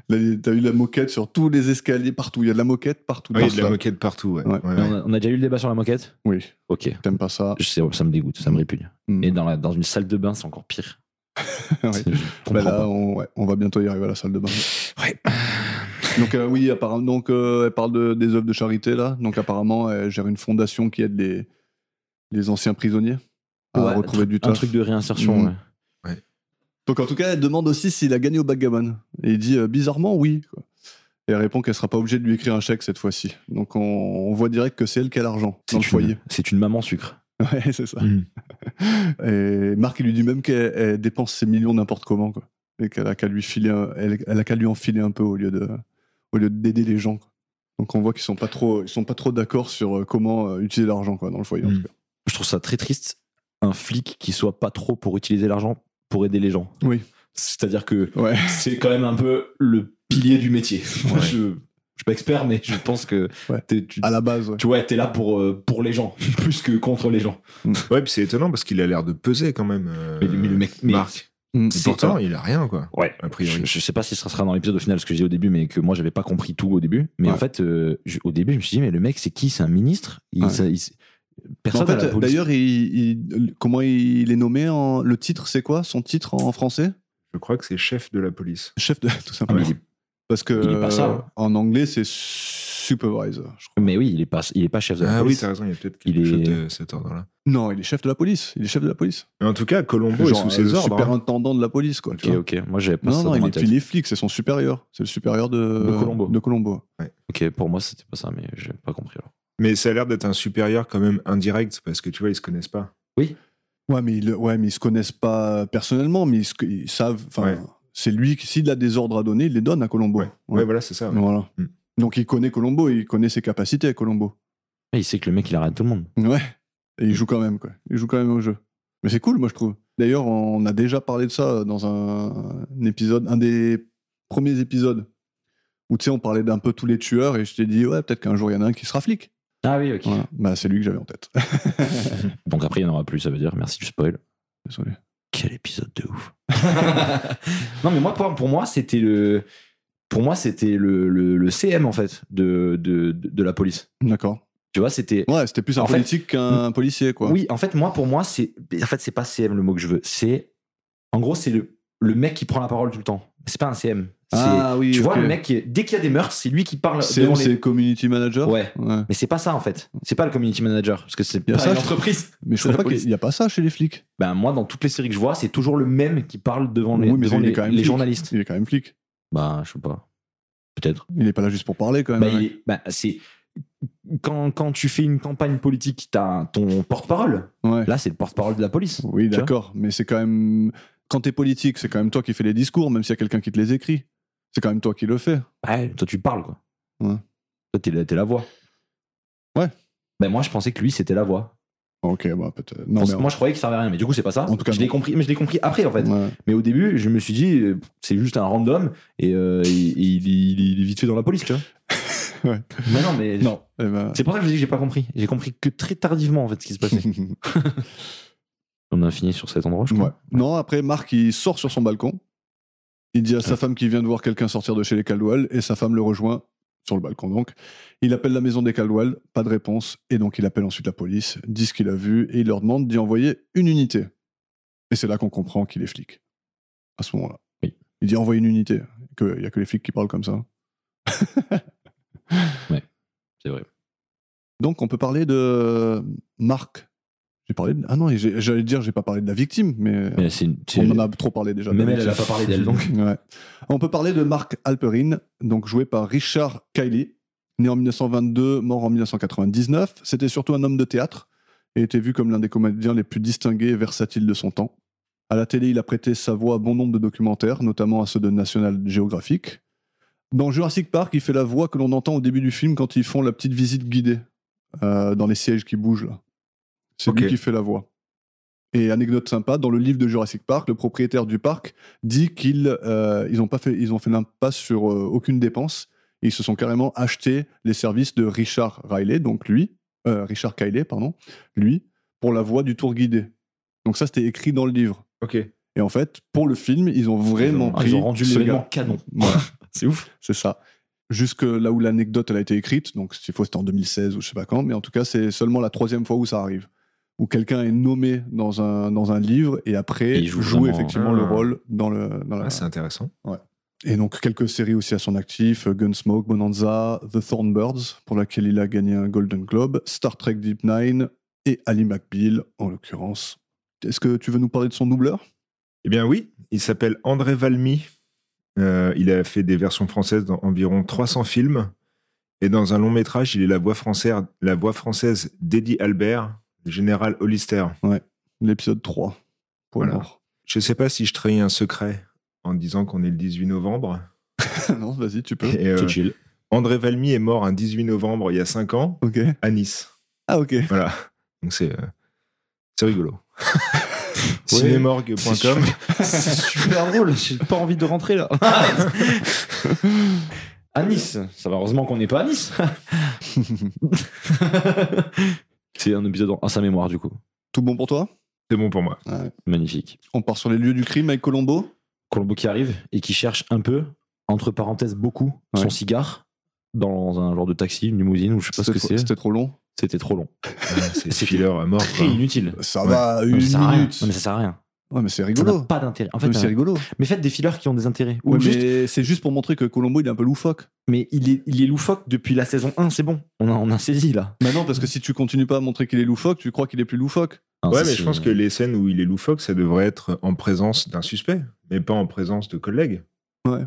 S3: Là, T'as eu la moquette sur tous les escaliers partout. Il y a de la moquette partout.
S5: Ouais, il y a de la
S3: partout.
S5: moquette partout. ouais.
S3: Ouais.
S5: Ouais,
S6: Mais
S5: ouais.
S6: On, a, on a déjà eu le débat sur la moquette
S3: Oui,
S6: Ok.
S3: t'aimes pas ça.
S6: Je sais, ça me dégoûte, ça me répugne.
S3: Hmm.
S6: Et dans, la, dans une salle de bain, c'est encore pire.
S3: Ouais.
S6: C'est- je comprends
S3: Bah là,
S6: pas.
S3: on, ouais, on va bientôt y arriver à la salle de bain. Donc euh, oui, apparemment, donc euh, elle parle de- des œuvres de charité là. Donc apparemment, elle gère une fondation qui aide les, les anciens prisonniers à
S6: Ouais,
S3: retrouver du
S6: Un
S3: taf.
S6: truc de réinsertion,
S3: Hmm.
S6: ouais.
S3: Donc en tout cas, elle demande aussi s'il a gagné au backgammon. Et il dit euh, bizarrement oui. quoi. Et elle répond qu'elle sera pas obligée de lui écrire un chèque cette fois-ci. Donc on, on voit direct que c'est elle qui a l'argent
S6: C'est
S3: dans le
S6: une-
S3: foyer.
S6: C'est une maman sucre.
S3: Ouais, c'est ça.
S5: Mm.
S3: Et Marc, il lui dit même qu'elle elle dépense ses millions n'importe comment, quoi. Et qu'elle a qu'à lui filer, un- elle, elle a qu'à lui enfiler un peu au lieu de, au lieu d'aider les gens. quoi. Donc on voit qu'ils sont pas trop, ils sont pas trop d'accord sur euh, comment euh, utiliser l'argent, quoi, dans le foyer. en
S5: Mm.
S3: tout cas.
S6: Je trouve ça très triste, un flic qui soit pas trop pour utiliser l'argent pour aider les gens.
S3: Oui.
S6: C'est-à-dire que
S3: Ouais.
S6: c'est quand même un peu le pilier du métier.
S5: Ouais.
S6: je, je suis pas expert, mais je pense que
S3: Ouais.
S6: t'es- tu,
S3: À la base, ouais.
S6: tu vois, t'es là pour, euh, pour les gens, plus que contre les gens.
S5: Ouais, puis c'est étonnant parce qu'il a l'air de peser quand même. euh,
S6: Mais, mais le mec, mais-
S5: Marc.
S3: Mm.
S5: Et
S6: c'est-
S5: pourtant, il a rien, quoi.
S6: Ouais.
S5: A
S6: Je,
S5: priori.
S6: je sais pas si ce sera dans l'épisode au final ce que j'ai dit au début, mais que moi j'avais pas compris tout au début. Mais
S3: Ouais.
S6: en fait, euh, je- au début, je me suis dit, mais le mec, c'est qui C'est un ministre il,
S3: Ouais.
S6: ça- il-
S3: Mais
S6: Personne
S3: en
S6: à la
S3: fait,
S6: police-
S3: d'ailleurs, il- il- comment il est nommé en, Le titre, c'est quoi son titre en français
S5: Je crois que c'est chef de la police.
S3: Chef de tout
S6: Ah,
S3: simplement.
S6: mais, il est-
S3: Parce que
S6: il est pas ça,
S3: euh,
S6: ouais.
S3: en anglais, c'est supervisor. Je crois.
S6: mais oui, il est pas, il est pas chef de la
S5: Ah oui,
S6: police.
S5: t'as raison, il y a peut-être
S6: Il
S5: quelque chose
S6: est-
S5: de cet ordre-là.
S3: Non, il est chef de la police. Il est chef de la police.
S5: Mais en tout cas, Colombo est
S3: Genre,
S5: Oh, sous
S3: euh,
S5: ses ordres. hein.
S3: Superintendant de la police, quoi. tu
S6: Ok,
S3: vois.
S6: ok. Moi, j'avais pas
S3: Non,
S6: ça
S3: non,
S6: dans
S3: il
S6: ma
S3: est,
S6: tête.
S3: il est flic, c'est son supérieur. C'est le supérieur de,
S6: De Colombo.
S3: de Colombo.
S6: Ok, pour moi, c'était pas ça, mais j'ai pas compris. alors.
S5: Mais ça a l'air d'être un supérieur quand même indirect parce que tu vois, ils se connaissent pas.
S3: Ouais, mais ils, ouais, mais ils se connaissent pas personnellement, mais ils, se- ils savent. Enfin,
S5: Ouais.
S3: c'est lui qui, s'il a des ordres à donner, il les donne à Colombo.
S5: Ouais, ouais. voilà, c'est ça. ouais.
S3: Voilà.
S5: Mm.
S3: Donc il connaît Colombo, il connaît ses capacités, Colombo.
S6: Ah, Et il sait que le mec, il arrête tout le monde.
S3: Ouais. Et il joue quand même, quoi. Il joue quand même au jeu. Mais c'est cool, moi, je trouve. D'ailleurs, on a déjà parlé de ça dans un, un épisode, un des premiers épisodes, où tu sais, on parlait d'un peu tous les tueurs, et je t'ai dit, ouais, peut-être qu'un jour, il y en a un qui sera flic.
S6: Ah oui, ok.
S3: Voilà. Bah, c'est lui que j'avais en tête.
S6: Donc après, il n'y en aura plus, ça veut dire. Merci du spoil.
S3: Désolé.
S6: Quel épisode de ouf. non, mais moi, pour, pour moi, c'était le. Pour moi, c'était le, le- le CM, en fait, de, de, de- de la police.
S3: D'accord.
S6: Tu vois, c'était.
S3: Ouais, c'était plus un
S6: En fait-
S3: politique qu'un policier, quoi.
S6: Oui, en fait, moi, pour moi, c'est. En fait, c'est pas CM le mot que je veux. C'est. En gros, c'est le, le mec qui prend la parole tout le temps. C'est pas un CM. C'est-
S3: Ah oui,
S6: tu vois,
S3: ok.
S6: le mec, qui est- dès qu'il y a des meurtres, c'est lui qui parle.
S3: CM,
S6: devant les-
S3: c'est community manager.
S6: Ouais.
S3: Ouais.
S6: Mais c'est pas ça, en fait. C'est pas le community manager. Parce que c'est
S3: y a
S6: pas
S3: ça,
S6: une
S3: je-
S6: entreprise.
S3: Mais je
S6: C'est
S3: crois
S6: la
S3: pas
S6: police.
S3: qu'il n'y a pas ça chez les flics.
S6: Ben, moi, dans toutes les séries que je vois, c'est toujours le même qui parle devant les,
S3: oui, mais
S6: devant
S3: il
S6: les-
S3: est quand même
S6: les
S3: flic.
S6: journalistes.
S3: Il est quand même flic.
S6: Bah, je sais pas. Peut-être.
S3: Il est pas là juste pour parler, quand même.
S6: Bah,
S3: Ah, ouais.
S6: il est- bah, c'est quand, quand tu fais une campagne politique, t'as ton porte-parole.
S3: Ouais.
S6: Là, c'est le porte-parole de la police.
S3: Oui,
S6: Tu
S3: d'accord, mais c'est quand même. Quand t'es politique, c'est quand même toi qui fais les discours, même s'il y a quelqu'un qui te les écrit. C'est quand même toi qui le fais.
S6: Ouais, Bah, toi, tu parles, quoi.
S3: Ouais.
S6: Toi, t'es la, t'es la voix.
S3: Ouais.
S6: Ben, moi, je pensais que lui, c'était la voix. ok
S3: Ok, bah peut-être. Non,
S6: Parce
S3: mais
S6: que Moi, je croyais qu'il servait à rien, mais du coup, c'est pas ça.
S3: En tout cas,
S6: je l'ai
S3: non.
S6: compris, mais je l'ai compris après, en fait.
S3: ouais.
S6: Mais au début, je me suis dit, euh, c'est juste un random et, euh, et- et il, il- il est vite fait dans la police, tu vois.
S3: Ouais.
S6: Mais non, mais.
S3: Non, eh ben,
S6: C'est pour ça que je dis que j'ai pas compris. J'ai compris que très tardivement, en fait, ce qui se passait. On a fini sur cet endroit, je
S3: Ouais.
S6: crois.
S3: Non, après, Marc, il sort sur son balcon. Il dit à sa femme qu'il vient de voir quelqu'un sortir de chez les Caldwell et sa femme le rejoint sur le balcon donc. Il appelle la maison des Caldwell, pas de réponse, et donc il appelle ensuite la police, dit ce qu'il a vu et il leur demande d'y envoyer une unité. Et c'est là qu'on comprend qu'il est flic. À ce moment-là.
S6: Oui.
S3: Il dit envoyer une unité. que- Il n'y a que les flics qui parlent comme ça.
S6: C'est vrai.
S3: Donc on peut parler de Marc. J'ai parlé de- Ah non, et j'ai- j'allais dire, j'ai pas parlé de la victime, mais
S6: Mais c'est une- c'est-
S3: On en a trop parlé déjà.
S6: Même
S3: de
S6: elle,
S3: lui.
S6: elle a pas parlé d'elle, donc.
S3: Ouais. On peut parler de Mark Alperin, donc joué par Richard Kiley, né en 1922, mort en 1999. C'était surtout un homme de théâtre et était vu comme l'un des comédiens les plus distingués et versatiles de son temps. À la télé, il a prêté sa voix à bon nombre de documentaires, notamment à ceux de National Geographic. Dans Jurassic Park, il fait la voix que l'on entend au début du film quand ils font la petite visite guidée euh, dans les sièges qui bougent. là. C'est
S5: Ok.
S3: lui qui fait la voix. Et anecdote sympa, dans le livre de Jurassic Park, le propriétaire du parc dit qu'ils euh, ils ont pas fait, ils ont fait l'impasse sur euh, aucune dépense. Et ils se sont carrément achetés les services de Richard Riley, donc lui, euh, Richard Kiley, pardon, lui, pour la voix du tour guidé. Donc ça, c'était écrit dans le livre.
S5: Ok. Ah,
S3: Et en fait, pour le film, ils ont vraiment
S6: Ah,
S3: pris
S6: ils ont rendu
S3: ce
S6: l'événement
S3: gars.
S6: canon.
S3: Voilà.
S6: C'est ouf.
S3: C'est ça. Jusque là où l'anecdote elle a été écrite, donc s'il faut c'était en 2016 ou je sais pas quand, mais en tout cas c'est seulement la troisième fois où ça arrive, où quelqu'un est nommé dans un, dans un livre et après
S6: Et il joue
S3: joue,
S6: vraiment-
S3: effectivement
S5: Ah.
S3: le rôle dans le dans la-
S5: Ah, c'est intéressant.
S3: et donc quelques séries aussi à son actif, euh, Gunsmoke, Bonanza, The Thornbirds pour laquelle il a gagné un Golden Globe, Star Trek Deep Nine et Ali McBeal en l'occurrence. Est-ce que tu veux nous parler de son doubleur
S5: Eh bien oui, il s'appelle André Valmy. Euh, il a fait des versions françaises dans environ 300 films. Et dans un long métrage, il est la voix française, la voix française d'Eddie Albert, le général Hollister.
S3: L'épisode 3. Point
S5: Voilà.
S3: mort.
S5: Je ne sais pas si je trahis un secret en disant qu'on est le 18 novembre.
S3: non, vas-y, tu peux.
S5: Et, euh,
S6: C'est chill.
S5: André Valmy est mort un 18 novembre il y a 5 ans
S3: Ok.
S5: à Nice.
S3: Ah ok.
S5: Voilà. Donc c'est euh, c'est rigolo.
S6: C'est
S5: Cinémorgue.com.
S6: super- C'est super drôle. J'ai pas envie de rentrer là. à Nice. Ça va, heureusement qu'on n'est pas à Nice. C'est un épisode en- à sa mémoire, du coup.
S3: Tout bon pour toi
S5: C'est bon pour moi.
S6: Magnifique.
S3: On part sur les lieux du crime avec Colombo.
S6: Colombo qui arrive et qui cherche un peu, entre parenthèses beaucoup,
S3: Ouais.
S6: son cigare dans un genre de taxi, une limousine ou je sais pas ce
S3: C'était
S6: que
S3: trop-
S6: c'est.
S3: c'était trop long.
S6: C'était trop long.
S5: C'est
S6: C'était
S5: filler à mort.
S6: Très
S5: quoi.
S6: inutile.
S3: Ça
S5: Ouais.
S3: va,
S6: Non,
S3: une
S6: mais ça sert à rien.
S3: minute.
S6: Non, mais ça sert à rien.
S3: Ouais, mais c'est
S6: Ça n'a
S3: rigolo.
S6: pas d'intérêt. En
S3: Ouais,
S6: fait,
S3: mais c'est
S6: euh,
S3: rigolo.
S6: mais faites des fillers qui ont des intérêts. Ou
S3: Ouais,
S6: juste- mais...
S3: mais c'est juste pour montrer que Colombo il est un peu loufoque.
S6: il, est, il est loufoque depuis la saison 1, c'est bon. On a, on a saisi là.
S3: Maintenant, parce que si tu continues pas à montrer qu'il est loufoque, tu crois qu'il est plus loufoque.
S5: Ouais,
S6: Ça,
S5: mais
S6: c'est-
S5: je pense que les scènes où il est loufoque, ça devrait être en présence d'un suspect, mais pas en présence de collègues.
S3: Ouais.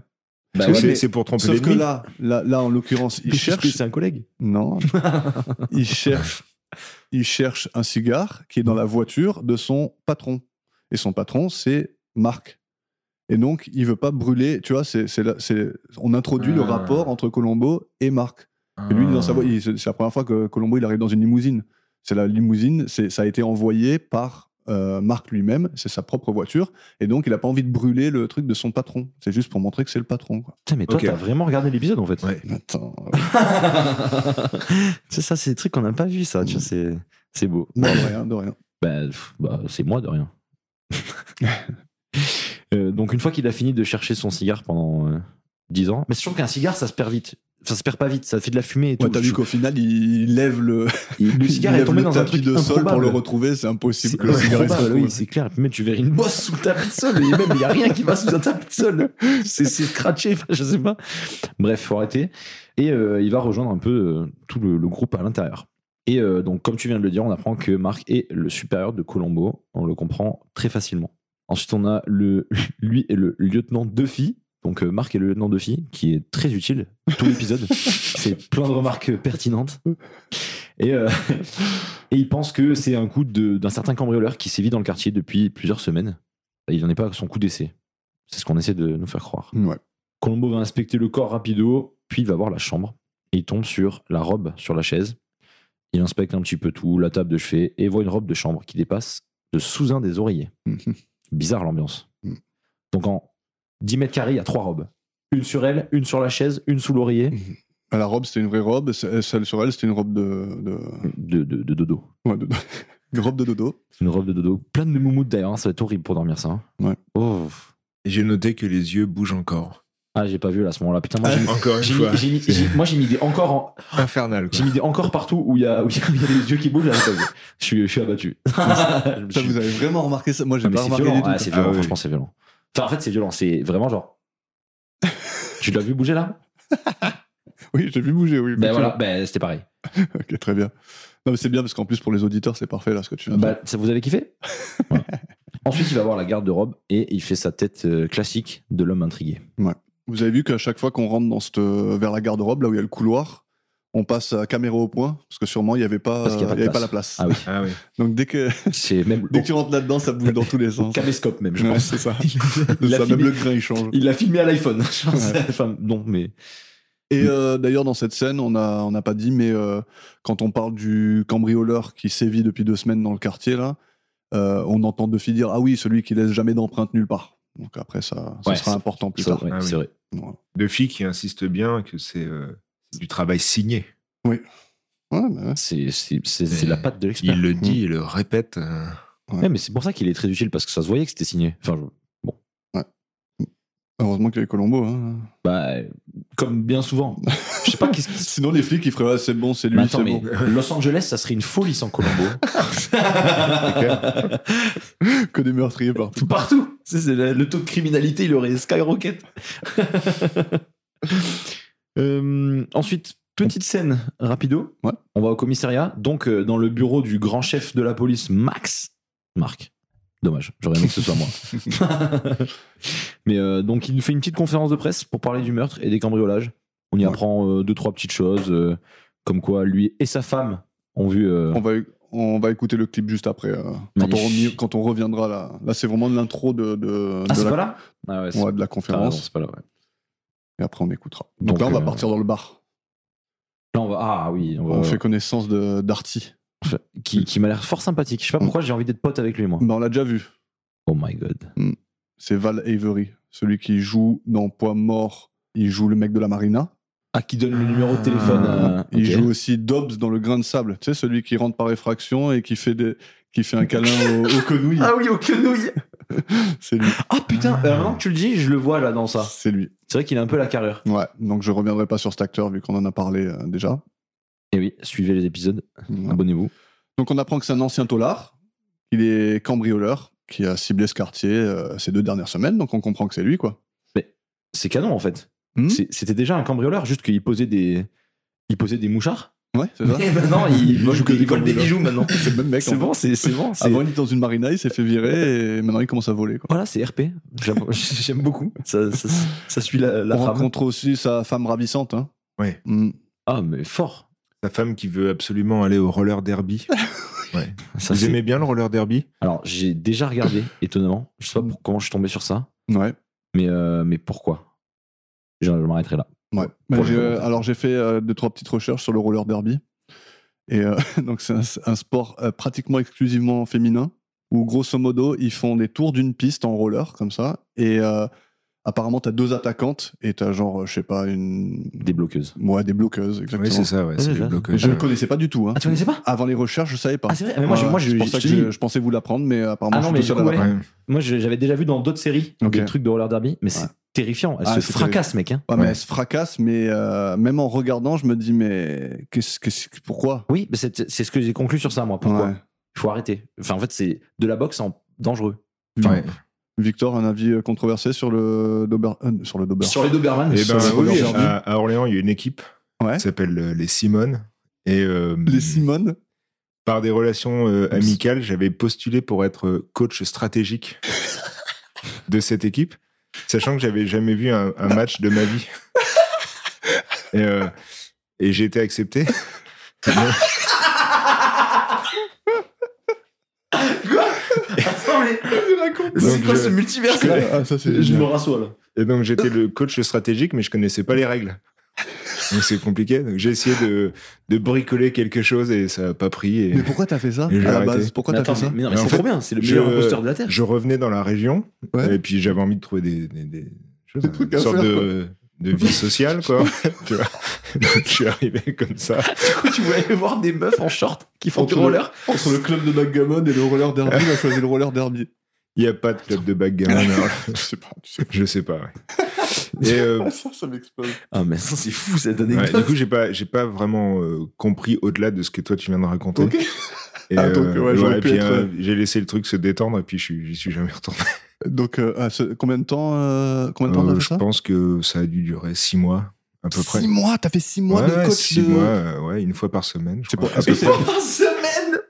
S3: Bah
S5: Parce que
S3: ouais,
S5: c'est-
S3: mais-
S5: c'est pour tromper
S3: Sauf que
S5: l'ennemi.
S3: là, là, là, en l'occurrence, il
S6: Parce que
S3: cherche.
S6: C'est un collègue.
S3: Non. il cherche. Il cherche un cigare qui est dans la voiture de son patron. Et son patron, c'est Marc. Et donc, il veut pas brûler. Tu vois, c'est, c'est là- c'est- on introduit le
S5: Ah.
S3: rapport entre Colombo et Marc. Et lui, il est dans sa voie- il- c'est c'est la première fois que Colombo il arrive dans une limousine. C'est la limousine, c'est- ça a été envoyé par euh, Marc lui-même, c'est sa propre voiture, et donc il a pas envie de brûler le truc de son patron. C'est juste pour montrer que c'est le patron. Quoi.
S6: Putain, mais toi,
S5: Ok.
S6: t'as vraiment regardé l'épisode en fait.
S5: Ouais.
S3: Attends,
S6: c'est ça, c'est des trucs qu'on n'a pas vu, ça. Tu vois,
S3: Mm.
S6: c'est, c'est beau.
S3: non, de rien, de rien.
S6: Bah, pff, bah, c'est moi de rien. Euh, donc, une fois qu'il a fini de chercher son cigare pendant euh, 10 ans, mais c'est sûr qu'un cigare, ça se perd vite. Ça se perd pas vite, ça fait de la fumée et tout.
S3: Ouais, t'as vu qu'au final, il lève le,
S6: Il- le
S3: il
S6: cigare est
S3: lève
S6: tombé
S3: le
S6: dans un
S3: tapis
S6: truc
S3: de sol pour
S6: improbable.
S3: le retrouver, c'est impossible
S6: C'est
S3: que le cigare se
S6: improbable,
S3: retrouve.
S6: oui, c'est clair. Puis même, tu verrais une bosse sous le tapis de sol, et même, il n'y a rien qui va sous un tapis de sol. C'est, c'est scratché, enfin, je sais pas. Bref, faut arrêter. Et euh, il va rejoindre un peu euh, tout le, le groupe à l'intérieur. Et euh, donc, comme tu viens de le dire, on apprend que Marc est le supérieur de Colombo. On le comprend très facilement. Ensuite, on a le, lui et le lieutenant Duffy. Donc, euh, Marc est le lieutenant Duffy, qui est très utile tout l'épisode. C'est plein de remarques pertinentes. Et, euh, et il pense que c'est un coup de- d'un certain cambrioleur qui sévit dans le quartier depuis plusieurs semaines. Il n'en est pas à son coup d'essai. C'est ce qu'on essaie de nous faire croire.
S3: Ouais.
S6: Colombo va inspecter le corps rapido, puis il va voir la chambre. Et il tombe sur la robe sur la chaise. Il inspecte un petit peu tout, la table de chevet, et voit une robe de chambre qui dépasse de sous un des oreillers.
S3: Mhm.
S6: Bizarre l'ambiance.
S3: Mm.
S6: Donc en 10 mètres carrés, il y a trois robes. Une sur elle, une sur la chaise, une sous l'oreiller,
S3: Bah, La robe, c'était une vraie robe, et celle sur elle, c'était une robe de, de-
S6: de, de- de dodo.
S3: ouais, de- une robe de dodo.
S6: Une robe de dodo. Plein de moumoutes d'ailleurs, hein, ça va être horrible pour dormir ça. hein.
S3: Ouais.
S6: Oh.
S5: Et J'ai noté que les yeux bougent encore.
S6: Ah, j'ai pas vu là à ce moment-là. Putain, moi j'ai
S5: Encore une
S6: j'ai mis,
S5: fois.
S6: j'ai mis- j'ai- moi, j'ai mis des encore en-
S5: Infernal, quoi.
S6: j'ai mis des encore partout où il y a, où il y a- où il y a des yeux qui bougent. là, j'ai pas vu. Je suis, je suis abattu. Je me
S3: Ça,
S6: suis-
S3: vous avez vraiment remarqué ça Moi, j'ai
S6: Non, mais
S3: pas
S6: c'est
S3: remarqué
S6: violent,
S3: du tout.
S6: ouais, c'est violent,
S5: Ah oui.
S6: franchement, c'est violent. Enfin, en fait, c'est violent, c'est vraiment genre. tu l'as vu bouger là
S3: Oui, j'ai vu bouger, oui.
S6: Ben
S3: effectivement.
S6: voilà, ben c'était pareil.
S3: Ok, très bien. Non, mais c'est bien parce qu'en plus, pour les auditeurs, c'est parfait là ce que tu viens de dire.
S6: Bah, ça vous avez kiffé Voilà. Ensuite, il va voir la garde-robe et il fait sa tête euh, classique de l'homme intrigué.
S3: Vous avez vu qu'à chaque fois qu'on rentre dans cette, euh, vers la garde-robe, là où il y a le couloir, on passe à caméra au point parce que sûrement il n'y avait pas,
S6: Parce qu'il y a pas de
S3: il y avait
S6: place.
S3: la place.
S6: Ah oui,
S5: Ah oui.
S3: Donc dès que,
S6: c'est même
S3: dès que tu rentres là-dedans, ça bouge dans tous les
S6: au
S3: sens.
S6: caméscope même, je
S3: Ouais,
S6: pense.
S3: c'est ça.
S6: Il l'a
S3: ça même
S6: filmé.
S3: le grain, il change.
S6: Il l'a filmé à l'iPhone. Genre, c'est- enfin, non, mais Mm.
S3: Et euh, d'ailleurs, dans cette scène, on n'a on n'a pas dit, mais euh, quand on parle du cambrioleur qui sévit depuis deux semaines dans le quartier, là, euh, on entend Duffy dire Ah oui, celui qui laisse jamais d'empreinte nulle part. Donc après, ça, ça
S6: Ouais,
S3: sera
S6: ça-
S3: important plus
S6: ça,
S3: tard.
S6: ouais,
S5: Ah oui.
S6: c'est vrai.
S5: Deux filles qui insistent bien que c'est euh, c'est du travail signé.
S3: Ouais, bah ouais.
S6: C'est- C'est c'est- c'est la patte de l'expert.
S5: Il le dit, il le répète. euh,
S6: Ouais, mais c'est pour ça qu'il est très utile parce que ça se voyait que c'était signé. Enfin, je-
S3: Heureusement qu'il y avait Colombo. hein.
S6: bah, euh, comme bien souvent. Je sais pas qu'est-ce qui
S3: Sinon, les flics, ils feraient Ah, c'est bon, c'est lui,
S6: Mais
S3: c'est
S6: attends, mais
S3: bon.
S6: Los Angeles, ça serait une folie sans Colombo.
S3: Que des meurtriers partout.
S6: Partout. C'est- c'est le, le taux de criminalité, il aurait skyrocket. Euh, ensuite, petite scène rapido.
S3: Ouais.
S6: On va au commissariat, donc euh, dans le bureau du grand chef de la police, Max. Marc. Dommage, j'aurais aimé que ce soit moi. Mais euh, donc, il nous fait une petite conférence de presse pour parler du meurtre et des cambriolages. On y
S3: Ouais.
S6: apprend euh, deux, trois petites choses, euh, comme quoi lui et sa femme ont vu. euh,
S3: On va, on va écouter le clip juste après. euh, quand, on
S6: Magnifique.
S3: remi- quand on reviendra là. Là, c'est vraiment de l'intro de, de,
S6: Ah,
S3: de
S6: c'est
S3: la,
S6: pas là Ah ouais, c'est-
S3: ouais, de la
S6: Ah non,
S3: conférence.
S6: c'est pas là, ouais.
S3: et après, on écoutera. Donc,
S6: Donc,
S3: là, on va
S6: euh,
S3: partir dans le bar.
S6: Là, on va. Ah oui, on va.
S3: On fait connaissance de- d'Arty.
S6: qui, qui m'a l'air fort sympathique. Je sais pas pourquoi j'ai envie d'être pote avec lui, moi.
S3: Ben, on l'a déjà vu.
S6: Oh my god.
S3: C'est Val Avery, celui qui joue dans Poids mort. Il joue le mec de la marina. Hein,
S6: Ah, qui donne le numéro de téléphone
S5: Ah.
S6: à.
S3: Il
S6: Ah, Ok.
S3: joue aussi Dobbs dans le grain de sable. Tu sais, celui qui rentre par effraction et qui fait, des, qui fait un câlin aux, aux quenouilles.
S6: Ah oui, au quenouille
S3: C'est lui.
S6: Ah putain, euh, maintenant que tu le dis, je le vois là dans ça.
S3: C'est lui.
S6: C'est vrai qu'il a un peu la carrure.
S3: Ouais, donc je reviendrai pas sur cet acteur vu qu'on en a parlé euh, déjà.
S6: Et Eh oui, suivez les épisodes,
S3: Ouais.
S6: abonnez-vous.
S3: Donc on apprend que c'est un ancien taulard, il est cambrioleur, qui a ciblé ce quartier euh, ces deux dernières semaines, donc on comprend que c'est lui, quoi.
S6: C'est canon en fait.
S3: Hmm.
S6: C'est- C'était déjà un cambrioleur, juste qu'il posait des. Il posait des mouchards.
S3: Ouais, c'est ça.
S6: Et maintenant, Eh ben il,
S3: Il
S6: vole,
S3: joue que
S6: des,
S3: des
S6: il vole des
S3: cambrioleurs.
S6: bijoux maintenant.
S3: C'est le même mec.
S6: C'est
S3: en
S6: bon, c'est c'est
S3: fait.
S6: bon. c'est-
S3: Avant il était dans une marina, il s'est fait virer et maintenant il commence à voler. Quoi.
S6: Voilà, c'est RP. J'aime j'aime beaucoup. Ça, ça- ça suit la, la
S3: on
S6: trame.
S3: rencontre aussi sa femme ravissante. Hein.
S5: Ouais.
S3: Mm.
S6: Ah, mais fort.
S5: Sa femme qui veut absolument aller au roller derby.
S6: Ça,
S5: Vous
S6: c'est-
S5: aimez bien le roller derby
S6: Alors, j'ai déjà regardé, étonnamment. Je sais pas pour- comment je suis tombé sur ça,
S3: Ouais.
S6: mais, euh, mais pourquoi Je, je m'arrêterai là.
S3: ouais.
S6: Pour le
S3: J'ai-
S6: moment.
S3: alors j'ai fait euh, deux, trois petites recherches sur le roller derby. Et euh, donc c'est un, un sport euh, pratiquement exclusivement féminin, où grosso modo, ils font des tours d'une piste en roller, comme ça, et euh, apparemment, t'as deux attaquantes, et t'as genre, euh, je sais pas, une.
S6: Des bloqueuses.
S3: Ouais, des bloqueuses,
S5: Oui,
S3: exactement.
S5: c'est ça, ouais.
S6: c'est
S5: c'est euh, les
S6: ça.
S5: blocages.
S3: je ne connaissais pas du tout. Hein.
S6: Ah, tu connaissais pas
S3: Avant les recherches, je savais pas.
S6: Ah, c'est vrai. Ah, mais moi,
S3: Ouais,
S6: je- moi, je-
S3: c'est pour ça
S6: je
S3: que
S6: te
S3: je,
S6: dis-
S3: je pensais vous l'apprendre, mais apparemment,
S6: Ah non,
S3: je
S6: mais
S3: suis tout
S6: du
S3: seul à
S6: coup,
S3: l'avoir.
S5: Ouais.
S6: Moi, je- j'avais déjà vu dans d'autres séries
S3: Ok.
S6: des trucs de roller derby, mais
S3: Ouais.
S6: c'est terrifiant. Elle
S3: Ah,
S6: se
S3: c'est
S6: fracasse, mec. hein.
S3: Ouais, mais
S5: Ouais.
S3: elle se fracasse, mais euh, même en regardant, je me dis, mais qu'est-ce, qu'est-ce- pourquoi
S6: Oui, mais c'est c'est ce que j'ai conclu sur ça, moi. Pourquoi
S3: Ouais.
S6: Il faut arrêter. Enfin, en fait, c'est de la boxe en dangereux.
S5: Ouais.
S3: Victor, un avis euh, controversé sur le Dober... euh, sur le Dober.
S6: les Doberman,
S5: Et ben,
S3: c'est
S5: oui,
S3: aujourd'hui.
S5: à, à Orléans, il y a une équipe
S3: Ouais.
S5: qui s'appelle euh, les Simones. Et euh,
S3: Les Simone
S5: par des relations euh, amicales, j'avais postulé pour être euh, coach stratégique de cette équipe, sachant que j'avais jamais vu un, un match de ma vie. Et, euh, et j'ai été accepté.
S6: c'est
S5: Donc,
S6: quoi
S5: je-
S6: ce multivers
S3: ah, ah, ça, c'est
S6: Je me
S3: génial.
S6: rassois là.
S5: Et donc j'étais le coach stratégique, mais je connaissais pas les règles. Donc c'est compliqué. Donc j'ai essayé de, de bricoler quelque chose et ça n'a pas pris. Et
S3: Mais pourquoi t'as fait ça à
S5: Et j'ai
S3: la
S5: arrêté.
S3: base Pourquoi
S6: mais
S3: t'as
S6: attends,
S3: fait ça
S6: mais non, mais
S5: Mais en
S6: c'est
S5: fait,
S6: trop bien, c'est le
S5: je-
S6: meilleur imposteur de la Terre.
S5: je revenais dans la région
S3: Ouais.
S5: et puis j'avais envie de trouver des, des, des choses,
S3: Des trucs
S5: une
S3: à
S5: sorte
S3: faire,
S5: de, de vie sociale, quoi. tu vois donc je suis arrivé comme ça.
S6: tu voulais aller voir des meufs en short qui font
S3: Entre
S6: du roller
S3: Entre le club de backgammon et le roller derby, il a choisi le roller derby.
S5: Il n'y a pas de club de backgammon. alors,
S3: Je sais pas. tu
S5: je sais pas. ouais. Et euh,
S3: sais. Ça, ça m'explose.
S6: Ah, mais ça, c'est fou cette
S5: ouais,
S6: anecdote.
S5: du coup, j'ai pas, j'ai pas vraiment euh, compris au-delà de ce que toi tu viens de raconter.
S3: Ok.
S5: Et,
S3: Ah, donc, ouais,
S5: voilà,
S3: j'aurais
S5: et
S3: pu
S5: puis,
S3: être,
S5: euh, j'ai laissé le truc se détendre et puis je suis- j'y suis jamais retourné.
S3: Donc, euh, ah, ce- combien de temps, euh, combien de temps
S5: Euh,
S3: t'as fait
S5: je
S3: ça
S5: pense que ça a dû durer six mois à peu près.
S3: Six mois, t'as fait six mois
S5: ouais,
S3: de coach
S5: six
S3: de.
S5: mois, euh, ouais, une fois par semaine. Je
S3: C'est
S5: crois.
S3: pour- est-ce que c'est-
S6: Par semaine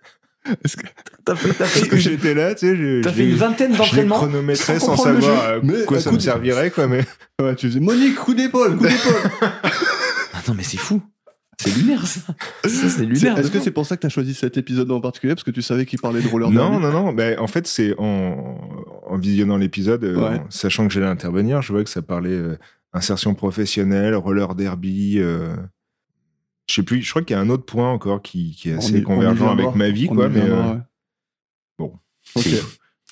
S3: Est-ce que-
S6: T'as fait, t'as
S5: Parce
S6: fait
S5: que
S6: une-
S5: j'étais là, tu sais, je,
S6: t'as
S5: je
S6: fait
S5: l'ai-
S6: une vingtaine
S5: je l'ai
S6: d'entraînements
S5: chronométré
S6: sans
S5: sans,
S6: comprendre le
S5: savoir à
S3: Mais
S5: quoi
S3: à
S5: ça
S3: coup
S5: me
S3: de-
S5: servirait, quoi. Mais
S3: Ouais, tu faisais Monique, coup d'épaule, coup d'épaule.
S6: Ah non, mais c'est fou. C'est lunaire, ça. Ça, c'est
S3: C'est-
S6: lunaire.
S3: Est-ce que c'est pour ça que t'as choisi cet épisode en particulier Parce que tu savais qu'il parlait de roller
S5: non,
S3: derby
S5: non, non. Ben, en fait, c'est en, en visionnant l'épisode, euh,
S3: Ouais.
S5: en sachant que j'allais intervenir, je vois que ça parlait euh, insertion professionnelle, roller derby. euh, je sais plus. Je crois qu'il y a un autre point encore qui, qui est
S3: On
S5: assez
S3: y- on y
S5: convergent
S3: viendra.
S5: avec ma vie,
S3: On
S5: quoi.
S3: y
S5: Mais
S3: viendra,
S5: euh,
S3: ouais.
S5: bon.
S3: Ok.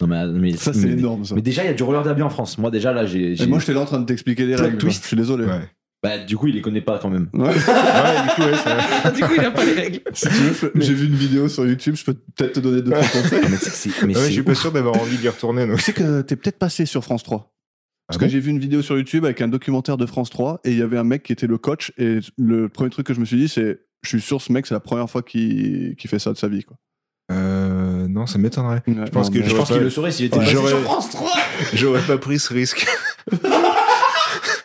S6: Non, mais, mais-
S3: Ça, c'est
S6: mais-
S3: énorme, ça.
S6: Mais déjà, il y a du roller derby en France. Moi, déjà, là, j'ai.
S3: Et
S6: j'ai-
S3: moi, j'étais là en train de t'expliquer les
S6: Plot
S3: règles. quoi.
S6: twist.
S3: Je suis désolé.
S5: euh, ouais. Ah
S6: Bah, du coup, il les connaît pas quand même.
S3: Ouais.
S5: Ouais, du coup, ouais, ça-
S6: du coup, il a pas les règles.
S3: Si tu veux, je peux- j'ai vu une vidéo sur YouTube, je peux peut-être te donner deux trois conseils.
S6: Mais c'est. c'est- Mais
S5: Ah Ouais, je
S6: c'est
S5: suis pas sûr d'avoir envie d'y retourner. donc.
S3: Tu sais que t'es peut-être passé sur France 3. Parce que j'ai vu une vidéo sur YouTube avec un documentaire de France 3 et il y avait un mec qui était le coach et le premier truc que je me suis dit c'est je suis sûr ce mec c'est la première fois qu'il qu'il fait ça de sa vie quoi.
S5: Euh, non, ça m'étonnerait.
S3: Ouais,
S5: pense
S3: non,
S5: que
S3: mais-
S6: Je pense
S5: J'aurais
S6: qu'il
S5: pas-
S6: le saurait s'il était
S5: Ouais.
S6: passé
S5: J'aurais-
S6: sur France 3
S5: J'aurais pas pris ce risque.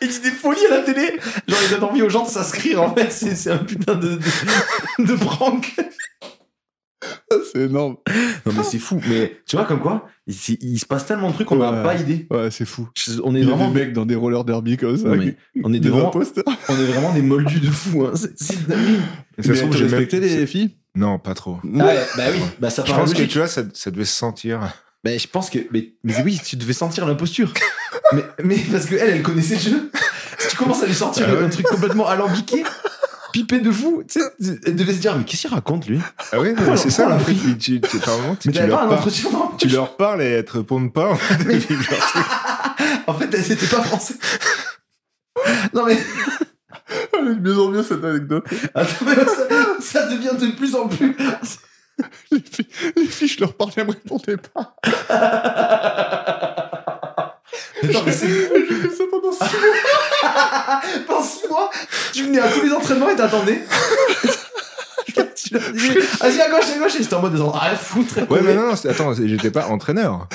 S6: et dit des folies à la télé. Genre, il donne envie aux gens de s'inscrire. En fait, c'est c'est un putain de, de, de prank.
S3: c'est énorme.
S6: Non, mais c'est fou. Mais tu vois, comme quoi, il, c'est- il se passe tellement de trucs qu'on n'a
S3: Ouais.
S6: pas idée.
S3: Ouais c'est fou.
S6: Je- On est
S3: Il y a
S6: vraiment.
S3: des mecs dans des rollers derby comme ça.
S6: Non, mais on est
S3: des
S6: devant-
S3: imposteurs.
S6: On est vraiment des moldus de fou. Hein. C'est- c'est dingue.
S5: Mais ça
S3: Mais
S5: se trouve,
S3: t'as
S5: j'ai même-
S3: respecté les filles
S5: Non, pas trop.
S6: Ah ouais, bah oui, bah ça
S5: Je
S6: paraît
S5: pense que
S6: logique.
S5: tu vois, ça, ça devait se sentir.
S6: Bah, je pense que. Mais, mais oui, tu devais sentir l'imposture. mais, mais parce que elle, elle connaissait le jeu. Si tu commences à lui sortir
S5: Ah ouais.
S6: un truc complètement alambiqué, pipé de fou, tu sais, elle devait se dire Mais qu'est-ce qu'il raconte lui
S5: Ah oui,
S6: Pourquoi
S5: c'est
S6: on-
S5: ça.
S6: pourquoi
S5: En
S6: on
S5: fait,
S6: l'a
S5: tu, tu, tu- par moment, tu,
S6: Mais
S5: tu
S6: t'avais pas
S5: leur
S6: un
S5: parles,
S6: entretien non
S5: tu leur parles et elles te répondent pas. en fait,
S6: Mais-
S5: et puis, genre,
S6: En fait, elle n'était pas française. non mais,
S3: Elle est de mieux en mieux cette anecdote.
S6: attends, mais ça, ça devient de plus en plus.
S3: Les filles, les filles, je leur parlais, elles me répondaient pas.
S6: Attends, mais c'est
S3: J'ai fait ça pendant six mois.
S6: pendant six mois, tu venais à tous les entraînements et t'attendais. tu leur disais, vas-y à gauche, à gauche, et j'étais en mode, ah, rien à foutre.
S5: ouais, mais non, non, c'est- attends, c'est- j'étais pas entraîneur.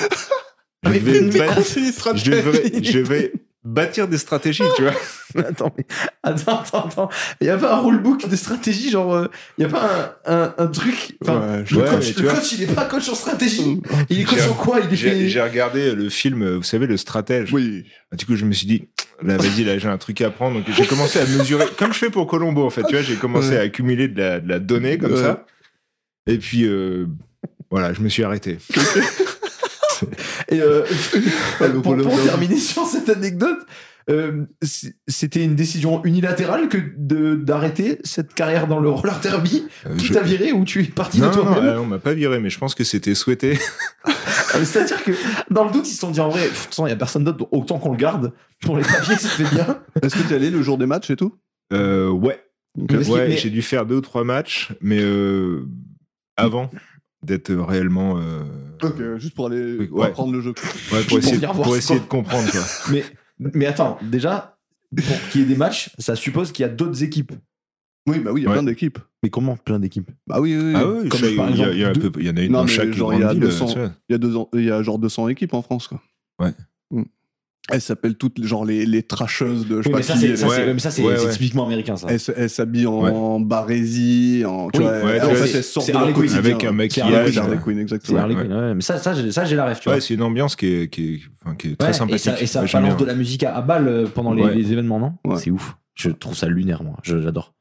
S5: Je
S6: Mais-
S5: vais,
S6: mais-
S5: bat-
S3: C'est une
S5: je,
S3: stratégie.
S5: vais, je vais bâtir des stratégies, tu vois.
S6: Mais Attends, mais... attends, attends, attends. Il y a pas un rulebook de stratégie, genre, euh, il y a pas un, un, un truc. Enfin,
S3: Ouais, je-
S6: le
S5: ouais, mais
S6: coach,
S5: tu
S6: le
S5: vois.
S6: coach, il est pas coach en stratégie. Il est coach
S5: J'ai-
S6: en quoi Il est
S5: J'ai
S6: fait.
S5: j'ai regardé le film, euh, vous savez, Le Stratège. Ah,
S3: Oui.
S5: Du coup, je me suis dit, là, vas-y, là, j'ai un truc à prendre. Donc, j'ai commencé à mesurer, comme je fais pour Colombo, en fait. Tu vois, j'ai commencé
S3: Ouais.
S5: à accumuler de la, de la donnée comme
S3: Ouais.
S5: ça. Et puis, euh, voilà, je me suis arrêté.
S6: Et euh,
S3: Ah, le
S6: pour, pour
S3: roller
S6: terminer sur cette anecdote, euh, c- c'était une décision unilatérale que de- d'arrêter cette carrière dans le roller derby
S5: Euh,
S6: qui
S5: je-
S6: t'a viré ou tu es parti
S5: Non,
S6: de
S5: non,
S6: toi-même.
S5: euh, on m'a pas viré, mais je pense que c'était souhaité.
S6: Mais C'est-à-dire que dans le doute, ils se sont dit en vrai, pff, de toute façon, il n'y a personne d'autre, donc autant qu'on le garde pour les papiers, ça fait bien.
S3: Est-ce que t'es allé le jour des matchs et tout
S5: Euh, ouais,
S3: Ok.
S6: Mais-
S5: Ouais,
S6: mais-
S5: j'ai dû faire deux ou trois matchs, mais euh, avant d'être réellement. euh,
S3: Ok, juste pour aller
S5: Oui,
S3: pour
S5: ouais.
S3: apprendre le jeu.
S5: ouais, pour
S6: Juste pour
S5: essayer,
S6: venir voir
S5: pour
S6: ce
S5: essayer
S6: qu'on-
S5: de comprendre. quoi.
S6: Mais, mais attends, déjà, pour qu'il y ait des matchs, ça suppose qu'il y a d'autres équipes.
S3: Oui, bah oui, il y a
S5: Ouais.
S3: plein d'équipes.
S6: Mais comment plein d'équipes
S3: Bah oui, oui, oui.
S5: Ah ouais,
S6: Comme
S5: je sais,
S6: par
S5: il y a- il y a un
S6: exemple,
S5: peu- il y en a une
S3: Non,
S5: dans
S3: mais
S5: chaque
S3: genre,
S5: grande
S3: il y a
S5: ville.
S3: 200.
S5: tu vois.
S3: Il y a deux ans- il y a genre 200 équipes en France, quoi.
S5: Ouais.
S3: Mm. Elles s'appellent toutes, genre les, les trasheuses de je sais pas
S6: mais, ça,
S3: qui,
S6: c'est-
S3: elles-
S6: ça, c'est-
S5: ouais,
S6: mais ça, c'est
S5: ouais,
S6: c'est
S5: ouais.
S6: typiquement américain, ça.
S3: Elles s- elles s'habillent en barésie, en. Tu
S6: Oui,
S3: vois,
S5: ouais,
S3: elles- en
S5: ouais,
S3: fait,
S6: c'est-
S3: elles sortent
S6: c'est
S3: de leur
S6: Harley Quinn.
S3: quotidien.
S5: Avec un
S6: C'est
S5: maquillage.
S6: Harley
S3: Ouais,
S6: Quinn,
S3: c'est Harley
S5: ouais.
S3: Quinn,
S6: C'est
S3: exactement.
S6: Harley
S5: ouais.
S6: Quinn, ouais, Mais ça, ça, j'ai ça, j'ai la ref, tu
S5: Ouais,
S6: vois.
S5: c'est une ambiance qui est, qui est- enfin, qui est très
S6: Ouais,
S5: sympathique.
S6: Et ça, et ça
S5: Ouais, j'aime
S6: balance
S5: bien.
S6: de la musique à, à balle euh, pendant les,
S5: Ouais.
S6: les événements, non
S3: Ouais.
S6: C'est ouf. Je trouve ça lunaire, moi. Je- J'adore.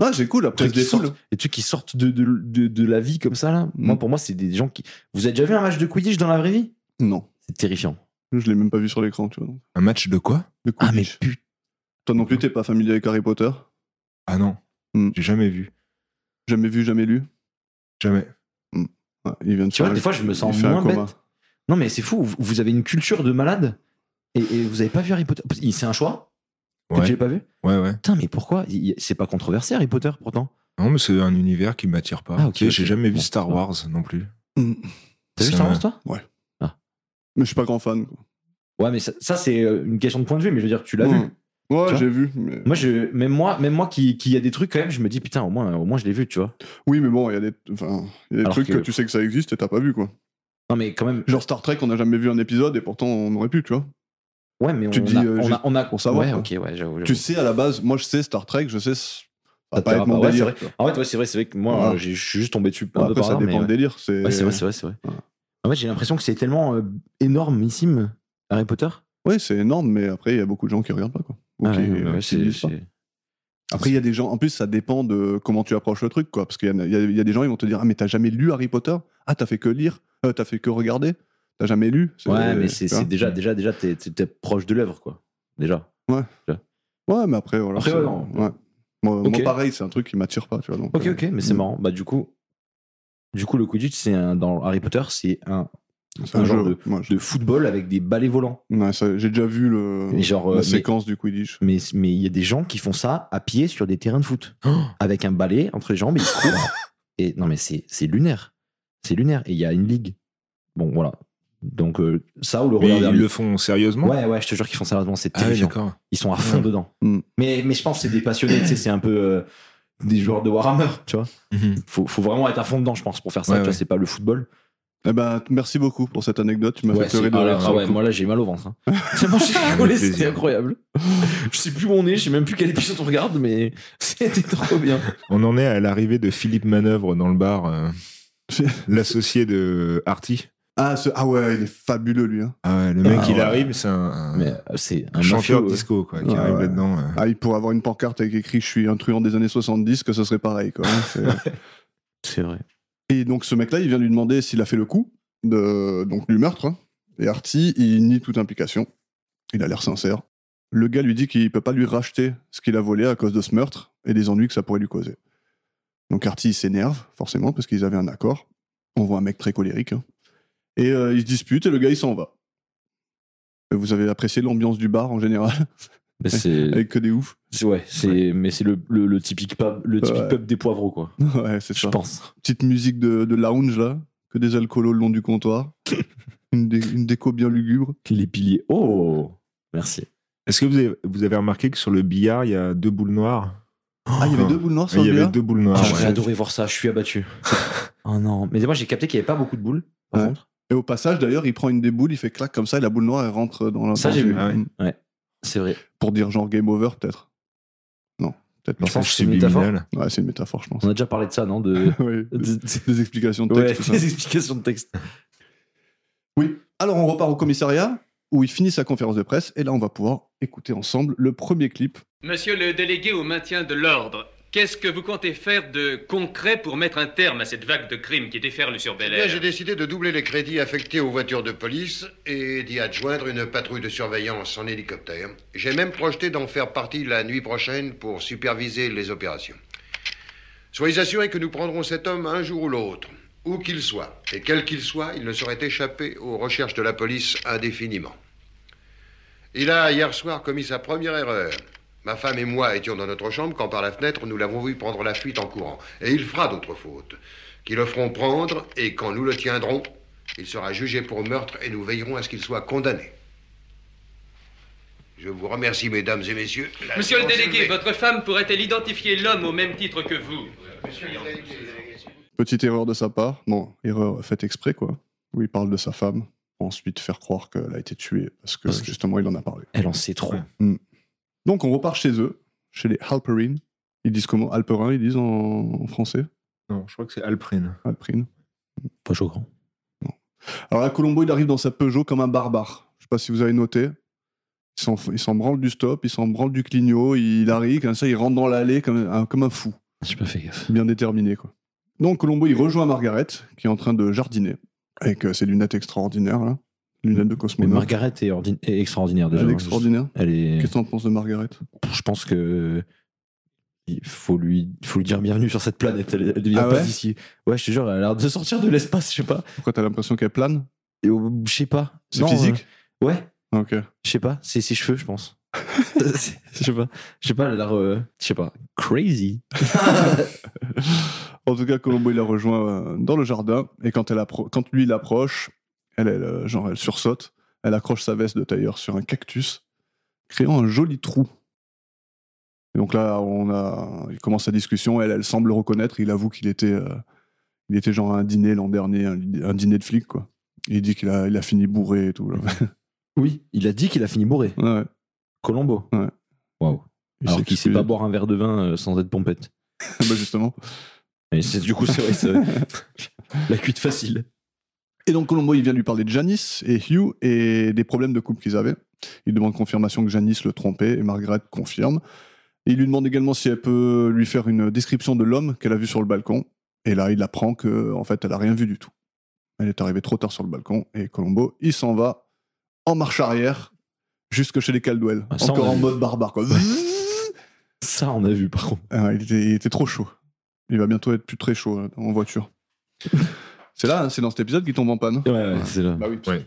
S3: Ah, c'est cool, la
S6: Les
S3: presse
S6: trucs, qui
S3: des foules. hein.
S6: sortent, les trucs qui sortent de, de, de, de la vie comme ça, là. Moi,
S3: Mm.
S6: pour moi, c'est des gens qui. Vous avez déjà vu un match de Quidditch dans la vraie vie
S3: Non,
S6: C'est terrifiant.
S3: je l'ai même pas vu sur l'écran, tu vois. donc.
S5: Un match de quoi
S3: Le
S6: Ah, mais
S3: Quidditch. Toi non plus, t'es pas familier avec Harry Potter
S5: Ah non,
S3: Hmm.
S5: j'ai jamais vu.
S3: Jamais vu, jamais lu
S5: Jamais.
S3: Ouais, Il vient de
S6: Tu vois,
S3: faire-
S6: des fois, je me
S3: il
S6: sens
S3: fait un
S6: moins
S3: coma.
S6: bête. Non, mais c'est fou. Vous- Vous avez une culture de malade et, et vous avez pas vu Harry Potter. Il- C'est un choix que
S5: Ouais.
S6: tu n'as pas vu
S5: Ouais, ouais.
S6: Putain, mais pourquoi Il- il- C'est pas controversé, Harry Potter, pourtant.
S5: Non, mais c'est un univers qui m'attire pas.
S6: Ah, ok,
S5: Tu sais, J'ai
S6: ok.
S5: jamais vu
S6: Bon.
S5: Star Wars non plus.
S3: Mm.
S6: T'as vu
S5: Ça
S6: Star
S5: m'a-
S6: Wars, toi
S3: Mais je suis pas grand fan. quoi.
S6: Ouais, mais ça, ça, c'est euh, une question de point de vue, mais je veux dire, tu l'as vu.
S3: Ouais.
S6: Tu vois
S3: Ouais, j'ai vu. mais-
S6: Moi, je, même moi, même moi qui, qui y a des trucs quand même, je me dis putain, au moins, au moins je l'ai vu, tu vois.
S3: Oui, mais bon, il y a des, enfin, il y a des
S6: Alors
S3: trucs
S6: que-
S3: que... tu sais que ça existe et t'as pas vu, quoi.
S6: Non, mais quand même.
S3: Genre Star Trek, on n'a jamais vu un épisode et pourtant on aurait pu, tu vois.
S6: Ouais, mais
S3: Tu
S6: on,
S3: dis,
S6: a,
S3: euh,
S6: on,
S3: juste
S6: a, on a-
S3: pour savoir,
S6: Ouais,
S3: quoi.
S6: ok, ouais, j'avoue.
S3: Tu
S6: j'avoue.
S3: sais, à la base, moi je sais Star Trek, je sais. c- Ça
S6: Ça
S3: va pas
S6: te
S3: être mon
S6: rappelle- ouais,
S3: délire.
S6: c'est
S3: quoi.
S6: Ah ouais, toi, c'est vrai, c'est vrai que moi,
S3: Voilà.
S6: euh, j'ai- je suis juste tombé dessus un peu
S3: Après,
S6: par
S3: ça
S6: hasard, mais
S3: dépend
S6: ouais.
S3: le délire. C'est
S6: Ouais, c'est vrai, c'est vrai, c'est vrai.
S3: Voilà.
S6: En fait, j'ai l'impression que c'est tellement euh, énormissime, Harry Potter.
S3: Ouais, c'est énorme, mais après, il y a beaucoup de gens qui regardent pas, quoi. Ou
S6: Ah
S3: qui-
S6: ouais, ouais,
S3: euh,
S6: ouais,
S3: qui
S6: c'est-
S3: lisent pas.
S6: c'est-
S3: Après, il y a des gens. En plus, ça dépend de comment tu approches le truc, quoi. Parce qu'il y, en a- il y a- il y a des gens, ils vont te dire Ah, mais t'as jamais lu Harry Potter Ah, t'as fait que lire Euh, T'as fait que regarder T'as jamais lu C'est-
S6: Ouais, mais c'est
S3: tu vois.
S6: c'est déjà, déjà, déjà, t'es t'es- t'es proche de l'œuvre, quoi. Déjà.
S3: Ouais, mais après, voilà.
S6: Après,
S3: c'est-
S6: ouais, non.
S3: ouais. Moi, moi,
S6: Ok.
S3: pareil, c'est un truc qui m'attire pas, tu vois. donc,
S6: Ok,
S3: euh,
S6: ok, mais c'est
S3: mm.
S6: marrant. Bah, du coup, du coup, le Quidditch, c'est un dans Harry Potter, c'est un,
S3: C'est un
S6: genre
S3: jeu.
S6: de,
S3: moi, je-
S6: de football avec des balais volants.
S3: Ouais, ça- J'ai déjà vu le...
S6: Mais genre, euh,
S3: la
S6: mais-
S3: séquence du Quidditch.
S6: Mais mais il y a des gens qui font ça à pied sur des terrains de foot avec un balai entre les jambes, ils courent. et non, mais c'est c'est lunaire, c'est lunaire. Et il y a une ligue. Bon, voilà. Donc euh, ça ou le
S5: Mais
S6: roller
S5: ils
S6: derby.
S5: le font sérieusement
S6: Ouais, ouais, je te jure qu'ils font sérieusement, c'est
S5: Ah oui,
S6: terrifiant.
S5: d'accord.
S6: ils sont à fond
S5: Ouais.
S6: dedans.
S3: Mm.
S6: Mais, mais je pense que c'est des passionnés, tu sais, c'est un peu euh, des joueurs de Warhammer, tu vois.
S5: Mhm.
S6: Faut, faut vraiment être à fond dedans, je pense, pour faire ça.
S5: Ouais,
S6: tu vois,
S5: ouais.
S6: c'est pas le football.
S3: Eh ben, t- merci beaucoup pour cette anecdote. Tu m'as
S6: Ouais,
S3: fait pleurer
S6: c'est-
S3: de
S6: ah là,
S3: rire.
S6: ah
S3: sur le
S6: ouais,
S3: coup.
S6: moi là, j'ai mal au ventre. hein. Tellement j'ai rigolé,
S5: plaisir.
S6: c'était incroyable. Je sais plus où on est, je sais même plus quel épisode on regarde, mais c'était trop bien.
S5: On en est à l'arrivée de Philippe Manœuvre dans le bar, euh, l'associé de Artie.
S3: Ah, ce- ah ouais, il est fabuleux, lui. hein.
S5: Ah ouais, le mec,
S6: Ah
S5: il
S6: ouais.
S5: arrive, c'est un, un-
S6: Mais euh, c'est un
S5: un chanteur
S6: mafieux,
S5: de
S6: ouais.
S5: disco quoi, qui
S3: Ah
S5: arrive
S3: ouais.
S5: là-dedans. euh.
S3: Ah, il pourrait avoir une pancarte avec écrit « Je suis un truand des années 70 », que ce serait pareil, quoi. hein, c'est-
S6: C'est vrai.
S3: Et donc, ce mec-là, il vient lui demander s'il a fait le coup de... donc, du meurtre. hein. Et Artie, il nie toute implication. Il a l'air sincère. Le gars lui dit qu'il peut pas lui racheter ce qu'il a volé à cause de ce meurtre et des ennuis que ça pourrait lui causer. Donc Artie, il s'énerve, forcément, parce qu'ils avaient un accord. On voit un mec très colérique. hein. Et euh, ils se disputent et le gars, il s'en va. Et vous avez apprécié l'ambiance du bar en général,
S6: Mais c'est.
S3: avec que des oufs.
S6: c'est- Ouais, c'est, mais c'est le, le, le typique pub, le typique
S3: Ouais.
S6: pub des poivrons, quoi.
S3: ouais, c'est
S6: Je
S3: ça.
S6: pense.
S3: Petite musique de, de lounge, là, que des alcoolos le long du comptoir. une, dé- une déco bien lugubre.
S6: Les piliers. Oh Merci.
S5: Est-ce que vous avez, vous avez remarqué que sur le billard, il y a deux boules noires
S3: Ah, il y
S5: Oh.
S3: avait deux boules noires sur
S5: Il y
S3: le
S5: avait
S3: billard
S5: deux boules noires.
S6: Ah,
S3: ouais.
S6: J'aurais
S5: ouais.
S6: adoré voir ça, je suis abattu. oh non. Mais moi j'ai capté qu'il n'y avait pas beaucoup de boules, par
S3: Ouais.
S6: contre.
S3: Et au passage, d'ailleurs, il prend une des boules, il fait clac comme ça, et la boule noire, elle rentre dans la.
S6: Ça,
S3: dans
S6: j'ai
S3: une-
S6: vu.
S5: Ah ouais.
S6: C'est vrai.
S3: Pour dire genre game over, peut-être. Non, peut-être pas.
S6: Je pense que c'est une
S5: Subliminal.
S3: Ouais, c'est une métaphore, je pense.
S6: On a déjà parlé de ça, non de...
S3: Oui.
S6: de-
S3: Des explications de
S6: Ouais,
S3: texte. tout ça.
S6: des explications de texte.
S3: Oui. Alors, on repart au commissariat, où il finit sa conférence de presse, et là, on va pouvoir écouter ensemble le premier clip.
S7: Monsieur le délégué au maintien de l'ordre, qu'est-ce que vous comptez faire de concret pour mettre un terme à cette vague de crimes qui déferle sur Bel
S8: Eh bien, j'ai
S7: Air
S8: décidé de doubler les crédits affectés aux voitures de police et d'y adjoindre une patrouille de surveillance en hélicoptère. J'ai même projeté d'en faire partie la nuit prochaine pour superviser les opérations. Soyez assurés que nous prendrons cet homme un jour ou l'autre. Où qu'il soit, et quel qu'il soit, il ne saurait échapper aux recherches de la police indéfiniment. Il a, hier soir, commis sa première erreur. Ma femme et moi étions dans notre chambre quand, par la fenêtre, nous l'avons vu prendre la fuite en courant. Et il fera d'autres fautes, qui le feront prendre, et quand nous le tiendrons, il sera jugé pour meurtre et nous veillerons à ce qu'il soit condamné. Je vous remercie, mesdames et messieurs. La
S7: Monsieur le
S8: séance est
S7: délégué,
S8: levée.
S7: votre femme pourrait-elle identifier l'homme au même titre que vous
S3: Petite erreur de sa part. Non, erreur faite exprès, quoi. Où il parle de sa femme. Ensuite, faire croire qu'elle a été tuée parce que,
S6: Parce que-
S3: justement, il en a parlé.
S6: Elle en sait trop.
S5: Ouais.
S3: Donc, on repart chez eux, chez les Halperin. Ils disent comment Halperin, ils disent en, en français
S5: Non, je crois que c'est Alprine.
S3: Halperin.
S6: Pas choquant.
S3: Alors là, Colombo, il arrive dans sa Peugeot comme un barbare. Je sais pas si vous avez noté. Il s'en- Il s'en branle du stop, il s'en branle du clignot, il arrive, comme ça, il rentre dans l'allée comme un- comme un fou.
S6: J'ai pas fait gaffe.
S3: bien déterminé. Quoi. Donc Colombo, il rejoint Margaret, qui est en train de jardiner, avec euh, ses lunettes extraordinaires, là. lunettes de
S6: Mais
S3: cosmonaute.
S6: Margaret est, ordin- est extraordinaire déjà.
S3: Elle est
S6: hein.
S3: extraordinaire.
S6: Elle est.
S3: Qu'est-ce que t'en penses de Margaret
S6: Je pense que. Il faut lui, faut lui dire bienvenue sur cette planète. Elle, elle vient
S3: Ah
S6: pas
S3: ouais
S6: d'ici. Ouais, je te jure, elle a l'air de sortir de l'espace, je sais pas.
S3: Pourquoi t'as l'impression qu'elle plane
S6: Et au- Je sais pas.
S3: C'est
S6: Non,
S3: physique
S6: euh, Ouais.
S3: Ok.
S6: Je sais pas, c'est ses cheveux, je pense. Je sais pas. Je sais pas, elle a l'air. euh, je sais pas. Crazy.
S3: En tout cas, Colombo, il la rejoint euh, dans le jardin, et quand, elle appro- quand lui, il approche, elle, elle, euh, genre, elle sursaute, elle accroche sa veste de tailleur sur un cactus, créant un joli trou. Et donc là, on a, il commence sa discussion, elle, elle semble le reconnaître, il avoue qu'il était, euh, il était genre à un dîner l'an dernier, un, un dîner de flic, quoi. Il dit qu'il a, il a fini bourré et tout. là.
S6: Oui, il a dit qu'il a fini bourré.
S3: Ouais, ouais.
S6: Colombo.
S3: Ouais.
S6: Waouh.
S3: Il
S6: Alors
S3: s'est
S6: qu'il sait
S3: excusé.
S6: pas boire un verre de vin euh, sans être pompette.
S3: Bah, justement.
S6: Et c'est- du coup, c'est vrai, c'est- la cuite facile.
S3: Et donc Colombo, il vient lui parler de Janice et Hugh et des problèmes de couple qu'ils avaient. Il demande confirmation que Janice le trompait et Margaret confirme. Et il lui demande également si elle peut lui faire une description de l'homme qu'elle a vu sur le balcon. Et là, il apprend que en fait, elle a rien vu du tout. Elle est arrivée trop tard sur le balcon et Colombo, il s'en va en marche arrière jusque chez les Caldwell,
S6: Ah, ça, on
S3: encore
S6: a
S3: en
S6: vu.
S3: mode barbare quoi.
S6: Ça, on a vu, par contre.
S3: Ah, il, était, il était trop chaud. Il va bientôt être plus très chaud euh, en voiture. c'est là, hein, c'est dans cet épisode qu'il tombe en panne.
S6: Ouais, ouais, c'est là.
S3: Bah oui.
S5: Ouais.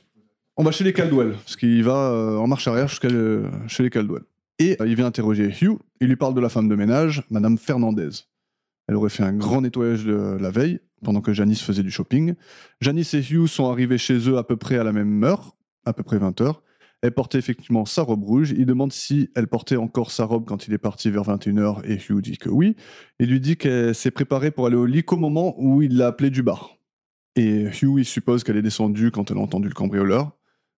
S3: On va chez les Caldwell, parce qu'il va euh, en marche arrière jusqu'à euh, chez les Caldwell. Et euh, il vient interroger Hugh, il lui parle de la femme de ménage, Madame Fernandez. Elle aurait fait un grand nettoyage de la veille, pendant que Janice faisait du shopping. Janice et Hugh sont arrivés chez eux à peu près à la même heure, à peu près 20h. Elle portait effectivement sa robe rouge. Il demande si elle portait encore sa robe quand il est parti vers 21h et Hugh dit que oui. Il lui dit qu'elle s'est préparée pour aller au lit qu'au moment où il l'a appelée du bar. Et Hugh, il suppose qu'elle est descendue quand elle a entendu le cambrioleur.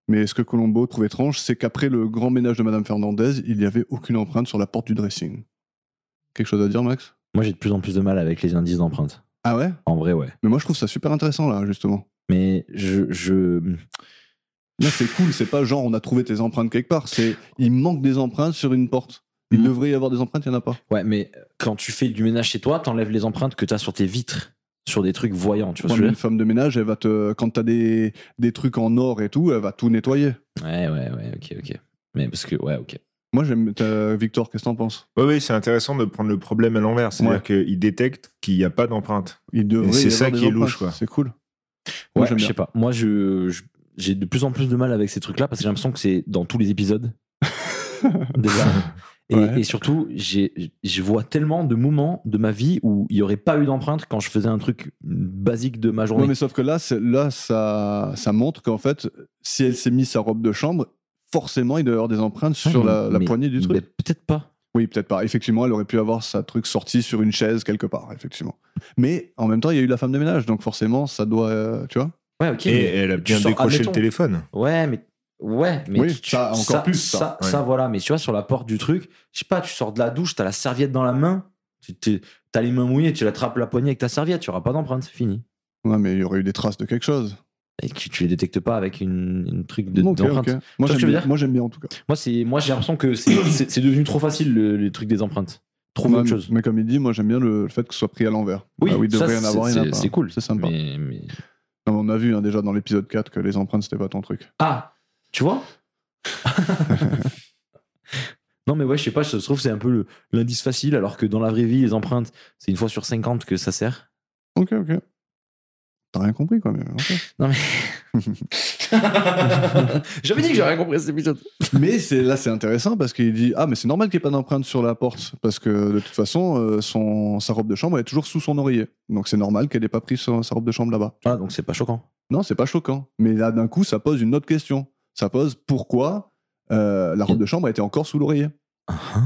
S3: Mais ce que Colombo trouve étrange, c'est qu'après le grand ménage de Madame Fernandez, il n'y avait aucune empreinte sur la porte du dressing. Quelque chose à dire, Max
S6: Moi, j'ai de plus en plus de mal avec les indices d'empreinte.
S3: Ah ouais
S6: En vrai, ouais.
S3: Mais moi, je trouve ça super intéressant, là, justement.
S6: Mais je. je...
S3: Là, c'est cool, c'est pas genre on a trouvé tes empreintes quelque part, c'est il manque des empreintes sur une porte. Il
S6: Mm.
S3: devrait y avoir des empreintes, il n'y en a pas.
S6: Ouais, mais quand tu fais du ménage chez toi, t'enlèves les empreintes que t'as sur tes vitres, sur des trucs voyants, tu vois
S3: Ouais,
S6: ce que je
S3: mais
S6: veux
S3: une femme de ménage, elle va te, quand t'as des, des trucs en or et tout, elle va tout nettoyer.
S6: dire Ouais, ouais, ouais, ok, ok. Mais parce que, ouais, ok.
S3: Moi, j'aime. t'as- Victor, qu'est-ce que t'en penses
S5: Oui, oui, c'est intéressant de prendre le problème à l'envers. C'est-à-dire qu'il détecte qu'il n'y a pas d'empreinte.
S3: Il devrait.
S5: Et c'est
S3: y
S5: ça
S3: avoir des
S5: qui est louche,
S3: empreintes,
S5: quoi.
S3: C'est cool. Moi,
S6: Ouais,
S3: j'aime
S6: je
S3: bien.
S6: sais pas. Moi, je, je- j'ai de plus en plus de mal avec ces trucs-là parce que j'ai l'impression que c'est dans tous les épisodes. Déjà. Et,
S3: Ouais.
S6: et surtout, j'ai, je vois tellement de moments de ma vie où il n'y aurait pas eu d'empreinte quand je faisais un truc basique de ma journée.
S3: Ouais, mais sauf que là, c'est- là ça, ça montre qu'en fait, si elle s'est mis sa robe de chambre, forcément, il doit y avoir des empreintes
S6: Ouais,
S3: sur la, la
S6: mais-
S3: poignée du truc.
S6: mais Peut-être pas.
S3: Oui, peut-être pas. Effectivement, elle aurait pu avoir sa truc sortie sur une chaise quelque part, effectivement. Mais en même temps, il y a eu la femme de ménage, donc forcément, ça doit. euh, tu vois
S6: Ouais, ok.
S5: Et
S6: mais
S5: elle a
S6: tu
S5: bien
S6: sors-
S5: décroché
S6: admettons.
S5: le téléphone.
S6: Ouais, mais. Ouais, mais
S3: Oui, ça, encore plus, ça.
S6: Ça,
S5: Ouais.
S6: ça, voilà, mais tu vois, sur la porte du truc, je sais pas, tu sors de la douche, t'as la serviette dans la main, tu- tu- t'as les mains mouillées, tu l'attrapes la poignée avec ta serviette, tu auras pas d'empreinte, c'est fini.
S3: Ouais, mais il y aurait eu des traces de quelque chose.
S6: Et que tu les détectes pas avec une, une truc de,
S3: Ok,
S6: d'empreinte.
S3: ok. Moi,
S6: Tu vois ce que je
S3: j'aime
S6: veux
S3: bien.
S6: dire
S3: Moi, j'aime bien, en tout cas.
S6: Moi, c'est, moi, j'ai l'impression que c'est, c'est- c'est devenu trop facile le, les trucs des empreintes. Trouve
S3: Moi,
S6: autre chose.
S3: Mais comme il dit, moi, j'aime bien le, le fait que ce soit pris à l'envers. Ah il
S6: ça,
S3: devrait y en
S6: c'est-
S3: avoir, il y en a
S6: c'est,
S3: pas.
S6: c'est cool.
S3: C'est sympa.
S6: Mais- mais-
S3: Non, mais on a vu hein, déjà dans l'épisode 4 que les empreintes, c'était pas ton truc.
S6: Ah, tu vois Non, mais ouais, je sais pas, je trouve que c'est un peu le- l'indice facile, alors que dans la vraie vie, les empreintes, c'est une fois sur 50 que ça sert.
S3: Ok, ok. T'as rien compris, quoi. mais ok.
S4: J'avais dit que j'avais rien compris à cet épisode.
S3: Mais c'est là, c'est intéressant parce qu'il dit Ah, mais c'est normal qu'il n'y ait pas d'empreinte sur la porte, parce que de toute façon, euh, son, sa robe de chambre elle est toujours sous son oreiller. Donc c'est normal qu'elle n'ait pas pris son- sa robe de chambre là-bas.
S4: Ah, donc c'est pas choquant.
S3: Non, c'est pas choquant. Mais là, d'un coup, ça pose une autre question. Ça pose pourquoi euh, la robe de chambre était encore sous l'oreiller.
S4: Ah, ah.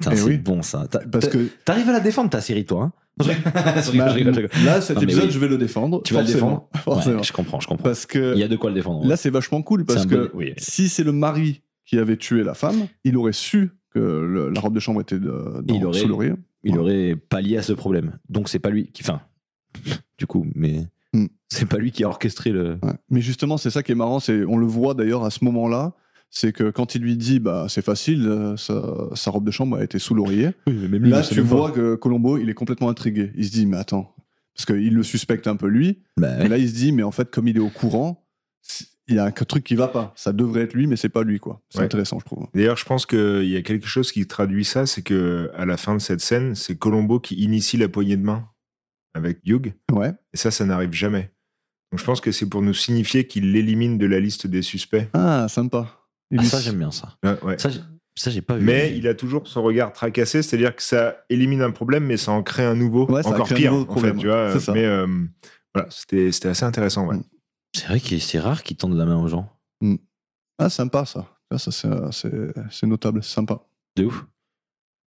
S4: Putain,
S3: Eh
S4: c'est
S3: oui.
S4: bon ça. T'a-
S3: Parce
S4: t'a-
S3: que
S4: T'arrives à la défendre ta série, toi. hein Je rigole, je rigole, je rigole, je Euh, rigole.
S3: là, cet
S4: Non, mais
S3: épisode,
S4: oui.
S3: je vais le défendre.
S4: Tu vas le
S3: forcément. Forcément.
S4: Ouais, je comprends, je comprends.
S3: Parce que
S4: Il y a de quoi le défendre. ouais.
S3: là, c'est vachement cool parce
S4: un
S3: que
S4: bon- oui.
S3: si c'est le mari qui avait tué la femme, il aurait su que le- la robe de chambre était de,
S4: Il
S3: dans-
S4: aurait-
S3: sous l'oreiller.
S4: il
S3: Ouais.
S4: aurait pallié à ce problème. Donc c'est pas lui qui. Enfin, du coup, mais
S3: Hmm.
S4: c'est pas lui qui a orchestré le.
S3: Ouais. Mais justement, c'est ça qui est marrant, c'est on le voit d'ailleurs à ce moment-là, c'est que quand il lui dit bah c'est facile, euh, sa, sa robe de chambre a été sous l'oreiller. Là, tu vois que Colombo, il est complètement intrigué. Il se dit mais attends, parce qu'il le suspecte un peu lui.
S4: Bah, ouais.
S3: Et là, il se dit mais en fait, comme il est au courant, c'est- il y a un truc qui va pas. Ça devrait être lui, mais c'est pas lui quoi. C'est
S5: Ouais.
S3: intéressant, je trouve.
S5: D'ailleurs, je pense qu'il y a quelque chose qui traduit ça, c'est que à la fin de cette scène, c'est Colombo qui initie la poignée de main avec Hugh,
S3: Ouais.
S5: et ça, ça n'arrive jamais. Donc, je pense que c'est pour nous signifier qu'il l'élimine de la liste des suspects.
S3: Ah, sympa. Il
S4: Ah,
S3: lui-
S4: ça, j'aime bien ça.
S5: Ouais, ouais.
S4: Ça, j'ai- ça, j'ai pas vu.
S5: Mais il a toujours son regard tracassé, c'est-à-dire que ça élimine un problème, mais ça en crée un nouveau,
S3: Ouais, ça
S5: encore
S3: crée un
S5: pire,
S3: nouveau
S5: en
S3: problème,
S5: fait, tu vois.
S3: c'est ça.
S5: Mais euh, voilà, c'était c'était assez intéressant, ouais.
S3: Mm.
S4: C'est vrai que c'est rare qu'il tende la main aux gens.
S3: Ah, sympa ça. Ah, ça c'est- c'est c'est notable, c'est sympa.
S4: De ouf.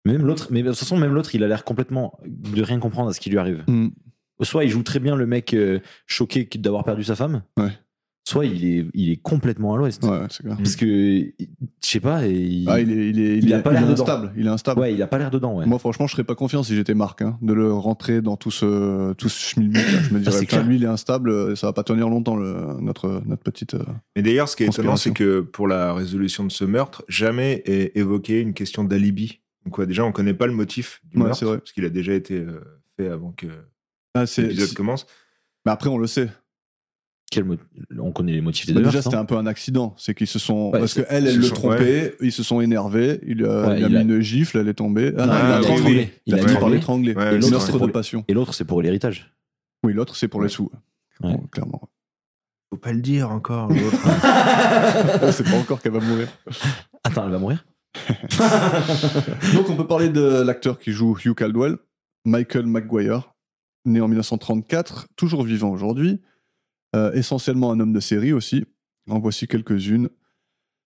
S4: Même l'autre, mais de toute façon, même l'autre, il a l'air complètement de rien comprendre à ce qui lui arrive.
S3: Hmm.
S4: Soit il joue très bien le mec euh, choqué qu- d'avoir perdu sa femme.
S3: Ouais.
S4: Soit il est, il est complètement à l'ouest.
S3: Ouais, ouais, c'est clair.
S4: Parce que, il- je sais pas, et il,
S3: Ah, il est, il est,
S4: Il a pas l'air dedans.
S3: instable. Il est instable.
S4: ouais, il a pas l'air dedans. Ouais.
S3: Moi, franchement, je serais pas confiant si j'étais Marc, hein, de le rentrer dans tout ce, tout ce schmilblick, là. Je me dirais,
S4: Ah, c'est
S3: putain,
S4: clair.
S3: lui, il est instable, euh, ça va pas tenir longtemps, le- notre, notre petite. euh,
S5: Mais d'ailleurs, ce qui est étonnant, c'est
S3: Conspiration.
S5: que pour la résolution de ce meurtre, jamais est évoquée une question d'alibi. Donc, ouais, déjà, on connaît pas le motif du
S3: Ouais,
S5: meurtre,
S3: c'est vrai.
S5: parce qu'il a déjà été euh, fait avant que
S3: Ah, c'est-
S5: l'épisode
S3: si-
S5: commence.
S3: Mais après, on le sait.
S4: Quel mo- On connaît les motifs des
S3: Bah,
S4: deux.
S3: déjà,
S4: meurtres,
S3: c'était
S4: non
S3: un peu un accident. C'est qu'ils se sont.
S4: Ouais,
S3: Parce
S4: c'est-
S3: qu'elle, elle
S5: ils se
S3: le
S5: sont-
S3: trompait, ils se sont énervés, il, a-
S4: Ouais,
S3: il a
S4: il
S3: mis
S4: a-
S3: une gifle, elle est tombée. Ah,
S4: Non,
S3: non,
S5: Ah,
S3: il a
S5: oui,
S3: étranglé.
S5: oui.
S4: Il a
S3: fini
S4: étranglé.
S3: par l'étrangler.
S5: Ouais,
S4: l'autre,
S3: Meurtre
S4: c'est pour
S3: de
S4: le-
S3: passion.
S4: Et l'autre, c'est pour l'héritage.
S3: Oui, l'autre, c'est pour les sous.
S4: Ouais.
S3: Bon, clairement.
S5: Faut pas le dire encore. l'autre.
S3: On sait pas encore qu'elle va mourir.
S4: Attends, elle va mourir
S3: Donc on peut parler de l'acteur qui joue Hugh Caldwell, Michael McGuire, né en 1934, toujours vivant aujourd'hui, euh, essentiellement un homme de série aussi. En voici quelques-unes.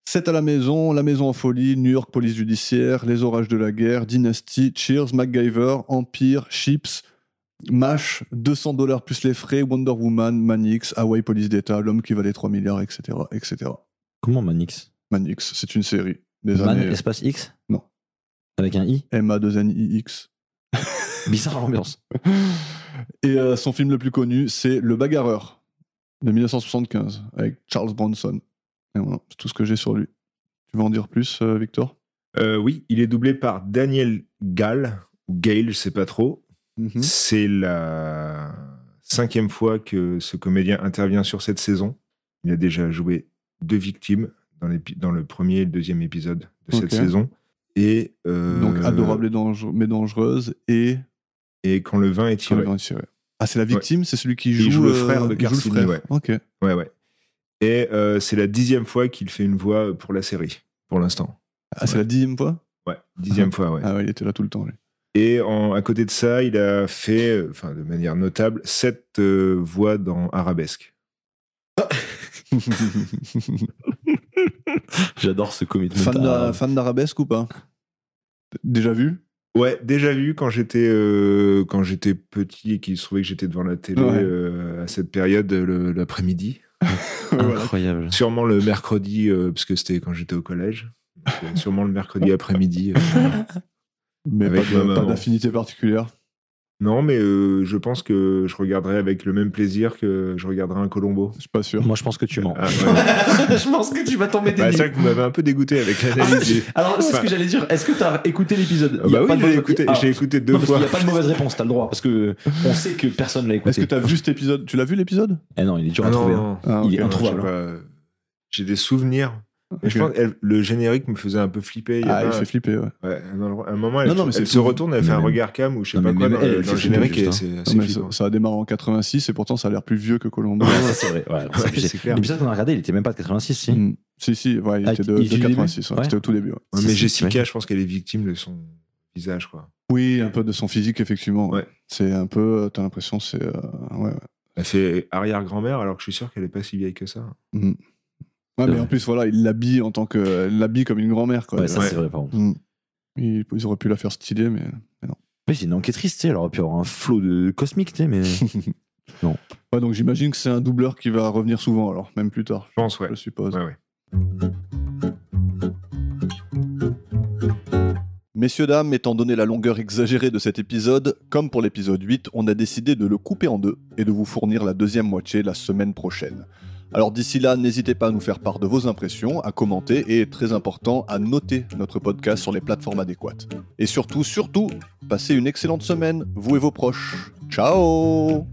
S3: C'est à la maison, La maison en folie, New York police judiciaire, Les orages de la guerre, Dynasty, Cheers, MacGyver, Empire, Chips, MASH, 200 dollars plus les frais, Wonder Woman, Manix, Hawaii police d'État, L'homme qui valait 3 milliards, etc. etc.
S4: Comment Manix
S3: Manix, c'est une série des
S4: Man
S3: années euh,
S4: espace X
S3: Non.
S4: Avec un I
S3: MA2NIX.
S4: Bizarre l'ambiance.
S3: Et euh, son film le plus connu, c'est Le Bagarreur de 1975 avec Charles Bronson. Et voilà, c'est tout ce que j'ai sur lui. Tu veux en dire plus, euh, Victor
S5: Euh, oui, il est doublé par Daniel Gall, ou Gale, je sais pas trop.
S3: Hmm.
S5: C'est la cinquième fois que ce comédien intervient sur cette saison. Il a déjà joué deux victimes dans, l'épi- dans le premier et le deuxième épisode de
S3: Ok.
S5: cette saison. Et, euh,
S3: Donc Adorable et dangereux, mais dangereuse et
S5: Et quand le vin est
S3: Quand
S5: tiré.
S3: le vent est tiré. Ah, c'est la victime, c'est celui qui
S5: Il
S3: joue,
S5: joue le
S3: euh,
S5: frère
S3: il joue le
S5: de Carcini,
S3: frère.
S5: ouais.
S3: Ok.
S5: Ouais, ouais. Et euh, c'est la dixième fois qu'il fait une voix pour la série, pour l'instant.
S3: Ah, c'est la dixième fois
S5: Ouais, dixième fois, ouais.
S3: Ah ouais, il était là tout le temps. lui.
S5: Et en- à côté de ça, il a fait, euh, enfin de manière notable, sept euh, voix dans Arabesque.
S4: J'adore ce commitment.
S3: fan
S4: à-
S3: d'a- fan d'arabesque ou pas Déjà vu
S5: Ouais, déjà vu quand j'étais euh, quand j'étais petit et qu'il se trouvait que j'étais devant la télé
S3: Ouais.
S5: euh, à cette période le- l'après-midi.
S3: Voilà.
S4: Incroyable.
S5: Sûrement le mercredi, euh, parce que c'était quand j'étais au collège. Donc, euh, sûrement le mercredi après-midi. euh.
S3: Mais
S5: Avec
S3: pas de-
S5: ma
S3: pas
S5: maman.
S3: d'affinité particulière.
S5: Non, mais euh, je pense que je regarderai avec le même plaisir que je regarderai un Colombo.
S3: Je suis pas sûr. Euh,
S4: Moi, je pense que tu mens.
S5: Ah, ouais.
S4: je pense que tu vas tomber
S5: Bah, c'est vrai que vous m'avez un peu dégoûté avec l'analyse. du-
S4: Alors, c'est ce
S5: Enfin-
S4: que j'allais dire. Est-ce que t'as écouté l'épisode
S5: Ah
S4: Il y a
S5: bah
S4: pas
S5: oui,
S4: de
S5: je l'ai
S4: mauvaise-
S5: écouté,
S4: Ah,
S5: je l'ai écouté deux
S4: non, parce
S5: fois.
S4: qu'il n'y a pas de mauvaise réponse, t'as le droit, parce que on sait que personne l'a écouté.
S3: Est-ce que t'as vu cet épisode Tu l'as vu l'épisode
S4: Eh non, il est dur
S5: Ah
S4: à trouver. hein.
S5: non,
S3: Ah,
S4: Il
S3: ok.
S4: est
S5: Non,
S4: introuvable,
S5: je sais pas. J'ai des souvenirs. Mais je
S3: Ok.
S5: pense qu'elle- le générique me faisait un peu flipper. Il y
S3: Ah,
S5: avait
S3: il
S5: un-
S3: fait flipper, ouais.
S5: ouais, dans le- à un moment, elle,
S6: Non, non, mais
S5: elle
S6: c'est
S5: se
S6: tout.
S5: retourne, elle fait
S6: Non,
S5: un
S6: mais-
S5: regard cam ou je sais
S6: Non,
S5: pas
S6: mais
S5: quoi
S6: même
S5: dans,
S6: elle,
S5: le-
S6: elle
S5: dans
S6: fait
S5: le
S6: flipper,
S5: générique. et
S6: juste,
S5: C'est
S3: hein. Non,
S5: c'est
S3: mais ça,
S5: flippant.
S3: ça a démarré en 86 et pourtant ça a l'air plus vieux que Colombo.
S6: Ouais, ça, c'est vrai. Ouais,
S5: Ouais,
S6: c'est obligé.
S5: c'est clair.
S6: L'épisode qu'on a regardé, il était même pas de 86, Ah, si.
S3: Mm. Si, si, ouais, il
S6: Ah,
S3: était de,
S6: il est
S3: de
S6: du
S3: 86, ouais,
S6: début
S3: c'était au tout début. ouais.
S5: Ouais,
S6: Si,
S5: mais
S6: si,
S5: Jessica,
S6: t'imagines.
S5: je pense qu'elle est victime de son visage, quoi.
S3: Oui, un peu de son physique, effectivement.
S5: Ouais.
S3: C'est un peu, euh, t'as l'impression, c'est. euh, ouais, ouais.
S5: Elle fait arrière-grand-mère, alors que je suis sûr qu'elle est pas si vieille que ça.
S3: Ouais, mais
S6: vrai.
S3: en plus, voilà, il l'habille en tant que. elle l'habille comme une grand-mère, quoi.
S6: Ouais, ça,
S5: Ouais.
S6: c'est vrai, par contre.
S3: Mm. Il- ils auraient pu la faire stylée, mais.
S6: Mais c'est une enquêtrice, tu sais, elle aurait pu avoir un flot de cosmique, tu sais, mais.
S3: Ouais, donc j'imagine que c'est un doubleur qui va revenir souvent, alors, même plus tard,
S5: Je pense, ouais.
S3: je suppose.
S5: Ouais, ouais.
S9: Messieurs, dames, étant donné la longueur exagérée de cet épisode, comme pour l'épisode 8, on a décidé de le couper en deux et de vous fournir la deuxième moitié la semaine prochaine. Alors d'ici là, n'hésitez pas à nous faire part de vos impressions, à commenter et, très important, à noter notre podcast sur les plateformes adéquates. Et surtout, surtout, passez une excellente semaine, vous et vos proches. Ciao